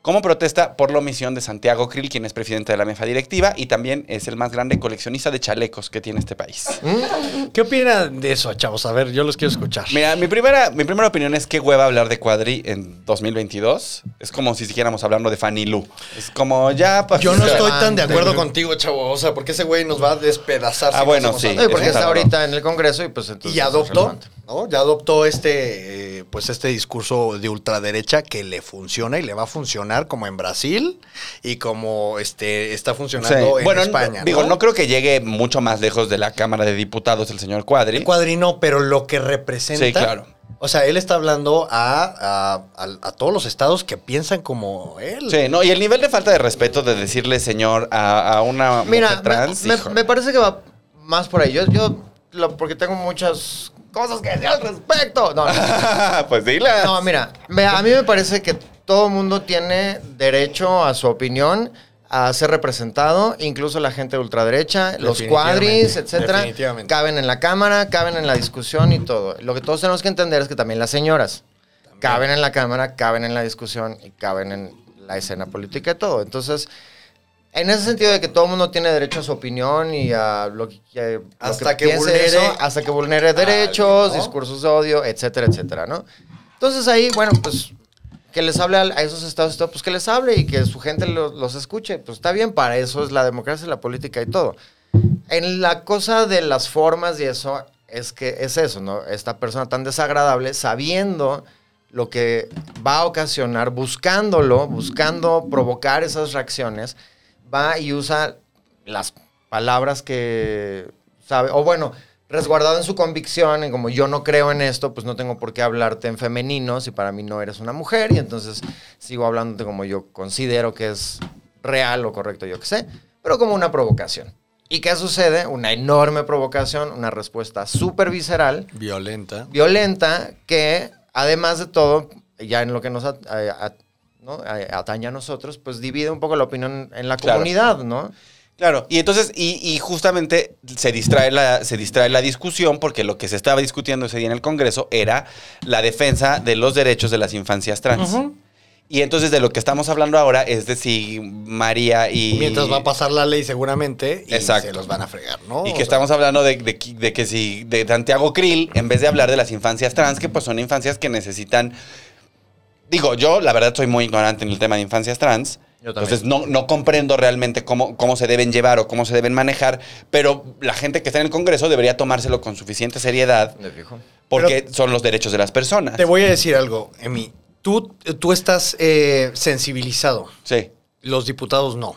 [SPEAKER 5] como protesta por la omisión de Santiago Krill, quien es presidente de la mesa directiva y también es el más grande coleccionista de chalecos que tiene este país.
[SPEAKER 3] Mm. ¿Qué opinan de eso, chavos? A ver, yo los quiero escuchar.
[SPEAKER 5] Mira, mi primera, mi primera opinión es qué hueva hablar de Cuadri en 2022. Es como si siguiéramos hablando de Fanny Lu. Es como ya... pa-
[SPEAKER 3] yo no estoy tan de
[SPEAKER 6] Levante.
[SPEAKER 3] acuerdo contigo, chavo. O sea, porque ese güey nos va a despedazar.
[SPEAKER 5] Ah,
[SPEAKER 3] no
[SPEAKER 5] bueno,
[SPEAKER 3] hacemos
[SPEAKER 5] sí.
[SPEAKER 3] algo.
[SPEAKER 6] No, y porque
[SPEAKER 5] Eso
[SPEAKER 6] está
[SPEAKER 5] es raro.
[SPEAKER 6] ahorita en el Congreso y pues entonces.
[SPEAKER 3] Y ya
[SPEAKER 6] es
[SPEAKER 3] adoptó,
[SPEAKER 6] relevante.
[SPEAKER 3] ¿no? Ya adoptó este, eh, pues este discurso de ultraderecha que le funciona y le va a funcionar como en Brasil y como este está
[SPEAKER 5] Sí.
[SPEAKER 3] funcionando en
[SPEAKER 5] Bueno,
[SPEAKER 3] España.
[SPEAKER 5] digo, ¿no? creo que llegue mucho más lejos de la Cámara de Diputados el señor Cuadri.
[SPEAKER 3] El cuadrino, pero lo que representa.
[SPEAKER 5] Sí, claro.
[SPEAKER 3] O sea, él está hablando a, a- a- a todos los estados que piensan como él.
[SPEAKER 5] Sí, no, y el nivel de falta de respeto de decirle señor a, a una
[SPEAKER 6] Mira,
[SPEAKER 5] mujer trans.
[SPEAKER 6] me, me-
[SPEAKER 5] híjole.
[SPEAKER 6] me parece que va más por ahí. Yo, yo lo- porque tengo muchas cosas que decir al respecto. No, no.
[SPEAKER 5] pues dila.
[SPEAKER 6] No, mira, me- a mí me parece que todo mundo tiene derecho a su opinión, a ser representado, incluso la gente de ultraderecha, los
[SPEAKER 3] Definitivamente,
[SPEAKER 6] cuadris, etcétera,
[SPEAKER 3] definitivamente.
[SPEAKER 6] caben en la cámara, caben en la discusión y todo. Lo que todos tenemos que entender es que también las señoras caben en la cámara, caben en la discusión y caben en la escena política y todo. Entonces, en ese sentido de que todo el mundo tiene derecho a su opinión y a lo que, que- lo
[SPEAKER 3] Hasta que
[SPEAKER 6] piense
[SPEAKER 3] vulnere-
[SPEAKER 6] eso, hasta que vulnere derechos,
[SPEAKER 3] ¿no?
[SPEAKER 6] discursos de odio, etcétera, etcétera, ¿no? Entonces ahí, bueno, pues que les hable al- a esos estados, y todo, pues que les hable y que su gente lo- los escuche. Pues está bien, para eso es la democracia, la política y todo. En la cosa de las formas y eso, es que es eso, ¿no? Esta persona tan desagradable, sabiendo lo que va a ocasionar, buscándolo, buscando provocar esas reacciones, va y usa las palabras que sabe, o bueno, resguardado en su convicción, en como yo no creo en esto, pues no tengo por qué hablarte en femenino si para mí no eres una mujer, y entonces sigo hablándote como yo considero que es real o correcto, yo qué sé, pero como una provocación. ¿Y qué sucede? Una enorme provocación, una respuesta súper visceral,
[SPEAKER 3] Violenta.
[SPEAKER 6] violenta que además de todo, ya en lo que nos at- a- a- ¿no? a- atañe a nosotros, pues divide un poco la opinión en la
[SPEAKER 5] Claro.
[SPEAKER 6] comunidad, ¿no?
[SPEAKER 5] Claro, y entonces, y, y justamente se distrae, la, se distrae la discusión porque lo que se estaba discutiendo ese día en el Congreso era la defensa de los derechos de las infancias trans. Y entonces de lo que estamos hablando ahora es de si María y...
[SPEAKER 3] Mientras va a pasar la ley seguramente y
[SPEAKER 5] Exacto.
[SPEAKER 3] se los van a fregar,
[SPEAKER 5] Y
[SPEAKER 3] ¿no? Oh, O
[SPEAKER 5] que
[SPEAKER 3] sea,
[SPEAKER 5] estamos hablando de, de qui- de que si de Santiago Krill, en vez de hablar de las infancias trans, que pues son infancias que necesitan. Digo, yo la verdad soy muy ignorante en el tema de infancias trans.
[SPEAKER 6] Yo también.
[SPEAKER 5] entonces no, no comprendo realmente cómo, cómo se deben llevar o cómo se deben manejar, pero la gente que está en el Congreso debería tomárselo con suficiente seriedad
[SPEAKER 6] De fijo.
[SPEAKER 5] porque son los derechos de las personas.
[SPEAKER 3] Te voy a decir algo, Emi. Tú, tú estás eh, sensibilizado.
[SPEAKER 5] Sí.
[SPEAKER 3] Los diputados no.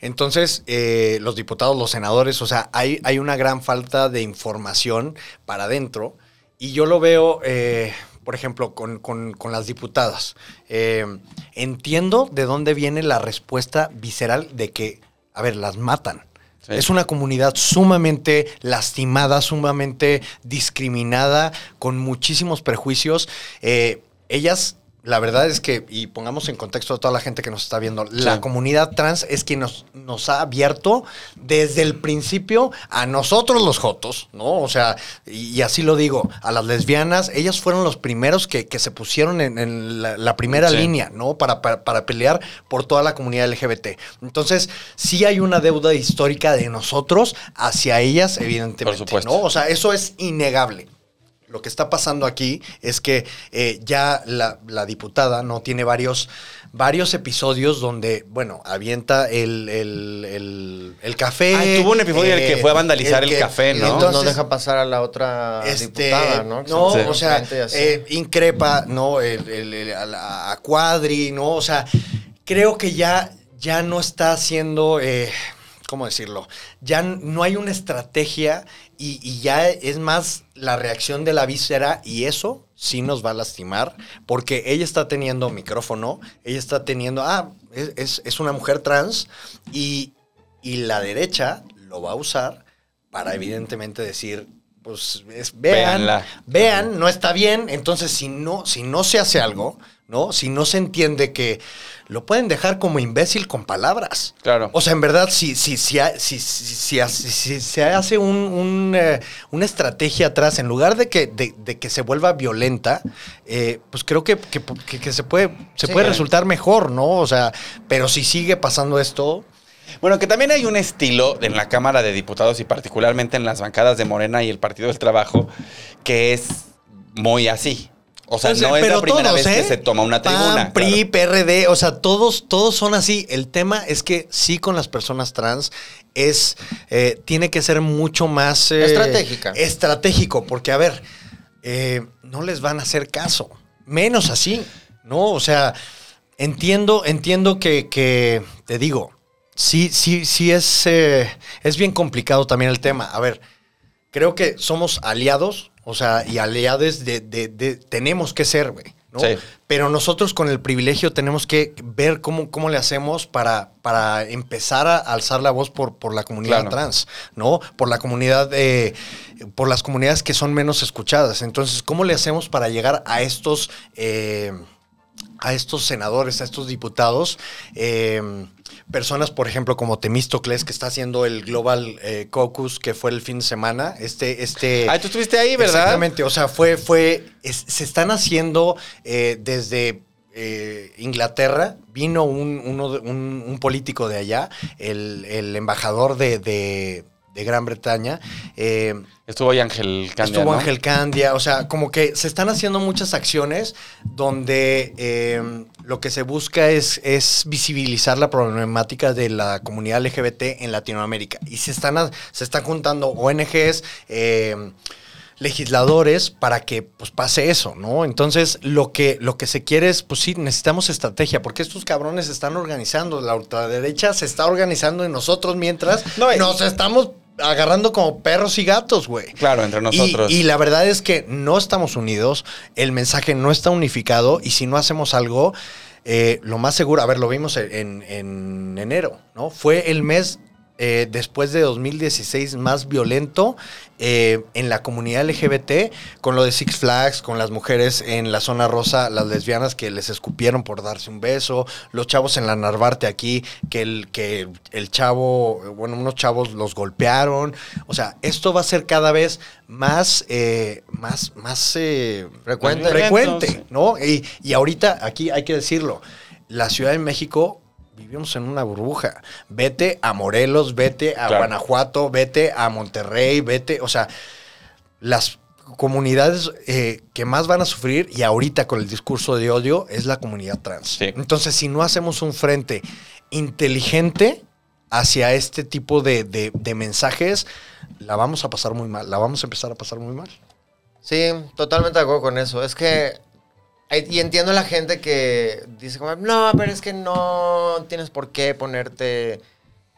[SPEAKER 3] Entonces, eh, los diputados, los senadores, o sea, hay, hay una gran falta de información para adentro. Y yo lo veo, eh, por ejemplo, con, con- con las diputadas. Eh, entiendo de dónde viene la respuesta visceral de que, a ver, las matan.
[SPEAKER 5] Sí.
[SPEAKER 3] Es una comunidad sumamente lastimada, sumamente discriminada, con muchísimos prejuicios. Eh, ellas, la verdad es que, y pongamos en contexto a toda la gente que nos está viendo, la comunidad trans es quien nos, nos ha abierto desde el principio a nosotros los jotos, ¿no? O sea, y, y así lo digo, a las lesbianas, ellas fueron los primeros que, que se pusieron en, en la, la primera
[SPEAKER 5] Sí.
[SPEAKER 3] línea, ¿no? Para, para, para pelear por toda la comunidad LGBT. Entonces, sí hay una deuda histórica de nosotros hacia ellas, evidentemente.
[SPEAKER 5] Por supuesto.
[SPEAKER 3] ¿no? O sea, eso es innegable. Lo que está pasando aquí es que eh, ya la, la diputada no tiene varios, varios episodios donde, bueno, avienta el, el- el- el café. eh,
[SPEAKER 5] Ay, tuvo un episodio en el que fue a vandalizar el
[SPEAKER 3] que-
[SPEAKER 5] café, ¿no?
[SPEAKER 6] No,
[SPEAKER 3] entonces-
[SPEAKER 6] no deja pasar a la otra
[SPEAKER 3] este,
[SPEAKER 6] diputada, ¿no? Que se
[SPEAKER 3] o
[SPEAKER 6] enfrente
[SPEAKER 3] sea,
[SPEAKER 6] y así.
[SPEAKER 3] eh, increpa, ¿no? El- el- el- a, la- a Cuadri, ¿no? O sea, creo que ya, ya no está haciendo, eh, ¿cómo decirlo? Ya n- no hay una estrategia y, y ya es más la reacción de la víscera y eso sí nos va a lastimar porque ella está teniendo micrófono, ella está teniendo, ah, es, es- es una mujer trans y, y la derecha lo va a usar para evidentemente decir, pues es- vean,
[SPEAKER 5] Véanla.
[SPEAKER 3] vean, no está bien, entonces si no, si no se hace algo, ¿no? Si no se entiende que lo pueden dejar como imbécil con palabras.
[SPEAKER 5] Claro.
[SPEAKER 3] O sea, en verdad, si, si, si, ha- si, si- si ha- si- si se hace un, un, eh, una estrategia atrás, en lugar de que, de, de que se vuelva violenta, eh, pues creo que, que- que- que se puede, se
[SPEAKER 6] Sí.
[SPEAKER 3] puede resultar mejor, ¿no? O sea, pero si sigue pasando esto,
[SPEAKER 5] Bueno, que también hay un estilo en la Cámara de Diputados y particularmente en las bancadas de Morena y el Partido del Trabajo que es muy así. O sea,
[SPEAKER 3] O sea,
[SPEAKER 5] no es la
[SPEAKER 3] Pues, pero
[SPEAKER 5] primera
[SPEAKER 3] todos,
[SPEAKER 5] vez que
[SPEAKER 3] ¿eh?
[SPEAKER 5] se toma una
[SPEAKER 3] PAN,
[SPEAKER 5] tribuna.
[SPEAKER 3] PRI,
[SPEAKER 5] claro.
[SPEAKER 3] PRD, o sea, todos, todos son así. El tema es que sí con las personas trans es eh, tiene que ser mucho más eh,
[SPEAKER 6] Estratégica.
[SPEAKER 3] estratégico, porque a ver, eh, no les van a hacer caso, menos así, no, o sea, entiendo, entiendo que, que te digo, sí, sí, sí es eh, es bien complicado también el tema. A ver creo que somos aliados, o sea, y aliades de, de- de- tenemos que ser, güey. ¿no?
[SPEAKER 5] Sí.
[SPEAKER 3] Pero nosotros con el privilegio tenemos que ver cómo, cómo le hacemos para, para empezar a alzar la voz por, por la comunidad
[SPEAKER 5] Claro.
[SPEAKER 3] trans, ¿no? Por la comunidad, eh, por las comunidades que son menos escuchadas. Entonces, ¿cómo le hacemos para llegar a estos, eh, a estos senadores, a estos diputados? eh, personas, por ejemplo, como Temístocles, que está haciendo el Global eh, Caucus, que fue el fin de semana. Este, este.
[SPEAKER 5] Ah, tú estuviste ahí, ¿verdad?
[SPEAKER 3] Exactamente, o sea, fue, fue, es- se están haciendo eh, desde eh, Inglaterra, vino un, uno de- un- un político de allá, el, el embajador de, de- de Gran Bretaña, eh,
[SPEAKER 5] Estuvo ahí Ángel Candia,
[SPEAKER 3] estuvo
[SPEAKER 5] ¿no?
[SPEAKER 3] Ángel Candia, o sea, como que se están haciendo muchas acciones donde eh, lo que se busca es, es visibilizar la problemática de la comunidad LGBT en Latinoamérica. Y se están, a- se están juntando ONGs, eh, legisladores para que pues, pase eso, ¿no? Entonces, lo que, lo que se quiere es, pues sí, necesitamos estrategia, porque estos cabrones se están organizando, la ultraderecha se está organizando y nosotros mientras
[SPEAKER 5] No, y-
[SPEAKER 3] nos estamos agarrando como perros y gatos, güey.
[SPEAKER 5] Claro, entre
[SPEAKER 3] Y-
[SPEAKER 5] nosotros.
[SPEAKER 3] Y, la verdad es que no estamos unidos, el mensaje no está unificado y si no hacemos algo, eh, lo más seguro, a ver, lo vimos en, en- en enero, ¿no? Fue el mes eh, después de 2016 más violento eh, en la comunidad LGBT, con lo de Six Flags, con las mujeres en la zona rosa, las lesbianas que les escupieron por darse un beso, los chavos en la Narvarte aquí, que el, que el chavo, eh, bueno, unos chavos los golpearon. O sea, esto va a ser cada vez más, eh, más, más eh,
[SPEAKER 6] Frecuente.
[SPEAKER 3] frecuente,
[SPEAKER 5] Frecuente,
[SPEAKER 3] ¿no? Y, y ahorita, aquí hay que decirlo, la Ciudad de México vivimos en una burbuja. Vete a Morelos, vete a
[SPEAKER 5] Claro.
[SPEAKER 3] Guanajuato, vete a Monterrey, vete, o sea, las comunidades eh, que más van a sufrir y ahorita con el discurso de odio es la comunidad trans.
[SPEAKER 5] Sí.
[SPEAKER 3] Entonces, si no hacemos un frente inteligente hacia este tipo de, de- de mensajes, la vamos a pasar muy mal, la vamos a empezar a pasar muy mal.
[SPEAKER 6] Sí, totalmente de acuerdo con eso. Es que. ay, Y entiendo la gente que dice como, no, pero es que no tienes por qué ponerte.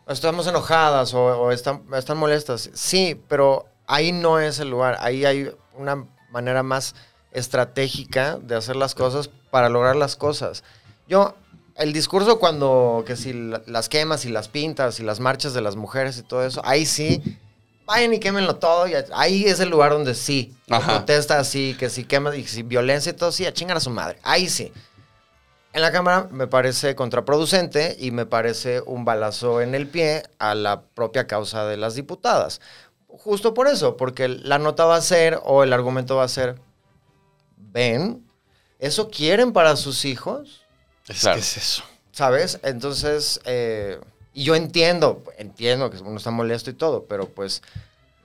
[SPEAKER 6] o Estamos enojadas o, o están, están molestas. Sí, pero ahí no es el lugar. Ahí hay una manera más estratégica de hacer las cosas para lograr las cosas. Yo, el discurso cuando, que si la- las quemas y las pintas y las marchas de las mujeres y todo eso, ahí sí, vayan y quémenlo todo. y ahí es el lugar donde sí,
[SPEAKER 5] Ajá.
[SPEAKER 6] protesta así, que si quemas y si violencia y todo, sí, a chingar a su madre. Ahí sí. En la cámara me parece contraproducente y me parece un balazo en el pie a la propia causa de las diputadas. Justo por eso, porque la nota va a ser o el argumento va a ser, ven, eso quieren para sus hijos,
[SPEAKER 3] Es
[SPEAKER 5] Claro.
[SPEAKER 3] que es eso.
[SPEAKER 6] ¿sabes? Entonces, eh, y yo entiendo, entiendo que uno está molesto y todo, pero pues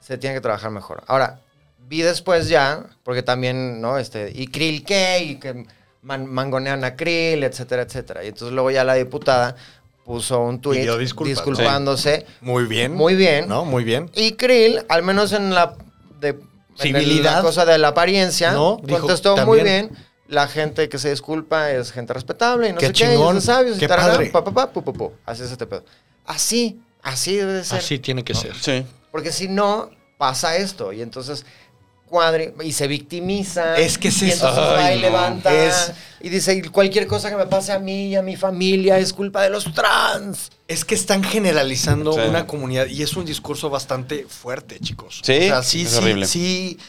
[SPEAKER 6] se tiene que trabajar mejor. Ahora, vi después ya, porque también, ¿no? Este, y Krill qué, y que man- mangonean a Krill, etcétera, etcétera. Y entonces luego ya la diputada puso un tuit
[SPEAKER 3] Pidió disculpas.
[SPEAKER 6] disculpándose.
[SPEAKER 3] Muy bien.
[SPEAKER 6] Muy bien.
[SPEAKER 3] ¿No? Muy bien.
[SPEAKER 6] Y Krill, al menos en la de en
[SPEAKER 3] Civilidad.
[SPEAKER 6] la cosa de la apariencia,
[SPEAKER 3] No, dijo
[SPEAKER 6] contestó
[SPEAKER 3] también-
[SPEAKER 6] muy bien. La gente que se disculpa es gente respetable y no
[SPEAKER 3] Qué
[SPEAKER 6] sé
[SPEAKER 3] chingón,
[SPEAKER 6] qué, y son sabios, y
[SPEAKER 3] qué
[SPEAKER 6] tararán,
[SPEAKER 3] padre.
[SPEAKER 6] pa, pa, pa, pu, pu, pu. Así es este pedo. Así, así debe de ser.
[SPEAKER 3] Así tiene que ser.
[SPEAKER 5] Sí.
[SPEAKER 6] Porque si no, pasa esto. Y entonces cuadre y se victimiza.
[SPEAKER 3] Es que es
[SPEAKER 6] y
[SPEAKER 3] eso.
[SPEAKER 6] entonces va
[SPEAKER 5] Ay,
[SPEAKER 6] y
[SPEAKER 5] no.
[SPEAKER 6] levanta.
[SPEAKER 3] Es-
[SPEAKER 6] Y dice, "Y cualquier cosa que me pase a mí y a mi familia es culpa de los trans.
[SPEAKER 3] Es que están generalizando
[SPEAKER 5] Sí.
[SPEAKER 3] una comunidad y es un discurso bastante fuerte, chicos.
[SPEAKER 5] Sí,
[SPEAKER 3] O sea, sí,
[SPEAKER 5] es
[SPEAKER 3] sí,
[SPEAKER 5] horrible.
[SPEAKER 3] sí.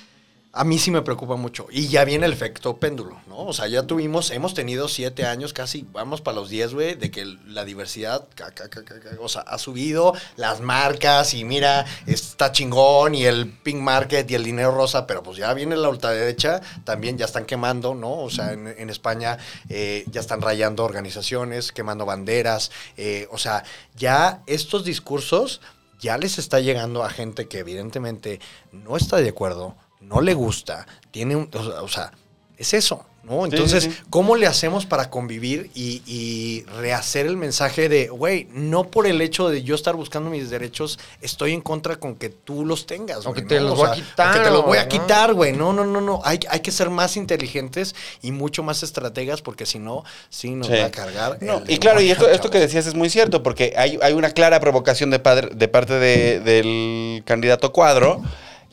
[SPEAKER 3] A mí sí me preocupa mucho. Y ya viene el efecto péndulo, ¿no? O sea, ya tuvimos, hemos tenido siete años casi, vamos para los diez, güey, de que el- la diversidad, ca, ca, ca, ca, ca, o sea, ha subido las marcas y mira, está chingón y el pink market y el dinero rosa, pero pues ya viene la ultraderecha, también ya están quemando, ¿no? O sea, en, en España eh, ya están rayando organizaciones, quemando banderas, eh, o sea, ya estos discursos ya les está llegando a gente que evidentemente no está de acuerdo, no le gusta, tiene un, o sea, o sea, es eso, ¿no? Entonces,
[SPEAKER 5] sí, sí.
[SPEAKER 3] ¿cómo le hacemos para convivir y, y rehacer el mensaje de, güey, no por el hecho de yo estar buscando mis derechos, estoy en contra con que tú los tengas,
[SPEAKER 6] O
[SPEAKER 3] güey,
[SPEAKER 6] que te los voy a quitar,
[SPEAKER 3] o que te los voy a
[SPEAKER 6] ¿no?
[SPEAKER 3] quitar, güey. No, no, no, no. Hay, hay que ser más inteligentes y mucho más estrategas porque si no, sí nos
[SPEAKER 5] Sí.
[SPEAKER 3] va a cargar.
[SPEAKER 5] No,
[SPEAKER 3] el
[SPEAKER 5] y claro, y esto,
[SPEAKER 3] demonio,
[SPEAKER 5] esto que
[SPEAKER 3] chavos.
[SPEAKER 5] decías es muy cierto, porque hay, hay una clara provocación de, padre- de parte de- del candidato Cuadro.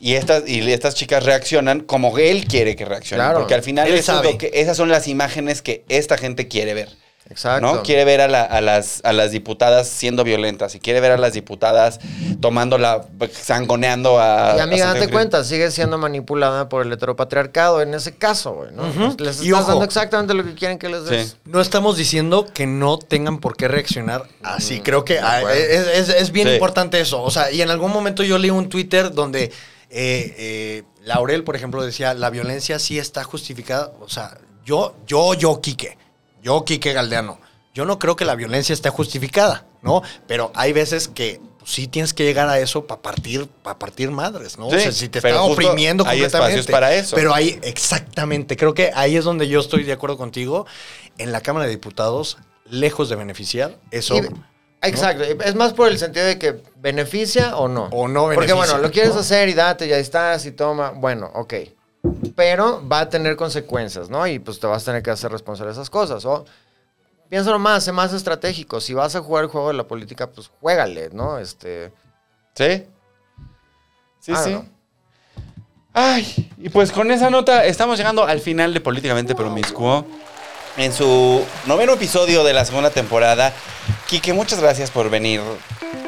[SPEAKER 5] Y estas, y estas chicas reaccionan como él quiere que reaccionen.
[SPEAKER 6] Claro.
[SPEAKER 5] Porque al final
[SPEAKER 3] Él
[SPEAKER 5] eso es lo
[SPEAKER 3] sabe.
[SPEAKER 5] que- esas son las imágenes que esta gente quiere ver.
[SPEAKER 6] Exacto.
[SPEAKER 5] ¿no? Quiere ver a, la- a las, a las diputadas siendo violentas y quiere ver a las diputadas tomando la. sangoneando a. a
[SPEAKER 6] Y amiga,
[SPEAKER 5] Santiago
[SPEAKER 6] date
[SPEAKER 5] Krill.
[SPEAKER 6] cuenta, sigue siendo manipulada por el heteropatriarcado en ese caso, güey, ¿no?
[SPEAKER 3] Ujú.
[SPEAKER 6] Les
[SPEAKER 3] Y
[SPEAKER 6] estás
[SPEAKER 3] ojo.
[SPEAKER 6] dando exactamente lo que quieren que les des.
[SPEAKER 5] Sí.
[SPEAKER 3] No estamos diciendo que no tengan por qué reaccionar así. Creo que ah,
[SPEAKER 6] acuerdo.
[SPEAKER 3] es, es- es bien
[SPEAKER 5] Mm, Sí.
[SPEAKER 3] importante eso. O sea, y en algún momento yo leí un Twitter donde eh, eh, Laurel, por ejemplo, decía, la violencia sí está justificada. O sea, yo, yo, yo, Quique. Yo, Quique Galdeano. Yo no creo que la violencia esté justificada, ¿no? Pero hay veces que pues, sí tienes que llegar a eso para partir, para partir madres, ¿no?
[SPEAKER 5] Sí,
[SPEAKER 3] o sea, si te
[SPEAKER 5] pero
[SPEAKER 3] están
[SPEAKER 5] justo
[SPEAKER 3] oprimiendo
[SPEAKER 5] hay espacios
[SPEAKER 3] completamente.
[SPEAKER 5] para eso.
[SPEAKER 3] Pero ahí, exactamente. Creo que ahí es donde yo estoy de acuerdo contigo. En la Cámara de Diputados, lejos de beneficiar, eso.
[SPEAKER 6] Y- exacto. Es más por el sentido de que beneficia o no.
[SPEAKER 3] O no
[SPEAKER 6] Porque
[SPEAKER 3] beneficia,
[SPEAKER 6] bueno, lo quieres
[SPEAKER 3] ¿no?
[SPEAKER 6] hacer y date, ya estás y toma. Bueno, ok. Pero va a tener consecuencias, ¿no? Y pues te vas a tener que hacer responsable de esas cosas. O piénsalo más, sé más estratégico. Si vas a jugar el juego de la política, pues juégale, ¿no? Este.
[SPEAKER 5] Sí. Sí,
[SPEAKER 6] I don't
[SPEAKER 5] sí.
[SPEAKER 6] know.
[SPEAKER 5] Ay, y pues con esa nota estamos llegando al final de Políticamente Promiscuo. En su noveno episodio de la segunda temporada. Quique, muchas gracias por venir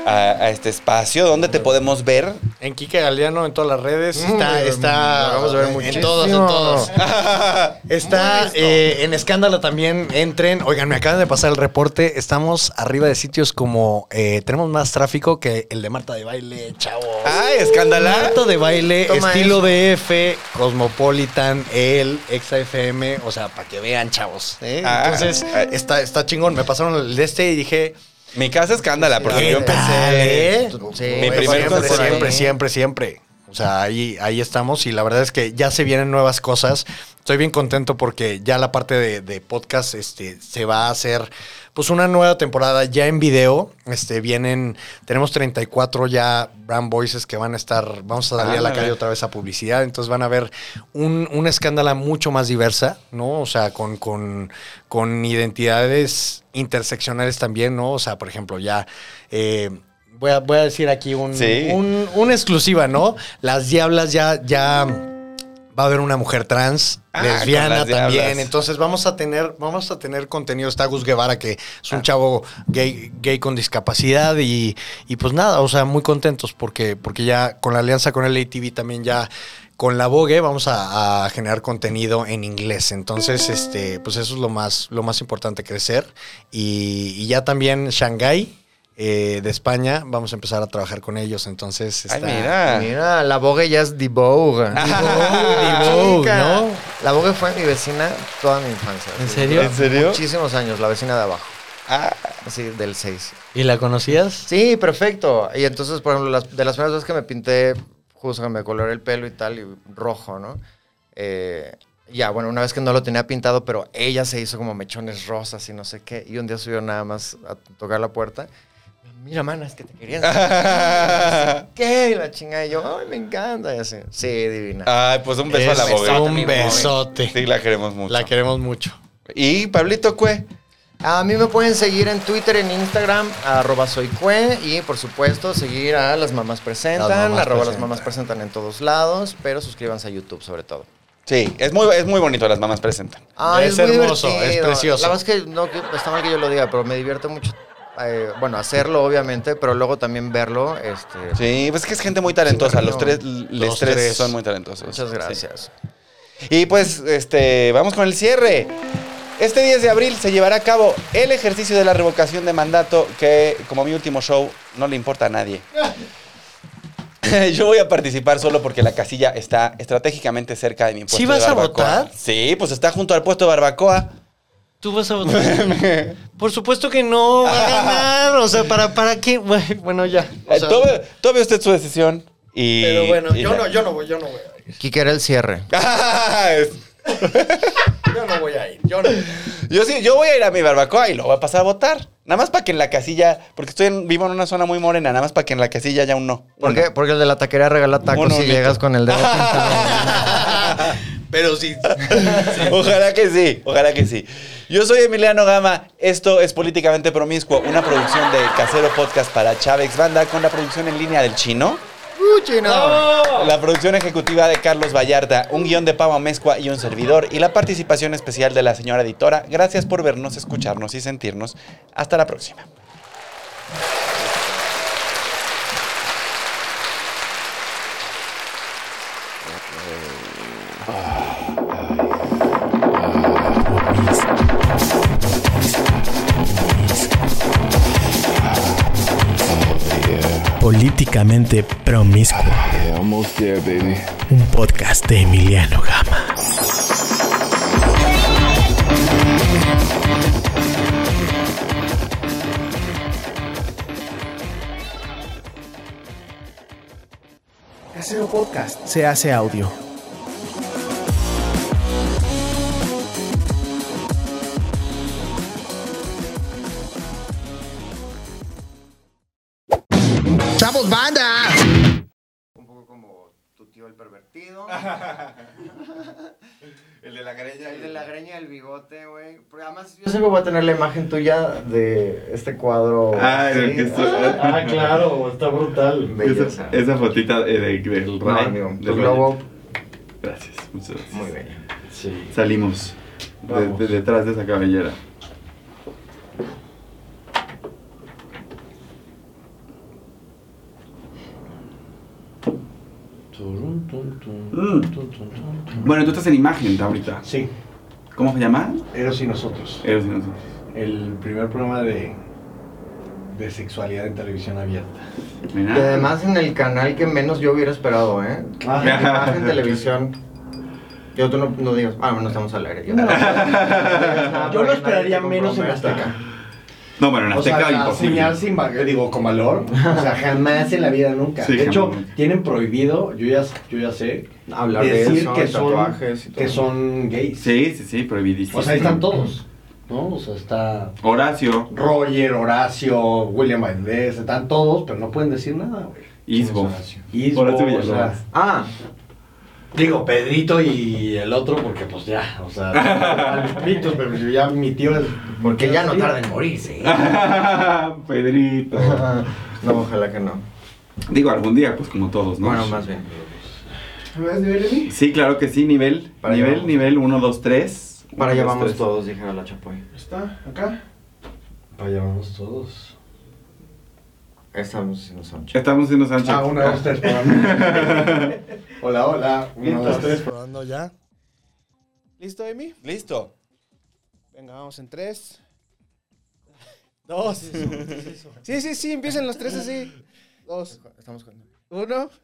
[SPEAKER 5] a, a este espacio. ¿Dónde te podemos ver?
[SPEAKER 3] En Kike Galeano, en todas las redes.
[SPEAKER 6] Mm,
[SPEAKER 3] Está, está.
[SPEAKER 6] lo vamos a ver
[SPEAKER 3] En
[SPEAKER 6] muchísimo.
[SPEAKER 3] todos, en todos. Está eh, en escándalo también. Entren. Oigan, me acaban de pasar el reporte. Estamos arriba de sitios como. eh, tenemos más tráfico que el de Marta de Baile, chavo.
[SPEAKER 5] ¡Ay, escándala!
[SPEAKER 3] Marta de Baile,
[SPEAKER 6] Toma
[SPEAKER 3] estilo DF, Cosmopolitan, el Exa FM. O sea, para que vean, chavos. ¿eh?
[SPEAKER 5] Ah,
[SPEAKER 3] Entonces,
[SPEAKER 5] ah.
[SPEAKER 3] está, está chingón. Me pasaron el de este y dije.
[SPEAKER 5] Mi casa escándala, porque
[SPEAKER 3] ¿Qué
[SPEAKER 5] yo empecé.
[SPEAKER 3] tal, eh?
[SPEAKER 6] Sí,
[SPEAKER 5] Mi primer
[SPEAKER 3] siempre,
[SPEAKER 5] concierto.
[SPEAKER 3] siempre, siempre, siempre. O sea, ahí, ahí estamos y la verdad es que ya se vienen nuevas cosas. Estoy bien contento porque ya la parte de, de podcast este, se va a hacer pues una nueva temporada ya en video. Este, vienen, tenemos 34 ya brand voices que van a estar, vamos a salir a la
[SPEAKER 5] Ándale.
[SPEAKER 3] calle otra vez a publicidad, entonces van a ver un, una escándala mucho más diversa, ¿no? O sea, con, con, con identidades interseccionales también, ¿no? O sea, por ejemplo, ya... eh, Voy a, voy a decir aquí un,
[SPEAKER 5] Sí.
[SPEAKER 3] un- una exclusiva, ¿no? Las Diablas ya, ya va a haber una mujer trans,
[SPEAKER 5] Ah, con
[SPEAKER 3] lesbiana
[SPEAKER 5] las Diablas.
[SPEAKER 3] también. Entonces vamos a tener, vamos a tener contenido. Está Gus Guevara, que es
[SPEAKER 5] Ah.
[SPEAKER 3] un chavo gay, gay con discapacidad. Y, y pues nada, o sea, muy contentos porque, porque ya con la alianza con el ATV también ya. Con la Vogue vamos a, a generar contenido en inglés. Entonces, este, pues eso es lo más, lo más importante, crecer. Y, y ya también Shanghai eh, de España, vamos a empezar a trabajar con ellos. Entonces,
[SPEAKER 5] Ay,
[SPEAKER 3] está-
[SPEAKER 5] mira.
[SPEAKER 6] Mira, la Vogue ya es The Vogue.
[SPEAKER 3] The Vogue,
[SPEAKER 6] Chica,
[SPEAKER 3] ¿no?
[SPEAKER 6] La Vogue fue mi vecina toda mi infancia.
[SPEAKER 3] ¿En
[SPEAKER 6] sí.
[SPEAKER 3] serio?
[SPEAKER 5] ¿En serio?
[SPEAKER 6] Muchísimos años, la vecina de abajo.
[SPEAKER 5] Ah,
[SPEAKER 6] Así, del 6.
[SPEAKER 3] ¿Y la conocías?
[SPEAKER 6] Sí, perfecto. Y entonces, por ejemplo, las- de las primeras veces que me pinté, justo que me coloré el pelo y tal, y rojo, ¿no? Eh, ya, bueno, una vez que no lo tenía pintado, pero ella se hizo como mechones rosas y no sé qué. Y un día subió nada más a tocar la puerta. Mira, mana, es que te querían. ¿Qué? Y la chingada. Y yo, ay, me encanta. Y así. Sí, divina.
[SPEAKER 5] ay, pues un beso
[SPEAKER 3] Es
[SPEAKER 5] a la boca.
[SPEAKER 3] Un besote.
[SPEAKER 5] Sí, la queremos mucho.
[SPEAKER 3] La queremos mucho.
[SPEAKER 5] Y Pablito Cue.
[SPEAKER 6] A mí me pueden seguir en Twitter, en Instagram, arroba soycue. Y por supuesto, seguir a Las Mamás Presentan,
[SPEAKER 3] Las Mamás
[SPEAKER 6] arroba Las
[SPEAKER 3] Presentan.
[SPEAKER 6] Mamás Presentan en todos lados. Pero suscríbanse a YouTube sobre todo.
[SPEAKER 5] Sí, es muy, es muy bonito, las mamás presentan.
[SPEAKER 6] Ay,
[SPEAKER 3] Es
[SPEAKER 6] muy
[SPEAKER 3] hermoso, es precioso.
[SPEAKER 6] La verdad es que no, que- está mal que yo lo diga, pero me divierte mucho. eh, bueno, hacerlo obviamente, pero luego también verlo. Este,
[SPEAKER 5] Sí, pues es que es gente muy talentosa. Los tres, los
[SPEAKER 3] Los
[SPEAKER 5] tres,
[SPEAKER 3] tres.
[SPEAKER 5] son muy talentosos.
[SPEAKER 6] Muchas
[SPEAKER 5] pues, Sí.
[SPEAKER 6] gracias.
[SPEAKER 5] Y pues, este, vamos con el cierre. Este 10 de abril se llevará a cabo el ejercicio de la revocación de mandato que, como mi último show, no le importa a nadie. Yo voy a participar solo porque la casilla está estratégicamente cerca de mi puesto
[SPEAKER 3] ¿Sí
[SPEAKER 5] de
[SPEAKER 3] vas a
[SPEAKER 5] barbacoa.
[SPEAKER 3] votar?
[SPEAKER 5] Sí, pues está junto al puesto de barbacoa.
[SPEAKER 3] ¿Tú vas a votar? Por supuesto que no va a ganar. O sea, ¿para, para qué? Bueno, ya.
[SPEAKER 5] Eh, tome, tome usted su decisión. Y,
[SPEAKER 3] Pero bueno,
[SPEAKER 5] y
[SPEAKER 3] yo
[SPEAKER 5] ya.
[SPEAKER 3] no, yo no voy, yo no voy a ir.
[SPEAKER 6] Kike era el cierre.
[SPEAKER 5] Ah,
[SPEAKER 3] Yo no voy a ir. Yo no.
[SPEAKER 5] Yo sí, yo voy a ir a mi barbacoa y lo voy a pasar a votar. Nada más para que en la casilla, porque estoy en- vivo en una zona muy morena, nada más para que en la casilla haya un no.
[SPEAKER 6] ¿Por
[SPEAKER 5] Uno.
[SPEAKER 6] qué? Porque el de la taquería regala tacos
[SPEAKER 5] Uno
[SPEAKER 6] y
[SPEAKER 5] bonito.
[SPEAKER 6] llegas con el dedo pintado.
[SPEAKER 3] Pero sí.
[SPEAKER 5] Ojalá que sí, ojalá que sí. Yo soy Emiliano Gama, esto es Políticamente Promiscuo, una producción de Casero Podcast para Chávez Banda con la producción en línea del chino.
[SPEAKER 6] ¡Uh, chino!
[SPEAKER 5] La producción ejecutiva de Carlos Vallarta, un guión de Pavo Mezcua y un servidor, y la participación especial de la señora editora. Gracias por vernos, escucharnos y sentirnos. Hasta la próxima.
[SPEAKER 7] Políticamente Promiscuo,
[SPEAKER 4] Yeah, almost there, baby.
[SPEAKER 7] un podcast de Emiliano Gama.
[SPEAKER 2] Casero Podcast se hace audio. Chavos Banda.
[SPEAKER 6] Un poco como tu tío el pervertido.
[SPEAKER 5] El de la
[SPEAKER 6] El de la greña del bigote, güey. Porque además yo siempre voy a tener la imagen tuya de este cuadro.
[SPEAKER 8] Ah, en el que estoy-
[SPEAKER 6] Ah, claro, está brutal. Belleza.
[SPEAKER 8] Esa, esa fotita eh, de- del
[SPEAKER 6] No,
[SPEAKER 8] rayo,
[SPEAKER 6] amigo,
[SPEAKER 8] del
[SPEAKER 6] tu
[SPEAKER 8] rayo.
[SPEAKER 6] globo
[SPEAKER 8] Gracias, muchas gracias.
[SPEAKER 6] muy bella.
[SPEAKER 8] Salimos de- de-
[SPEAKER 6] Vamos.
[SPEAKER 8] detrás de esa cabellera.
[SPEAKER 3] Mm.
[SPEAKER 8] Bueno, tú estás en imagen ahorita.
[SPEAKER 3] Sí,
[SPEAKER 8] ¿Cómo se llama?
[SPEAKER 3] Eros y nosotros.
[SPEAKER 8] Eres y nosotros.
[SPEAKER 3] El primer programa de, de sexualidad en televisión abierta.
[SPEAKER 6] Y
[SPEAKER 8] Mira.
[SPEAKER 6] además en el canal que menos yo hubiera esperado, ¿eh?
[SPEAKER 3] Ah.
[SPEAKER 6] En imagen televisión. Yo tú no, no digas, ah, bueno, estamos al aire. Yo, no digas nada
[SPEAKER 3] Yo lo
[SPEAKER 6] Ah, porque nadie
[SPEAKER 3] esperaría
[SPEAKER 6] te
[SPEAKER 3] menos en
[SPEAKER 6] comprometa.
[SPEAKER 3] Azteca.
[SPEAKER 8] No, bueno, en
[SPEAKER 3] O
[SPEAKER 8] Azteca
[SPEAKER 3] sea, la
[SPEAKER 8] imposible.
[SPEAKER 3] señal sin valor, digo, con valor, o sea, jamás en la vida nunca.
[SPEAKER 8] Sí,
[SPEAKER 3] de hecho,
[SPEAKER 8] jamás.
[SPEAKER 3] tienen prohibido, yo ya, yo ya sé,
[SPEAKER 6] Hablar de
[SPEAKER 3] decir
[SPEAKER 6] eso,
[SPEAKER 3] que,
[SPEAKER 6] de
[SPEAKER 3] son,
[SPEAKER 6] tatuajes y todo.
[SPEAKER 3] que son gays.
[SPEAKER 8] Sí, sí, sí, prohibidísimo.
[SPEAKER 3] O sea, ahí están todos, ¿no? O sea, está
[SPEAKER 8] Horacio,
[SPEAKER 3] Roger, Horacio, William Valdés, están todos, pero no pueden decir nada, güey.
[SPEAKER 8] Isbo.
[SPEAKER 3] Isbo,
[SPEAKER 8] Horacio
[SPEAKER 3] o
[SPEAKER 8] Villalobos.
[SPEAKER 3] sea,
[SPEAKER 6] Ah,
[SPEAKER 3] digo, Pedrito y el otro, porque pues ya, o sea, a los pitos, pero ya mi tío es...
[SPEAKER 6] porque ya no tarda en morirse.
[SPEAKER 8] Pedrito.
[SPEAKER 6] No, ojalá que no.
[SPEAKER 8] Digo, algún día, pues como todos, ¿no?
[SPEAKER 6] Bueno, más bien.
[SPEAKER 8] Sí, claro que sí, nivel.
[SPEAKER 6] Para
[SPEAKER 8] nivel,
[SPEAKER 6] allá vamos.
[SPEAKER 8] nivel 1, 2, 3.
[SPEAKER 6] Para allá vamos todos, dijera la Chapoy.
[SPEAKER 1] Está acá.
[SPEAKER 3] Para allá vamos todos.
[SPEAKER 6] Estamos haciendo soundcheck.
[SPEAKER 8] Estamos haciendo Sánchez.
[SPEAKER 3] Ah, una, dos, tres, programa. Hola, hola, una, dos, tres.
[SPEAKER 9] Probando ya.
[SPEAKER 1] ¿Listo, Emi?
[SPEAKER 10] Listo.
[SPEAKER 1] Venga, vamos en tres. Dos. Sí, sí, sí, empiecen los tres así. Dos,
[SPEAKER 6] Estamos con...
[SPEAKER 1] uno.